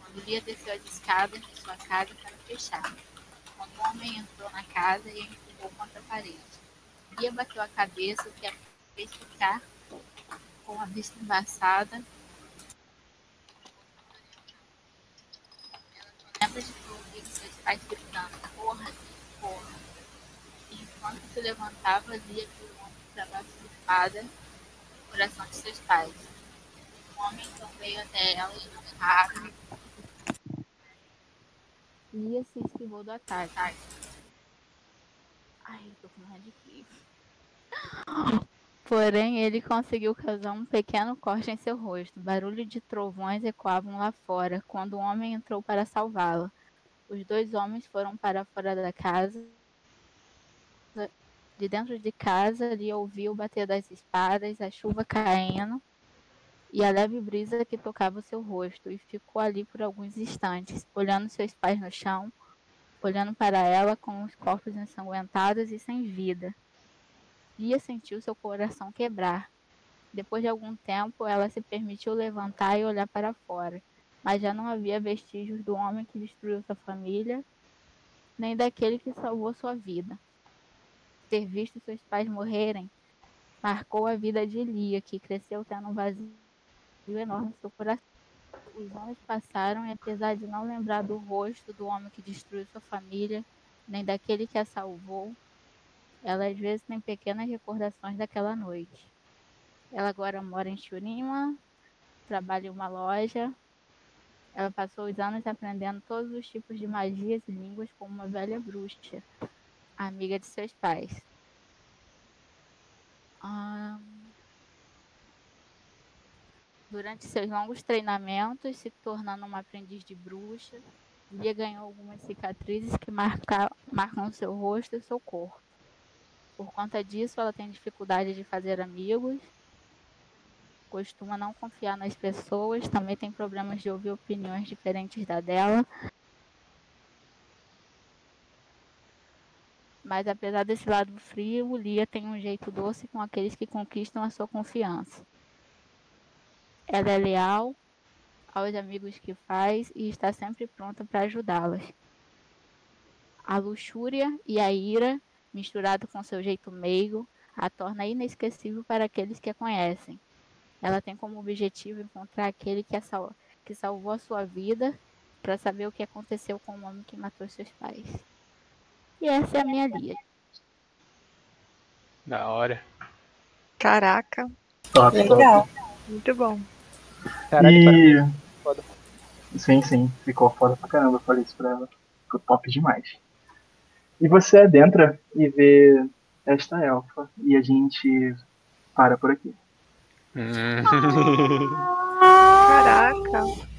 Quando Lia desceu as escadas de sua casa para fechar. Quando o homem entrou na casa e a empurrou contra a parede. Lia bateu a cabeça, o que a fez ficar com a vista embaçada. Ela só lembra de ter ouvido seus pais gritando, porra, Lia, porra. E enquanto se levantava, Lia viu o homem para baixo de espada no coração de seus pais. O homem então veio até ela e não rápido Lia assim se esquivou do ataque. Ai, eu tô com raiva de Cliff. [GASPS] Porém, ele conseguiu causar um pequeno corte em seu rosto. Barulho de trovões ecoavam lá fora quando o homem entrou para salvá-la. Os dois homens foram para fora da casa. De dentro de casa, ele ouviu o bater das espadas, a chuva caindo e a leve brisa que tocava o seu rosto, e ficou ali por alguns instantes, olhando seus pais no chão, olhando para ela com os corpos ensanguentados e sem vida. Lia sentiu seu coração quebrar. Depois de algum tempo, ela se permitiu levantar e olhar para fora, mas já não havia vestígios do homem que destruiu sua família, nem daquele que salvou sua vida. Ter visto seus pais morrerem marcou a vida de Lia, que cresceu tendo um vazio enorme em seu coração. os anos passaram e apesar de não lembrar do rosto do homem que destruiu sua família, nem daquele que a salvou, ela às vezes tem pequenas recordações daquela noite. Ela agora mora em Churima, trabalha em uma loja. Ela passou os anos aprendendo todos os tipos de magias e línguas como uma velha bruxa, amiga de seus pais. Ah, durante seus longos treinamentos, se tornando uma aprendiz de bruxa, Lia ganhou algumas cicatrizes que marca, marcam seu rosto e seu corpo. Por conta disso, ela tem dificuldade de fazer amigos, costuma não confiar nas pessoas, também tem problemas de ouvir opiniões diferentes da dela. Mas apesar desse lado frio, Lia tem um jeito doce com aqueles que conquistam a sua confiança. Ela é leal aos amigos que faz e está sempre pronta para ajudá-las. A luxúria e a ira, misturado com seu jeito meigo, a torna inesquecível para aqueles que a conhecem. Ela tem como objetivo encontrar aquele que, sal que salvou a sua vida para saber o que aconteceu com o homem que matou seus pais. E essa é a minha Lia. Da hora. Caraca, Top, Legal. muito bom. Caraca, tá. e... foda. Sim, sim, ficou foda pra caramba, eu falei isso pra ela. Ficou top demais. E você adentra e vê esta elfa e a gente Hum. para por aqui. Caraca.